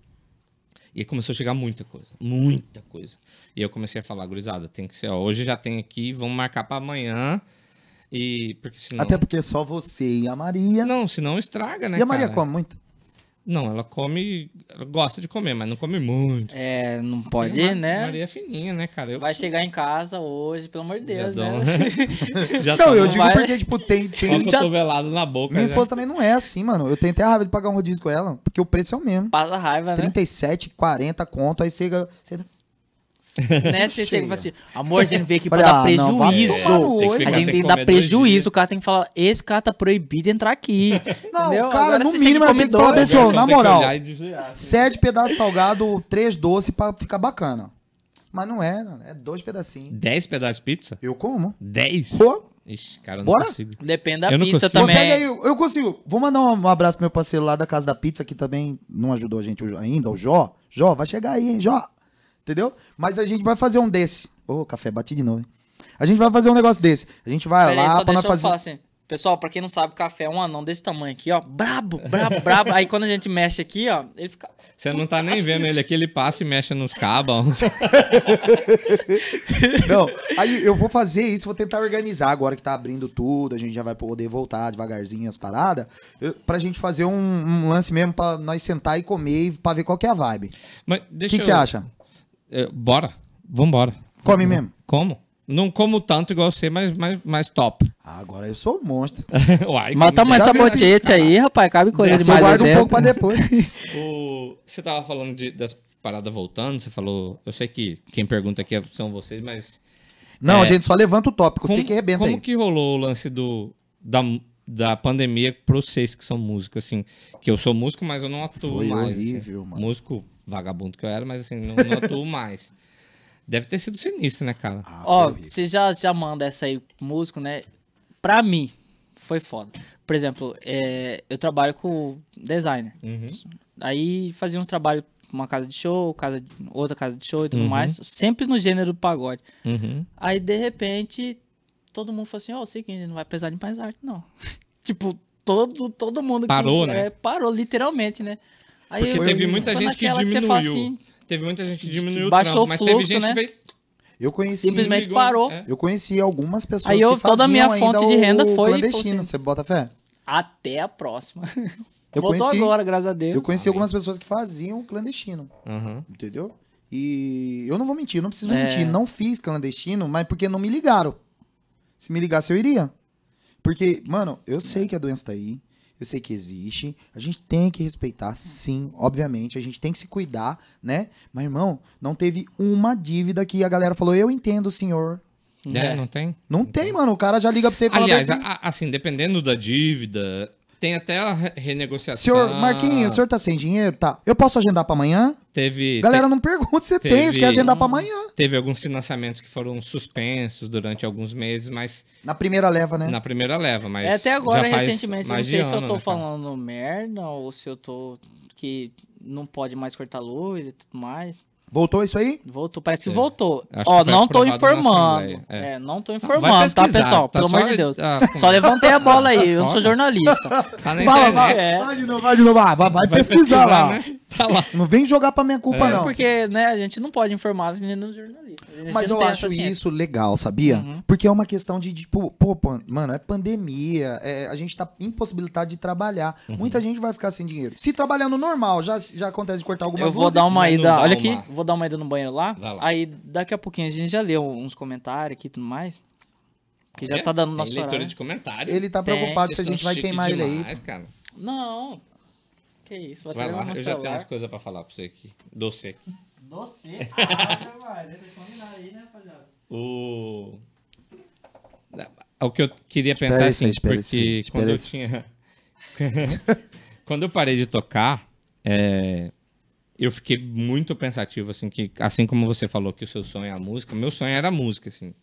S3: E aí começou a chegar muita coisa, muita coisa. E eu comecei a falar, gurizada, tem que ser, ó, hoje já tem aqui, vamos marcar pra amanhã. E porque senão
S2: Até porque só você e a Maria.
S3: não, senão estraga, né?
S2: e a Maria
S3: cara?
S2: come muito.
S3: Não, ela come, ela gosta de comer, mas não come muito.
S1: É, não
S3: Porque
S1: pode,
S3: a Ma-
S1: né?
S3: Maria é fininha, né, cara? Eu [LAUGHS]
S1: Vai chegar em casa hoje, pelo amor de
S3: já
S1: Deus,
S3: dou
S1: né?
S3: um- já
S2: Não,
S3: tô
S2: eu
S3: um-
S2: digo
S1: vai-
S2: porque, tipo, tem. tem-
S3: [LAUGHS] uma cotovelada na boca.
S2: Minha
S3: né?
S2: esposa também não é assim, mano. Eu tenho até raiva de pagar um rodízio com ela, porque o preço é o mesmo.
S1: [LAUGHS] Passa raiva, né?
S2: 37, 40 conto, aí chega. Você...
S1: né? Você chega e fala assim, amor, a gente veio aqui pra
S2: Falei,
S1: dar
S2: ah, não, vai
S1: prejuízo.
S2: tomar no
S3: Tem que
S2: olho.
S1: a
S3: ficar
S1: gente
S3: sem
S1: tem que
S3: comer
S1: dar
S3: dois dias.
S1: prejuízo. O cara tem que falar, esse cara tá proibido de entrar aqui.
S2: Não,
S1: entendeu?
S2: cara, no
S1: você chega e
S2: mínimo ela
S1: come
S2: tinha que falar
S1: dois.
S2: desse pessoal, na
S3: né? Tem que
S2: moral.
S3: olhar e desviar.
S2: Sete pedaços salgado, três doces pra ficar bacana. Mas não é, mano. É dois pedacinhos.
S3: Dez pedaços de pizza?
S2: Eu como.
S3: Dez?
S2: Pô,
S3: Ixi, cara, eu não
S2: Bora?
S3: consigo.
S1: Depende da
S3: Eu não
S1: pizza
S3: consigo.
S1: também.
S2: consegue aí, eu eu consigo. Vou mandar um abraço pro meu parceiro lá da Casa da Pizza, que também não ajudou a gente ainda, o Jó. Jó, vai chegar aí, hein, Jó. Entendeu? Mas a gente vai fazer um desse. Ô, café, bati de novo. hein? A gente vai fazer um negócio desse. A gente vai
S1: Peraí,
S2: lá
S1: só
S2: pra nós
S1: então deixa eu
S2: fazer.
S1: falar assim. Pessoal, pra quem não sabe, o café é um anão desse tamanho aqui, ó. Brabo, brabo, [LAUGHS] brabo. Aí quando a gente mexe aqui, ó, ele fica.
S3: Você não tá nem
S2: assim, né?
S3: vendo ele aqui, ele passa e mexe nos
S2: [LAUGHS]
S3: cabos.
S2: Não, aí eu vou fazer isso, vou tentar organizar agora que tá abrindo tudo, a gente já vai poder voltar devagarzinho as paradas, eu- pra gente fazer um, um lance mesmo pra nós sentar e comer e pra ver qual que é a vibe.
S3: Mas
S2: O
S3: deixa
S2: que que você
S3: eu-
S2: acha?
S3: É, bora. Vambora.
S2: Come mesmo?
S3: Como? Não como tanto igual você, mas, mas, mas top. [LAUGHS]
S2: Ah, agora eu sou um monstro.
S3: Uai,
S1: Mas tá o
S3: como
S1: tamanho
S2: É
S1: dessa
S2: Já vi esse
S1: botete aí, rapaz, cabe coisa
S2: eu
S1: demais.
S2: guardo
S1: aí
S2: um pouco
S1: dentro.
S2: pra depois.
S3: O- Você tava falando de- das paradas voltando, você falou. Eu sei que quem pergunta aqui são vocês, mas.
S2: Não,
S1: É.
S2: a gente só levanta o tópico, você que arrebenta
S3: como
S2: aí.
S3: que rolou o lance do, da, da pandemia pra vocês que são músicos, assim? Que eu sou músico, mas eu não atuo
S2: Foi
S3: mais.
S2: horrível,
S3: assim.
S2: mano.
S3: Músico vagabundo que eu era, mas assim, não, não
S2: [LAUGHS]
S3: atuo mais. Deve ter sido sinistro, né, cara?
S2: Ah, foi
S1: Ó,
S2: horrível.
S1: você já, já manda essa aí, músico, né? Pra mim, foi foda. Por exemplo, é, eu trabalho com designer.
S3: Uhum.
S1: Aí fazia uns trabalhos pra uma casa de show, casa de- outra casa de show e tudo
S3: Uhum.
S1: mais. Sempre no gênero pagode.
S3: Uhum.
S1: Aí, de repente, todo mundo falou assim, ó, o seguinte, não vai precisar de mais arte, não. [LAUGHS] tipo, todo, todo mundo... que-
S3: Parou, né?
S1: é, parou, literalmente, né? Aí
S3: Porque
S1: eu-
S3: teve
S1: eu-
S3: muita
S1: foi
S3: gente que
S1: naquela você fala assim,
S3: diminuiu. Teve muita gente que diminuiu o
S1: Baixou
S3: trampo,
S1: o
S3: mas teve
S1: fluxo,
S3: gente
S1: né?
S3: que veio.
S2: Eu conheci.
S1: simplesmente
S3: ligou,
S1: parou.
S3: é.
S2: Eu conheci algumas pessoas
S1: Aí eu-
S2: que faziam
S1: toda a minha
S2: ainda
S1: fonte de
S2: o
S1: renda foi- foi
S2: clandestino,
S1: assim.
S2: você bota fé?
S1: Até a próxima.
S2: Eu
S1: Voltou
S2: conheci-
S1: agora, graças a Deus.
S2: Eu conheci algumas pessoas que faziam o clandestino,
S3: Aham.
S2: entendeu? E eu não vou mentir, eu não preciso
S1: É.
S2: mentir, não fiz clandestino, mas porque não me ligaram. Se me ligasse eu iria. Porque, mano, eu sei que a doença tá aí, eu sei que existe, a gente tem que respeitar, sim, obviamente, a gente tem que se cuidar, né? Mas, irmão, não teve uma dívida que a galera falou, eu entendo, senhor.
S3: É, não tem?
S2: Não tem, mano, o cara já liga pra você e fala
S3: Aliás,
S2: assim,
S3: a- a- assim, dependendo da dívida, tem até a re- renegociação.
S2: senhor, Marquinhos, o senhor tá sem dinheiro? Tá, eu posso agendar pra amanhã?
S3: Teve,
S2: Galera, não pergunta se tem, eles
S3: teve- um-
S2: querem agendar pra amanhã.
S3: te- teve alguns financiamentos que foram suspensos durante alguns meses, mas
S2: Na primeira leva, né?
S3: na primeira leva. Mas
S1: É, até agora,
S3: já faz
S1: recentemente, eu não
S3: mais
S1: sei
S3: de
S1: se
S3: ano,
S1: eu tô
S3: né, cara?
S1: falando merda ou se eu tô. que não pode mais cortar luz e tudo mais.
S2: Voltou isso aí?
S1: Voltou, parece que
S3: É.
S1: voltou.
S3: Acho
S1: Ó,
S3: que foi
S1: não tô
S3: aprovado na
S1: informando.
S3: Assembleia, é.
S1: É. não tô
S3: Vai
S1: informando, tá,
S3: pesquisar,
S1: pessoal?
S3: tá
S1: Pelo
S3: só-
S1: amor de Deus.
S3: ah,
S1: Só levantei a bola aí, eu não sou
S3: Foda.
S1: jornalista.
S3: Tá
S2: Vai,
S3: na internet.
S2: vai,
S1: É.
S2: vai de novo, vai de novo. Ah, Vai, vai
S3: Vai
S2: pesquisar lá.
S3: né? Tá lá.
S2: Não vem jogar pra minha culpa,
S1: É
S2: [LAUGHS] não.
S1: porque, né, a gente não pode informar, a gente não é jornalista. A gente
S2: Mas
S1: não
S2: eu
S1: tem
S2: acho
S1: essa ciência. Uhum.
S2: isso legal, sabia? Porque é uma questão de, tipo, pô, pan- mano, é pandemia, é, a gente tá impossibilitado de trabalhar.
S1: Uhum.
S2: Muita gente vai ficar sem dinheiro. Se trabalhando normal, já, já acontece de cortar algumas
S1: Eu vou dar
S2: luzes.
S1: uma
S3: mas não
S1: ida.
S3: dá
S1: Olha
S3: uma.
S1: aqui, vou dar uma ida no banheiro lá.
S3: Vai lá.
S1: Aí daqui a pouquinho a gente já leu uns comentários aqui e tudo mais. Que já
S3: É,
S1: tá dando
S3: tem
S1: nosso
S3: leitura
S1: horário.
S3: de comentário.
S2: Ele tá
S1: Tem,
S2: preocupado
S3: Vocês
S2: se a gente
S3: são
S2: vai
S3: chique
S2: queimar ele aí.
S3: demais, cara.
S1: Não. Que isso, vai,
S3: Vai
S1: vai
S3: lá,
S1: no
S3: eu já tenho
S1: celular.
S3: umas coisas pra falar pra você aqui. Doce.
S1: Doce.
S3: [LAUGHS]
S1: Ah, vai, deixa eu combinar aí, né, rapaziada?
S3: O... o que eu queria
S2: Espera
S3: pensar
S2: isso aí,
S3: assim,
S2: espera isso aí,
S3: porque
S2: espera
S3: quando eu
S2: isso.
S3: tinha. [LAUGHS] quando eu parei de tocar, é, eu fiquei muito pensativo, assim, que assim como você falou que o seu sonho é a música, meu sonho era a música, assim.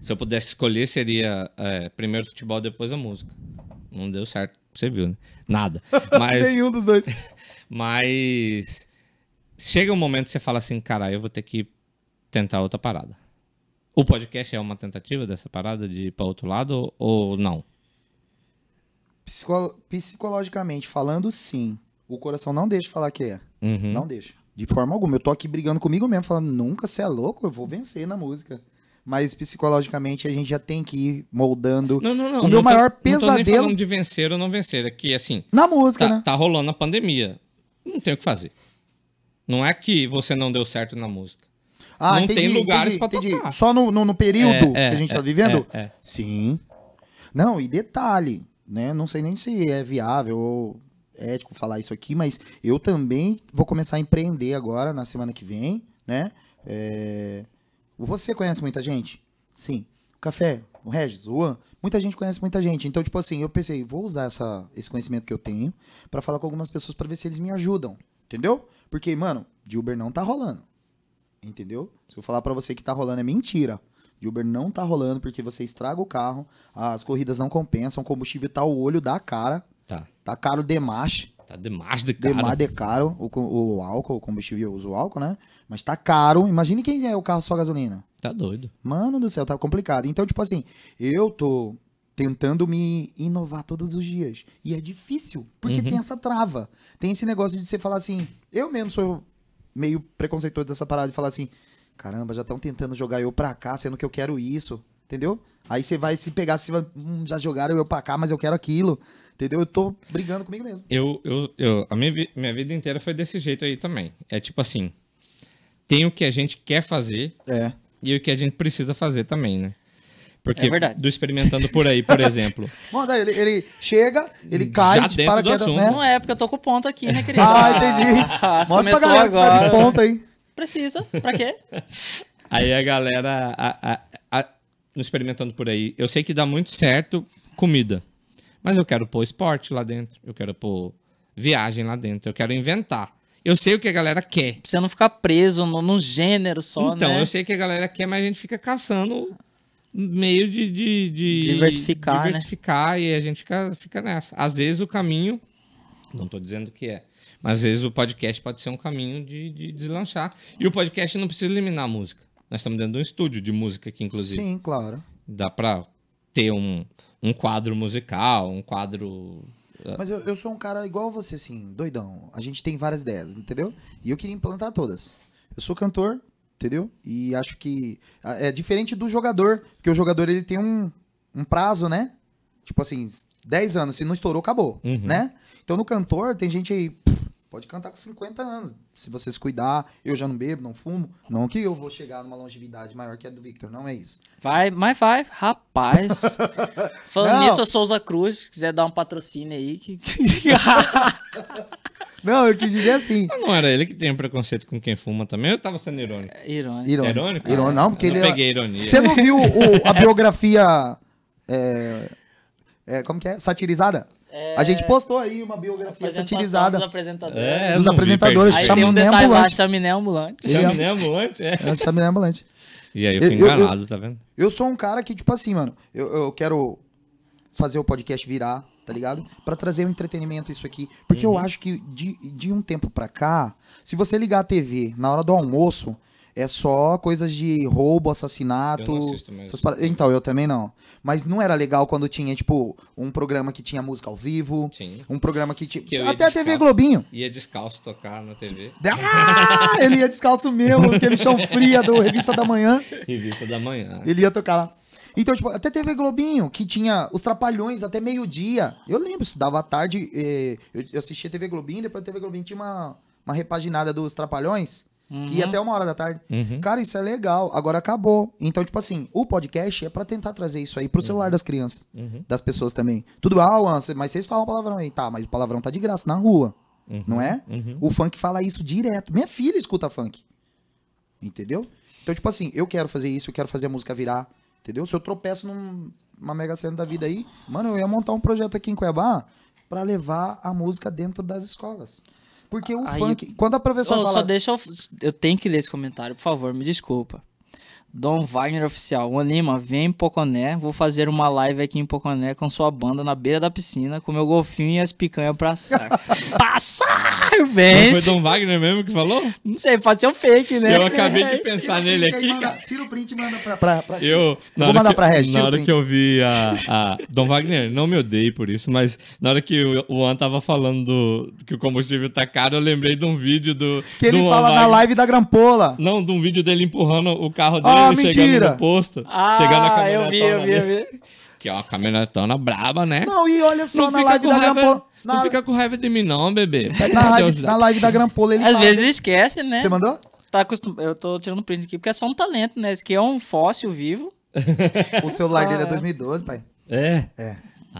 S3: Se eu pudesse escolher, seria é, primeiro futebol, depois a música. Não deu certo, você viu, né?
S2: [LAUGHS]
S3: Nada. Mas
S2: Nenhum dos dois.
S3: mas chega um momento que você fala assim, cara, eu vou ter que tentar outra parada. O podcast é uma tentativa dessa parada de ir pra outro lado ou não?
S2: Psico- psicologicamente falando, sim. O coração não deixa falar que é.
S3: Uhum.
S2: Não deixa. De forma alguma. Eu tô aqui brigando comigo mesmo, falando, nunca, você é louco, eu vou vencer na música. Mas psicologicamente a gente já tem que ir moldando
S3: Não, não, não.
S2: O meu
S3: tô-
S2: maior
S3: Não tô nem
S2: pesadelo-
S3: falando de vencer ou não vencer. É que, assim,
S2: na música,
S3: tá,
S2: né?
S3: tá rolando a pandemia. Não tem o que fazer. Não é que você não deu certo na música.
S2: Ah,
S3: Não tem lugares pra tocar.
S2: Só no, no, no período
S3: É, é,
S2: que a gente tá vivendo?
S3: É, é.
S2: Sim. Não, e detalhe, né? Não sei nem se é viável ou ético falar isso aqui, mas eu também vou começar a empreender agora na semana que vem, né? É, Você conhece muita gente? Sim. O Café, o Regis, o Juan, muita gente conhece muita gente. Então, tipo assim, eu pensei, vou usar essa, esse conhecimento que eu tenho pra falar com algumas pessoas pra ver se eles me ajudam, entendeu? Porque, mano, de Uber não tá rolando. Entendeu? Se eu falar pra você que tá rolando é mentira. De Uber não tá rolando porque você estraga o carro, as corridas não compensam, o combustível tá o olho da cara,
S3: Tá.
S2: tá caro demais.
S3: Tá demais de cara.
S2: Demais é caro o, co- o álcool, o combustível, eu uso o álcool, né? Mas tá caro. Imagine quem é o carro só gasolina.
S3: Tá doido.
S2: Mano do céu, tá complicado. Então, tipo assim, eu tô tentando me inovar todos os dias. E é difícil, porque
S3: Uhum.
S2: tem essa trava. Tem esse negócio de você falar assim, eu mesmo sou meio preconceituoso dessa parada de falar assim, caramba, já estão tentando jogar eu pra cá, sendo que eu quero isso, entendeu? Aí você vai se pegar, se hum, já jogaram eu pra cá, mas eu quero aquilo, entendeu? Eu tô brigando comigo mesmo.
S3: Eu, eu, eu, a minha, vi- minha vida inteira foi desse jeito aí também. É tipo assim, tem o que a gente quer fazer
S2: É.
S3: e o que a gente precisa fazer também, né? Porque
S1: É verdade.
S3: do experimentando por aí, por exemplo. [LAUGHS]
S2: Bom, daí ele, ele chega, ele cai,
S3: Já
S2: de
S3: dentro do
S2: paraquedas,
S3: assunto.
S2: né?
S1: Não é, porque eu tô com ponto aqui, né, querido?
S2: [LAUGHS] Ah,
S1: [LAUGHS]
S3: [LAUGHS]
S2: entendi.
S1: Ah,
S2: Mostra pra
S1: começou
S2: galera que você tá
S1: agora.
S2: de ponta aí.
S1: Precisa. Pra quê?
S3: aí a galera a- a- a- no experimentando por aí, eu sei que dá muito certo comida, mas eu quero pôr esporte lá dentro, eu quero pôr viagem lá dentro, eu quero inventar. Eu sei o que a galera quer.
S1: Pra você não ficar preso no- num gênero só,
S3: então,
S1: né?
S3: eu sei que a galera quer, mas a gente fica caçando meio de, de, de-
S1: Diversificar, né?
S3: diversificar e a gente fica, fica nessa. Às vezes o caminho, não tô dizendo que é, mas às vezes o podcast pode ser um caminho de, de deslanchar. E o podcast não precisa eliminar a música. Nós estamos dentro de um estúdio de música aqui, inclusive.
S2: Sim, claro.
S3: Dá pra ter um, um quadro musical, um quadro.
S2: Mas eu, eu sou um cara igual você, assim, doidão. A gente tem várias ideias, entendeu? E eu queria implantar todas. Eu sou cantor, entendeu? E acho que ah, é diferente do jogador, porque o jogador ele tem um, um prazo, né? Tipo assim, 10 anos, se não estourou, acabou,
S3: Uhum.
S2: né? Então no cantor tem gente aí, pff, pode cantar com 50 anos, se você se cuidar. Eu já não bebo, não fumo, não que eu vou chegar numa longevidade maior que a do Victor, não é isso.
S1: Vai, mas vai,
S2: [LAUGHS]
S1: rapaz. Falando
S2: Não.
S1: nisso, a Souza Cruz, se quiser dar um patrocínio aí. Que... [LAUGHS]
S2: Não, eu quis dizer assim.
S3: Mas não era ele que tem preconceito com quem fuma também, eu tava sendo irônico.
S1: Irônico.
S2: Irônico.
S3: Irônico?
S2: Irônico, não, porque
S3: Eu
S2: ele é-
S3: peguei a ironia.
S2: Você não viu o- a
S3: É.
S2: biografia. é, é, como que é? Satirizada? A gente postou aí uma biografia
S1: É. Apresentação Dos
S2: satirizada.
S1: apresentadores.
S3: É, eu
S2: Dos
S3: não vi,
S2: apresentadores,
S1: Aí tem
S3: perfeito.
S2: chaminé
S1: um detalhe lá,
S2: ambulante.
S1: chaminé ambulante.
S2: Ele é-
S3: Chaminé ambulante, é.
S2: É, chaminé ambulante.
S3: E aí eu
S2: Eu-
S3: fui
S2: eu-
S3: enganado, tá vendo?
S2: Eu sou um cara que, tipo assim, mano, eu, eu quero fazer o podcast virar, tá ligado? Pra trazer um entretenimento isso aqui. Porque
S3: Uhum.
S2: eu acho que de, de um tempo pra cá, se você ligar a TV na hora do almoço, é só coisas de roubo, assassinato.
S3: Eu não assisto mais
S2: essas paradas. Então, eu também não. Mas não era legal quando tinha, tipo, um programa que tinha música ao vivo,
S3: Sim.
S2: um programa que tinha.
S3: Que eu ia
S2: até a TV
S3: discar.
S2: Globinho.
S3: Ia descalço tocar na TV.
S2: Ah, ele ia descalço mesmo, aquele chão fria do Revista da Manhã.
S3: Revista da manhã.
S2: Ele ia tocar lá. Então, tipo, até TV Globinho, que tinha os Trapalhões até meio-dia. Eu lembro, estudava à tarde, eh, eu- eu assistia TV Globinho, depois da TV Globinho tinha uma, uma repaginada dos Trapalhões, que ia até uma hora da tarde.
S3: Uhum.
S2: Cara, isso é legal, agora acabou. Então, tipo assim, o podcast é pra tentar trazer isso aí pro celular das crianças,
S3: Uhum.
S2: das pessoas também. Tudo, ah, Juan, cê- mas vocês falam palavrão aí. Tá, mas o palavrão tá de graça, na rua,
S3: Uhum.
S2: não é?
S3: Uhum.
S2: O funk fala isso direto. Minha filha escuta funk. Entendeu? Então, tipo assim, eu quero fazer isso, eu quero fazer a música virar. Entendeu? Se eu tropeço num- numa mega cena da vida aí, mano, eu ia montar um projeto aqui em Cuiabá pra levar a música dentro das escolas. Porque o
S1: Aí-
S2: funk. Quando a professora
S1: Ô,
S2: fala.
S1: Só deixa eu. Eu tenho que ler esse comentário, por favor, me desculpa. Dom Wagner Oficial, Juan Lima, vem em Poconé, vou fazer uma live aqui em Poconé com sua banda na beira da piscina, com meu golfinho e as picanhas pra assar. [LAUGHS] Passar
S3: Não
S1: bem!
S3: foi Dom Wagner mesmo que falou?
S1: Não sei, pode ser um fake, né?
S3: Eu acabei
S2: É.
S3: de
S2: Tira
S3: pensar
S2: o
S3: nele
S2: print aí,
S3: aqui, cara.
S2: manda- Tira o print e manda pra. pra, pra-
S3: Eu,
S2: Vou
S3: na hora
S2: mandar
S3: que,
S2: pra Regis,
S3: Na
S2: tira o
S3: hora
S2: print.
S3: que eu vi a, a- Dom Wagner, não me odeie por isso, mas na hora que o o Juan tava falando do- que o combustível tá caro, eu lembrei de um vídeo do.
S2: Que
S3: do
S2: ele
S3: Juan
S2: fala na
S3: Wagner.
S2: live da Grampola.
S3: Não, de um vídeo dele empurrando o carro dele,
S2: Ah,
S3: chegando
S2: mentira.
S3: no posto.
S1: Ah,
S3: chegando na caminhonetona.
S1: eu vi, eu vi, eu
S3: dele.
S1: vi.
S3: Que é uma caminhonetona braba, né?
S2: Não, e olha só,
S3: Não
S2: na
S3: fica
S2: live
S3: com
S2: da
S3: raiva-
S2: Grampola. Na,
S3: Não fica com raiva de mim, não, bebê.
S2: na,
S3: Meu
S2: live,
S3: Deus,
S2: na live da Grampola ele
S1: Às
S2: fala.
S1: vezes esquece,
S3: é.
S1: né?
S2: Você mandou?
S1: Tá acostum... Eu tô tirando print aqui porque é só um talento, né? Esse aqui é um fóssil vivo.
S2: O celular dele é
S1: Ah.
S2: 2012, pai.
S3: É.
S2: É.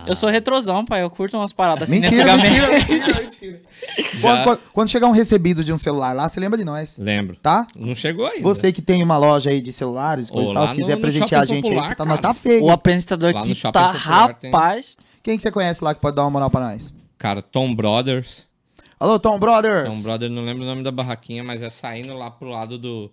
S1: Eu sou retrosão, pai, eu curto umas paradas assim, né?
S2: Mentira,
S1: Antigamente-
S2: mentira, [LAUGHS] mentira, mentira.
S3: [LAUGHS] Já-
S2: Quando, quando- quando chegar um recebido de um celular lá, você lembra de nós,
S3: Lembro.
S2: tá?
S3: Não chegou ainda.
S2: Você que tem uma loja aí de celulares, coisa e
S3: né? Ô,
S2: tal,
S3: lá
S2: se quiser
S3: no- no
S2: presentear a
S3: Shopping
S2: gente aí,
S3: Popular,
S2: tá, nós tá
S3: cara.
S2: feio.
S1: O apresentador
S3: Lá no
S1: que
S3: Shopping
S1: tá
S3: Popular tem-
S1: rapaz.
S2: Quem que você conhece lá que pode dar uma moral pra nós?
S3: Cara, Tom Brothers.
S2: Alô, Tom Brothers!
S3: Tom Brothers, não lembro o nome da barraquinha, mas é saindo lá pro lado do,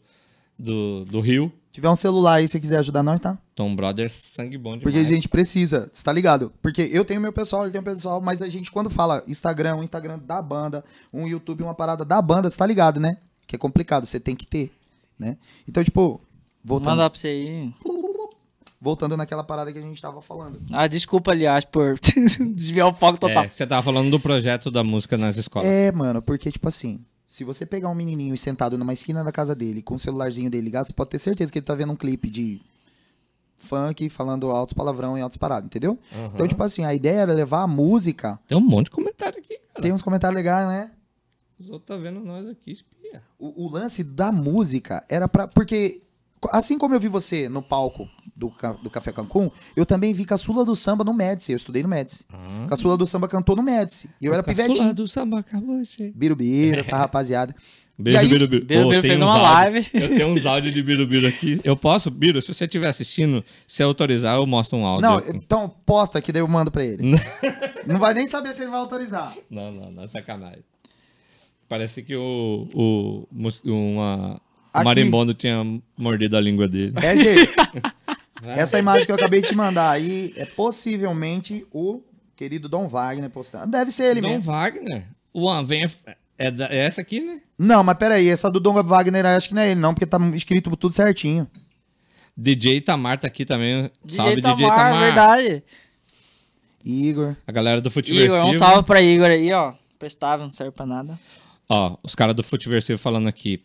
S3: do, do rio.
S2: Tiver um celular aí, se quiser ajudar nós, tá?
S3: Tom Brothers, sangue bom demais.
S2: Porque a gente precisa, você tá ligado? Porque eu tenho meu pessoal, ele tem o pessoal, mas a gente quando fala Instagram, um Instagram da banda, um YouTube, uma parada da banda, você tá ligado, né? Que é complicado, você tem que ter, né? Então, tipo,
S1: Vou
S2: voltando
S1: mandar pra você aí.
S2: voltando naquela parada que a gente estava falando.
S1: Ah, desculpa, aliás, por [LAUGHS] desviar o foco total.
S3: É, você tava falando do projeto da música nas escolas.
S2: É, mano, porque, tipo assim, se você pegar um menininho sentado numa esquina da casa dele, com o celularzinho dele ligado, você pode ter certeza que ele tá vendo um clipe de funk falando altos palavrão e altos paradas, entendeu?
S3: Aham.
S2: Então, tipo assim, a ideia era levar a música.
S3: Tem um monte de comentário aqui, cara.
S2: Tem uns comentários legais, né?
S3: Os outros tá vendo nós aqui, espia.
S2: O, o lance da música era pra. Porque, assim como eu vi você no palco do, Ca- do Café Cancún, eu também vi Caçula do Samba no Médici. Eu estudei no Médici.
S3: Ah.
S2: Caçula do Samba cantou no Médici. E eu era
S3: Caçula
S2: pivetinho.
S3: do samba caboche.
S2: Birubiru, essa rapaziada.
S3: Beijo,
S2: aí-
S3: Birubiru. Biru.
S1: Birubiru
S3: tem
S1: fez
S3: uns
S1: uma
S3: áudio-
S1: live.
S3: Eu tenho uns áudios de Birubiru aqui. [LAUGHS] Eu posso? Biru, se você estiver assistindo, se autorizar, eu mostro um áudio.
S2: Não, então posta que daí eu mando pra ele. Não vai nem saber se ele vai autorizar.
S3: Não, não, não, sacanagem. Parece que o, o mus- uma, o
S2: Aqui.
S3: marimbondo tinha mordido a língua dele.
S2: É, gente. Essa imagem que eu acabei de te mandar aí é possivelmente o querido Dom Wagner postando. Deve ser ele
S3: Dom
S2: mesmo.
S3: Wagner. Uan, vem. a- É, da- é essa aqui, né?
S2: Não, mas peraí, essa do Dom Wagner acho que não é ele, não, porque tá escrito tudo certinho.
S3: DJ Tamar tá aqui também. Salve,
S1: Direito
S3: DJ
S1: Amar,
S3: Tamar.
S1: verdade.
S2: Igor.
S3: A galera do Futeversivo.
S1: Igor, um salve pra Igor aí, ó. Prestável, não serve pra nada.
S3: Ó, os caras do Futeversivo falando aqui.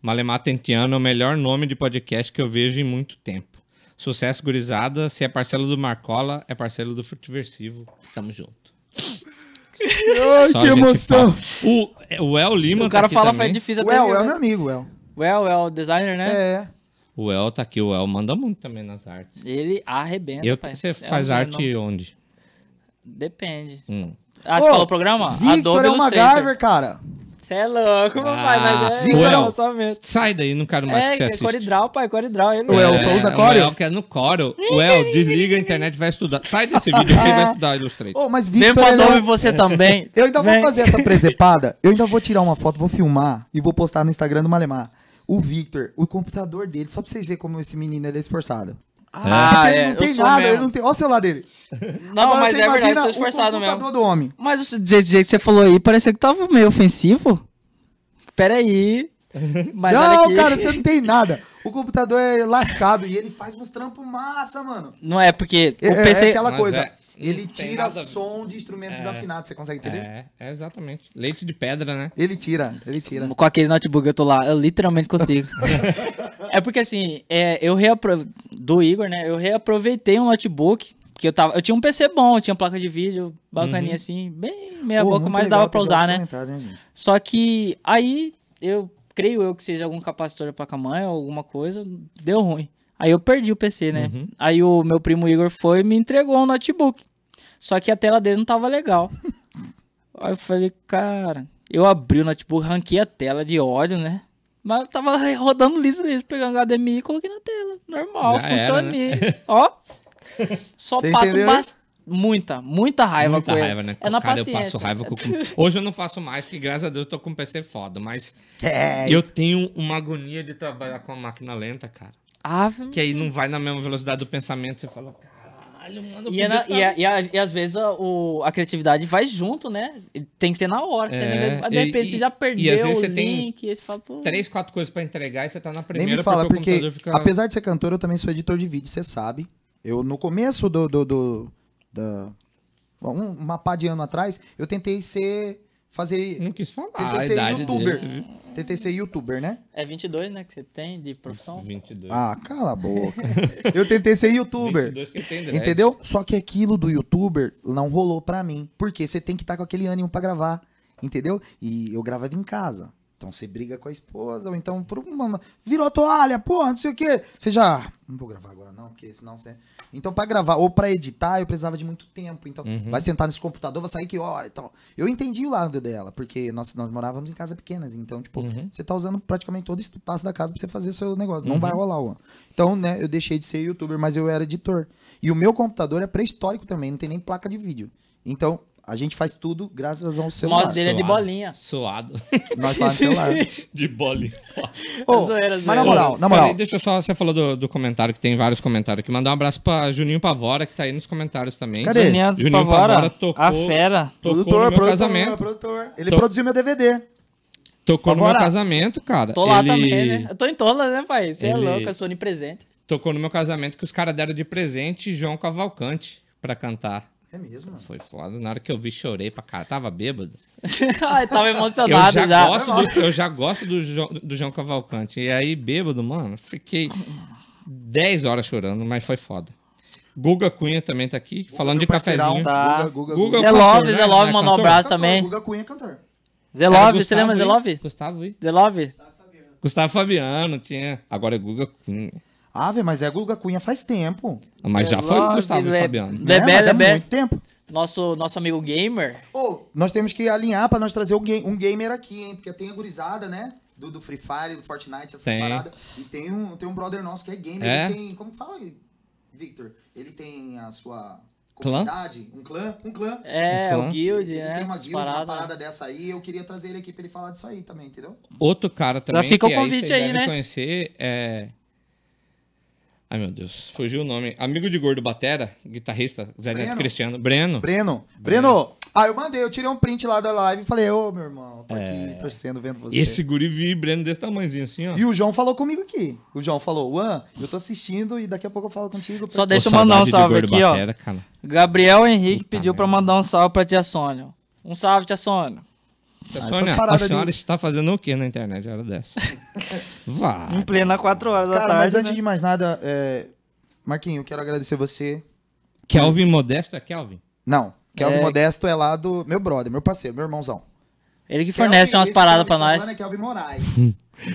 S3: Malemata Entiano é o melhor nome de podcast que eu vejo em muito tempo. Sucesso gurizada. Se é parcela do Marcola, é parcela do Futeversivo. Tamo junto.
S2: Ai,
S3: Só gente fala. O, é, o El Lima
S1: o cara
S3: tá aqui
S1: fala,
S3: também.
S1: foi difícil
S2: O
S1: até.
S2: El,
S1: eu,
S2: El é meu
S1: né?
S2: amigo, o El.
S1: Well, well, designer, né?
S2: É.
S3: O El tá aqui. O El manda muito também nas artes.
S1: Ele arrebenta.
S3: Eu,
S1: pai.
S3: você
S1: É
S3: faz
S1: um
S3: arte
S1: gênio.
S3: onde?
S1: Depende.
S3: Hum.
S1: Ah, você
S2: Ô,
S1: falou o programa?
S2: Victor
S1: Adobe
S2: é o
S1: Illustrator.
S2: MacGyver, cara.
S1: Você é louco, meu
S3: Ah,
S1: pai, mas é.
S2: Victor
S1: é
S2: é
S3: o-
S1: lançamento.
S3: Sai daí, não quero mais
S1: É,
S3: que você
S1: que é
S3: assista.
S1: Coridral, pai, Coridral. Ele
S2: O El
S1: É.
S2: só usa
S3: O
S2: Corel?
S3: El que é no Corel. O El, desliga a internet e vai estudar. Sai desse vídeo aqui e
S1: [LAUGHS] É.
S3: vai estudar Illustrator.
S2: Ô, mas
S1: Vem
S2: Victor.
S1: pro
S2: ele é-
S1: Adobe você também.
S2: [LAUGHS] Eu ainda vou
S1: Vem.
S2: fazer essa [LAUGHS] presepada. Eu ainda vou tirar uma foto, vou filmar e vou postar no Instagram do Malemar. O Victor, o computador dele, só pra vocês verem como esse menino ele é esforçado.
S1: Ah,
S2: ele
S1: é.
S2: não tem
S1: eu sou
S2: nada,
S1: mesmo.
S2: ele não tem. Olha o celular dele.
S1: Não,
S2: Agora
S1: mas é verdade,
S2: você
S1: eu
S2: imagina
S1: sou esforçado
S2: o
S1: mesmo.
S2: computador do homem.
S1: Mas o jeito jeito que você falou aí parecia que tava meio ofensivo. [LAUGHS] Peraí. Mas olha
S2: não,
S1: aqui.
S2: cara, você não tem nada. O computador é lascado e ele faz uns trampos massa, mano.
S1: Não é porque
S2: É,
S1: o
S2: é
S1: PC.
S2: aquela
S3: Mas
S2: coisa.
S3: é, não
S2: ele
S3: tem
S2: tira
S3: nada a ver.
S2: som de instrumentos
S1: É.
S2: desafinados, você consegue entender?
S3: É, é exatamente. Leite de pedra, né?
S2: Ele tira, ele tira.
S1: Com aquele notebook eu tô lá, eu literalmente
S2: [LAUGHS]
S1: consigo. é porque assim, é, eu reapro... do Igor, né? Eu reaproveitei um notebook. Que eu, tava, eu tinha um PC bom, eu tinha placa de vídeo, bacaninha assim, bem meia
S2: Pô,
S1: boca,
S2: muito
S1: mas
S2: legal
S1: dava pra
S2: ter
S1: usar,
S2: vários
S1: né?
S2: comentários, gente?
S1: Só que aí eu creio eu que seja algum capacitor da placa-mãe ou alguma coisa, deu ruim. Aí eu perdi o PC, né?
S3: Uhum.
S1: Aí o meu primo Igor foi e me entregou um notebook. Só que a tela dele não tava
S3: [LAUGHS]
S1: legal. aí eu falei, cara, eu abri o notebook, ranquei a tela de óleo, né? Mas tava rodando liso liso, pegando HDMI e coloquei na tela. Normal,
S3: Já era, né?
S1: funcionei. [LAUGHS] Ó. Só
S2: Você
S1: passo
S2: entendeu?
S1: bas- muita, muita raiva
S3: Muita
S1: com ele.
S3: raiva, né?
S1: É na
S3: Cara, eu
S1: paciência.
S3: passo raiva com... Hoje eu não passo mais, que graças a Deus eu tô com um PC foda, mas
S2: Que é
S3: eu
S2: isso?
S3: tenho uma agonia de trabalhar com a máquina lenta, cara.
S1: Ave
S3: Que aí não vai na mesma velocidade do pensamento, você fala, caralho, mano, eu
S1: E, é na-
S3: podia
S1: e,
S3: tá-
S1: é- e a- e às vezes a, o- a criatividade vai junto, né? Tem que ser na hora.
S3: É,
S1: você não- de
S3: e-
S1: repente
S3: e-
S1: você já
S3: e às
S1: perdeu
S3: vezes
S1: o
S3: você tem
S1: link. e você fala, pô,
S3: Três, quatro coisas pra entregar e você tá na
S2: Nem
S3: primeira
S2: me fala,
S3: porque, o
S2: porque,
S3: computador fica...
S2: apesar de ser cantor, eu também sou editor de vídeo, você sabe. Eu, no começo do. do, do- da, bom, um- uma pá de ano atrás, eu tentei ser. Fazer.
S3: Não quis falar
S2: Tentei
S3: Ah, a
S2: ser
S3: idade
S2: youtuber.
S3: dele.
S2: Tentei ser youtuber, né?
S1: É 22, né? Que você tem de profissão.
S3: 22.
S2: Ah, cala a boca. eu tentei
S3: [LAUGHS]
S2: ser youtuber.
S3: 22 que ele tem dread.
S2: Entendeu? Só que aquilo do youtuber não rolou pra mim. Porque você tem que estar com aquele ânimo pra gravar. Entendeu? E eu gravava em casa. Então você briga com a esposa, ou então por uma. Virou toalha, porra, não sei o quê. Você já. Não vou gravar agora, não, porque senão você. Então, pra gravar ou pra editar, eu precisava de muito tempo. Então,
S3: Uhum.
S2: vai sentar nesse computador, vai sair que hora e tal. Eu entendi o lado dela, porque nós, nós morávamos em casa pequenas. Então, tipo,
S3: Uhum.
S2: você tá usando praticamente todo o espaço da casa pra você fazer seu negócio.
S1: Uhum.
S2: Não vai rolar, ó. Então, né, eu deixei de ser youtuber, mas eu era editor. E o meu computador é pré-histórico também, não tem nem placa de vídeo. Então, a gente faz tudo graças ao
S1: O
S2: celular.
S1: mouse dele é de
S3: Suado.
S1: bolinha.
S3: Suado. [LAUGHS]
S2: Nós falamos celular.
S1: [LAUGHS]
S3: de bolinha.
S2: Ô,
S1: É Zoeira,
S2: mas na
S1: zoeira.
S2: moral, na moral.
S3: Peraí, deixa eu só. Você falou do, do comentário, que tem vários comentários aqui. Mandar um abraço pra Juninho Pavora, que tá aí nos comentários também.
S2: Cadê?
S1: Juninho
S3: Juninho
S1: Pavora,
S3: Pavora tocou-
S1: a fera.
S3: Tocou no meu casamento.
S2: produtor. Ele
S3: To-
S2: produziu meu DVD.
S3: Tocou no meu
S2: Pavora.
S3: casamento, cara.
S1: Tô lá
S3: Ele
S1: também, né? Eu tô em todas, né, pai? Você é
S3: Ele-
S1: louco, eu sou onipresente. [LAUGHS]
S3: Tocou no meu casamento que os caras deram de presente João Cavalcante pra cantar.
S2: É mesmo?
S3: Foi foda. Na hora que eu vi, chorei pra cá. Tava bêbado.
S1: Ai, tava
S3: Eu
S1: emocionado
S3: já,
S1: Tá já.
S3: gosto do, eu já gosto do João, do João Cavalcante. E aí, bêbado, mano, fiquei 10 horas chorando, mas foi foda. Guga Cunha também tá aqui, falando de cafezinho.
S1: Tá.
S2: Guga, Guga,
S3: Guga
S2: Guga.
S1: Zé Love,
S3: né?
S1: Zé Love
S3: Né,
S1: mandou um
S3: cantor?
S1: abraço
S2: Cantor,
S1: também.
S2: Guga Cunha é cantor.
S1: Zé
S3: Era
S1: Love, você
S3: Gustavo,
S1: lembra Zé
S3: hein?
S1: Love?
S3: Gustavo, hein?
S1: Zé Love?
S3: Gustavo Fabiano tinha. Agora é Guga Cunha.
S2: Ave, mas é Guga Cunha faz tempo.
S3: Mas
S1: Zé
S3: já foi
S1: Love,
S3: Gustavo
S1: Zé-
S3: Fabiano.
S1: Bebé,
S2: Mas
S1: Bebé.
S2: É muito tempo.
S1: Nosso, nosso amigo gamer.
S2: Ô, nós temos que alinhar pra nós trazer um, ga- um gamer aqui, hein? Porque tem a gurizada, né? Do, do Free Fire, do Fortnite, essas
S3: Tem.
S2: paradas. E tem um, tem um brother nosso que é gamer.
S3: É?
S2: Ele tem. Como fala aí, Victor? Ele tem a sua
S3: Clã?
S2: comunidade? Um clã? Um clã.
S1: É,
S3: Então.
S1: o Guild,
S2: ele
S1: né?
S2: tem uma
S1: essas
S2: guild, uma
S1: paradas.
S2: parada dessa aí. Eu queria trazer ele aqui pra ele falar disso aí também, entendeu?
S3: Outro cara também.
S1: fica o
S3: que
S1: convite
S3: vocês
S1: aí,
S3: devem
S1: né?
S3: conhecer é. Ai meu Deus, fugiu o nome. Amigo de Gordo Batera, guitarrista, Zé Neto
S2: Breno.
S3: Cristiano. Breno.
S2: Breno, Breno! Ah, eu mandei, eu tirei um print lá da live e falei, ô meu irmão, tô aqui torcendo, vendo você.
S3: É. Esse guri vi Breno desse tamanhozinho assim, ó.
S2: E o João falou comigo aqui. O João falou, Juan, eu tô assistindo e daqui a pouco eu falo contigo.
S1: Só
S2: porque
S1: deixa eu
S3: Pô,
S1: mandar um
S3: saudade de
S1: salve
S3: Gordo
S1: aqui, ó. Ah,
S3: Batera, cara.
S1: Gabriel Henrique pediu pra
S3: merda.
S1: mandar um salve pra tia Sônia. Um salve, tia Sônia. Ah,
S2: essas
S3: Sônia, Então, né, a
S2: paradas
S3: senhora
S2: de-
S3: está fazendo o que na internet a
S1: [LAUGHS]
S3: hora dessa? Vá.
S1: Em plena 4 horas da
S2: Cara, mas
S1: tarde.
S2: antes
S1: né?
S2: de mais nada, é... Marquinho, eu quero agradecer você.
S3: Kelvin Modesto é Kelvin?
S2: Não, Kelvin
S1: É.
S2: Modesto é lá do meu brother, meu parceiro, meu irmãozão.
S1: Ele que fornece
S2: Kelvin,
S1: umas
S2: esse
S1: paradas pra
S2: Kelvin
S1: nós.
S2: Santana É Kelvin
S1: [LAUGHS]
S2: Moraes.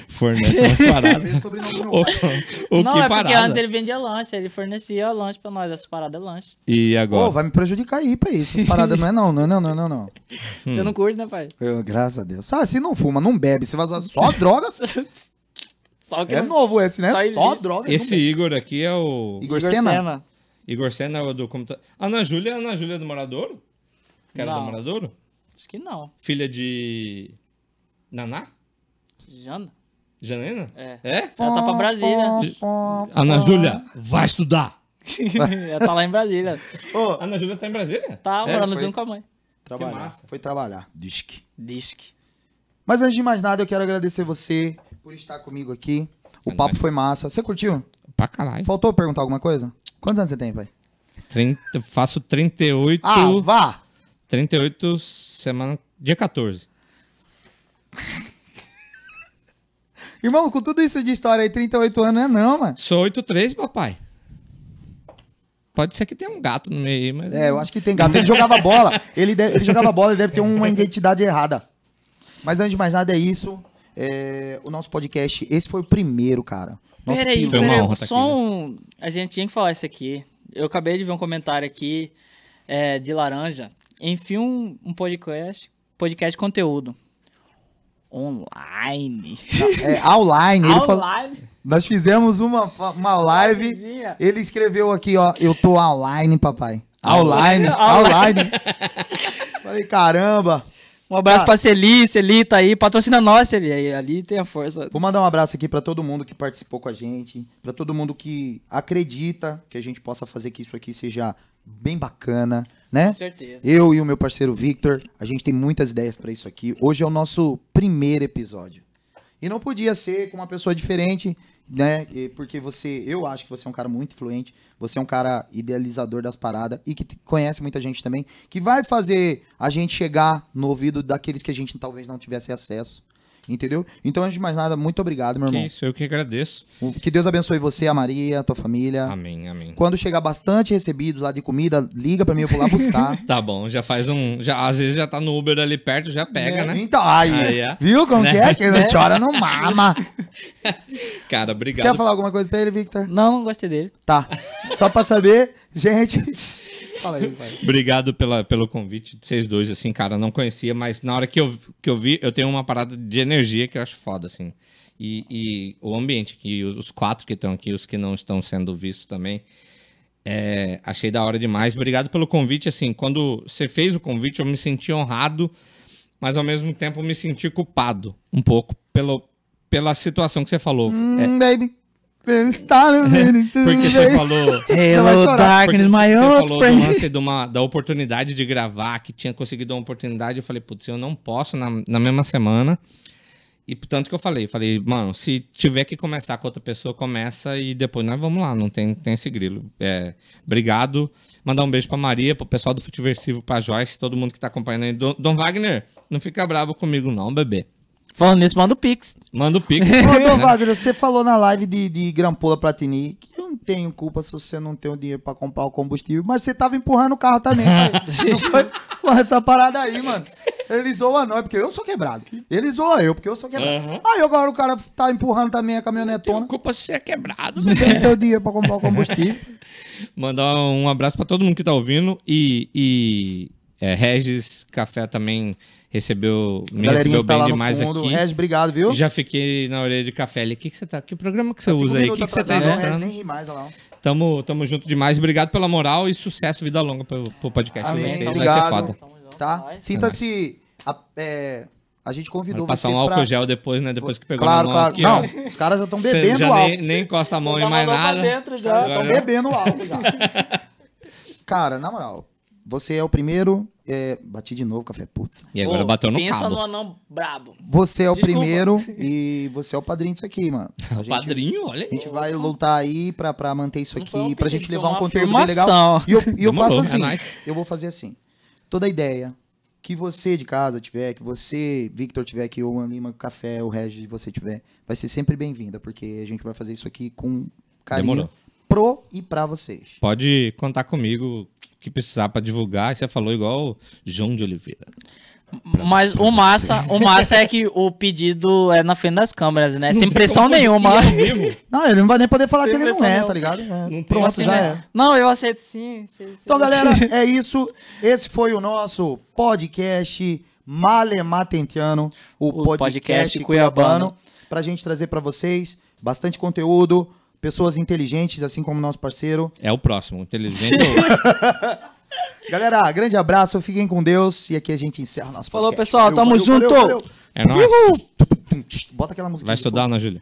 S3: Fornece umas paradas.
S2: Primeiro sobrenome do meu
S3: o,
S2: pai.
S3: o
S1: não,
S3: que
S1: é porque
S3: parada.
S1: antes ele vendia lanche, ele fornecia lanche pra nós, essas paradas é lanche.
S3: E agora?
S2: Ô, vai me prejudicar aí, pai. Essas paradas não é não, não é não, não é não, não.
S3: Hum.
S1: Você não curte, né, pai?
S2: Eu, graças a Deus. Ah, se não fuma, não bebe, você vai
S1: [LAUGHS]
S2: usar só droga.
S1: Só que
S2: É
S1: não...
S2: novo esse, né?
S1: Só
S2: Só,
S1: ilícito.
S2: droga. não
S3: Esse
S2: bebe.
S3: Igor aqui é o.
S2: Igor Senna?
S3: Igor Senna é o do computador. Ana Júlia, Ana Júlia é do Moradouro? Que era
S1: Não.
S3: do Moradouro?
S1: Acho que não.
S3: Filha de. Naná?
S1: Jana?
S3: Janena?
S1: É. [LAUGHS]
S3: É?
S1: Ela tá pra Brasília.
S3: Ana Júlia, vai estudar!
S1: Ela tá lá em Brasília.
S2: Ô,
S3: Ana Júlia tá em Brasília?
S1: Tá
S3: Sério?
S1: morando
S2: foi?
S1: junto com a mãe.
S3: Que
S2: trabalhar.
S3: massa.
S2: Foi trabalhar. Disque.
S1: Disque.
S2: Mas antes de mais nada, eu quero agradecer você por estar comigo aqui. O
S3: É
S2: papo
S3: nóis.
S2: foi massa. Você curtiu?
S3: Pra caralho.
S2: Faltou perguntar alguma coisa? Quantos anos você tem, pai?
S3: 30, faço 38.
S2: Ah, vá!
S3: 38 semana. Dia 14.
S2: Irmão, com tudo isso de história aí, 38 anos não é não, mano.
S3: Sou 83, papai. Pode ser que tenha um gato no meio aí, mas.
S2: É, eu acho que tem gato. Ele jogava bola. Ele, deve- ele jogava bola, ele deve ter uma identidade errada. Mas antes de mais nada, é isso. É, o nosso podcast, esse foi o primeiro, cara. Nosso
S1: Peraí,
S2: piloto.
S3: Foi uma
S1: peraí.
S3: honra tá
S1: Só
S3: aqui,
S1: um... A gente tinha que falar isso aqui. Eu acabei de ver um comentário aqui é, de laranja. Enfim, um, um podcast, podcast de conteúdo. Online.
S2: É, online. Ele falou-
S1: Online.
S2: nós fizemos uma, uma live.
S1: vizinha.
S2: Ele escreveu aqui, ó, eu tô online, papai. Online, online. Falei, caramba.
S1: Um abraço
S2: Ah.
S1: pra Celi, Celi tá aí. Patrocina nós, Celi. Aí, ali tem a força.
S2: Vou mandar um abraço aqui pra todo mundo que participou com a gente, pra todo mundo que acredita que a gente possa fazer que isso aqui seja bem bacana, né?
S1: Com certeza.
S2: Eu e o meu parceiro Victor, a gente tem muitas ideias pra isso aqui. Hoje é o nosso primeiro episódio. E não podia ser com uma pessoa diferente, né? E Porque você, eu acho que você é um cara muito influente, você é um cara idealizador das paradas e que t- conhece muita gente também, que vai fazer a gente chegar no ouvido daqueles que a gente talvez não tivesse acesso. Entendeu? Então, antes de mais nada, muito obrigado, meu
S3: Que
S2: irmão.
S3: isso, eu que agradeço.
S2: O- Que Deus abençoe você, a Maria, a tua família.
S3: Amém, amém.
S2: Quando chegar bastante recebidos lá de comida, liga pra mim, eu vou lá
S3: [LAUGHS]
S2: buscar.
S3: Tá bom, já faz um. Já, às vezes já tá no Uber ali perto, já pega, né?
S2: Então, aí,
S3: Aí, é.
S2: viu como
S3: Né?
S2: que é? Quem não chora não
S3: [LAUGHS]
S2: mama.
S3: Cara,
S2: Quer
S3: obrigado.
S2: falar alguma coisa pra ele, Victor?
S1: Não, não gostei dele.
S2: Tá. Só pra saber, gente. Fala aí, vai.
S3: Obrigado pela, pelo convite de vocês dois, assim, cara. Não conhecia, mas na hora que eu, que eu vi, eu tenho uma parada de energia que eu acho foda, assim. E, e o ambiente aqui, os quatro que estão aqui, os que não estão sendo vistos também. é, achei da hora demais. Obrigado pelo convite, assim. Quando você fez o convite, eu me senti honrado, mas ao mesmo tempo me senti culpado um pouco pelo, pela situação que você falou. É,
S2: Hum, baby. Baby, está no meio, tudo
S3: [LAUGHS] porque você
S2: bem.
S3: falou.
S2: [LAUGHS] vai
S1: Hello,
S2: chorar,
S3: Porque
S1: darkness, my
S3: você
S1: old
S3: falou do
S1: friend.
S3: lance de uma, da oportunidade de gravar, que tinha conseguido uma oportunidade. Eu falei, putz, eu não posso na, na mesma semana. E tanto que eu falei, falei, mano, se tiver que começar com outra pessoa, começa e depois nós vamos lá, não tem, tem esse grilo. É, obrigado. Mandar um beijo pra Maria, pro pessoal do Futiversivo, pra Joyce, todo mundo que tá acompanhando aí. Dom, Dom Wagner, não fica bravo comigo, não, bebê.
S1: Falando nisso, manda o Pix.
S3: Manda o pix.
S2: Ô,
S3: [LAUGHS]
S2: Dom
S3: né?
S2: Wagner, você falou na live de, de Grampola Platini que eu não tenho culpa se você não tem o dinheiro pra comprar o combustível, mas você tava empurrando o carro
S3: [LAUGHS]
S2: também, pai. Não foi com essa parada aí, mano. Ele zoa nós, porque eu sou quebrado. Ele zoa eu, porque eu sou quebrado.
S3: Aham.
S2: Aí agora o cara tá empurrando também a
S3: Tenho
S2: caminhonetona.
S3: culpa se você é quebrado,
S2: Não
S3: velho.
S2: tem o teu dinheiro pra comprar o
S3: [LAUGHS]
S2: combustível.
S3: Mandar um abraço pra todo mundo que tá ouvindo. E, e, é, Regis Café também recebeu, me
S2: Galerinha
S3: recebeu
S2: que tá
S3: bem
S2: lá no
S3: demais
S2: fundo.
S3: aqui.
S2: Regis, obrigado, viu?
S3: Já fiquei na orelha de café ali. Que que você tá? Que programa que você
S2: Tá cinco
S3: usa aí? Que
S2: minutos
S3: que você tá
S2: atrasado, o Regis
S3: inventando?
S2: nem ri mais, olha lá.
S3: Tamo, tamo junto demais. Obrigado pela moral e sucesso, vida longa pro, pro podcast.
S2: Amém,
S3: de vocês. Vai
S2: obrigado.
S3: ser foda.
S2: Tá? Sinta-se... A, é, a gente convidou
S3: Vai passar
S2: você
S3: um álcool
S2: pra...
S3: gel depois, né? Depois que pegou
S2: Claro,
S3: na mão
S2: claro.
S3: aqui, ó.
S2: não, os caras já estão
S3: [LAUGHS] Cê
S2: bebendo
S3: já
S2: álcool.
S3: Nem, nem encosta a mão em mais nada.
S2: Já estão
S3: Agora-
S2: bebendo álcool
S3: [LAUGHS]
S2: já. Cara, na moral, você é o primeiro. é, Bati de novo, café. Putz.
S3: E agora bateu no
S1: Pensa
S3: cabo.
S1: no anão brabo.
S2: Você é o
S1: Desculpa.
S2: primeiro e você é o padrinho disso aqui,
S3: [LAUGHS]
S2: mano. A gente,
S3: Padrinho, olha aí.
S2: a gente vai lutar aí pra, pra manter isso
S1: Não foi
S2: aqui,
S1: um
S2: pra
S1: pedido,
S2: gente
S1: foi
S2: levar um
S1: uma
S2: conteúdo bem legal.
S1: afirmação.
S2: E eu, e eu
S3: Demorou,
S2: faço
S3: é
S2: assim,
S3: nóis.
S2: eu vou fazer assim. Toda ideia que você de casa tiver, que você, Victor, tiver, que o Lima, o Café, o Regis, você tiver, vai ser sempre bem-vinda, porque a gente vai fazer isso aqui com carinho
S3: Demorou.
S2: pro e pra vocês.
S3: Pode contar comigo o que precisar pra divulgar. E Você falou igual o João de Oliveira.
S1: Mas o massa, o massa é que o pedido é na frente das câmeras, né? Sem pressão nenhuma. [LAUGHS]
S2: Não, ele não vai nem poder falar
S1: Sem
S2: que ele não
S1: pressão
S2: é,
S1: não.
S2: tá ligado? É,
S3: tem
S2: Pronto,
S1: Assim,
S2: já
S1: né?
S2: é.
S1: Não, eu aceito sim. sim, sim.
S2: Então, galera, é isso. Esse foi o nosso podcast Malematentiano, o,
S1: O
S2: podcast,
S1: podcast
S2: cuiabano,
S1: cuiabano.
S2: pra gente trazer pra vocês bastante conteúdo, pessoas inteligentes, assim como o nosso parceiro.
S3: É o próximo. Inteligente. é ou-
S2: Galera, grande abraço, fiquem com Deus e aqui a gente encerra o nosso
S1: Falou,
S2: podcast.
S1: pessoal, tamo junto!
S3: É nóis.
S2: Uhul! Bota aquela música.
S3: Vai estudar, Ana Júlia?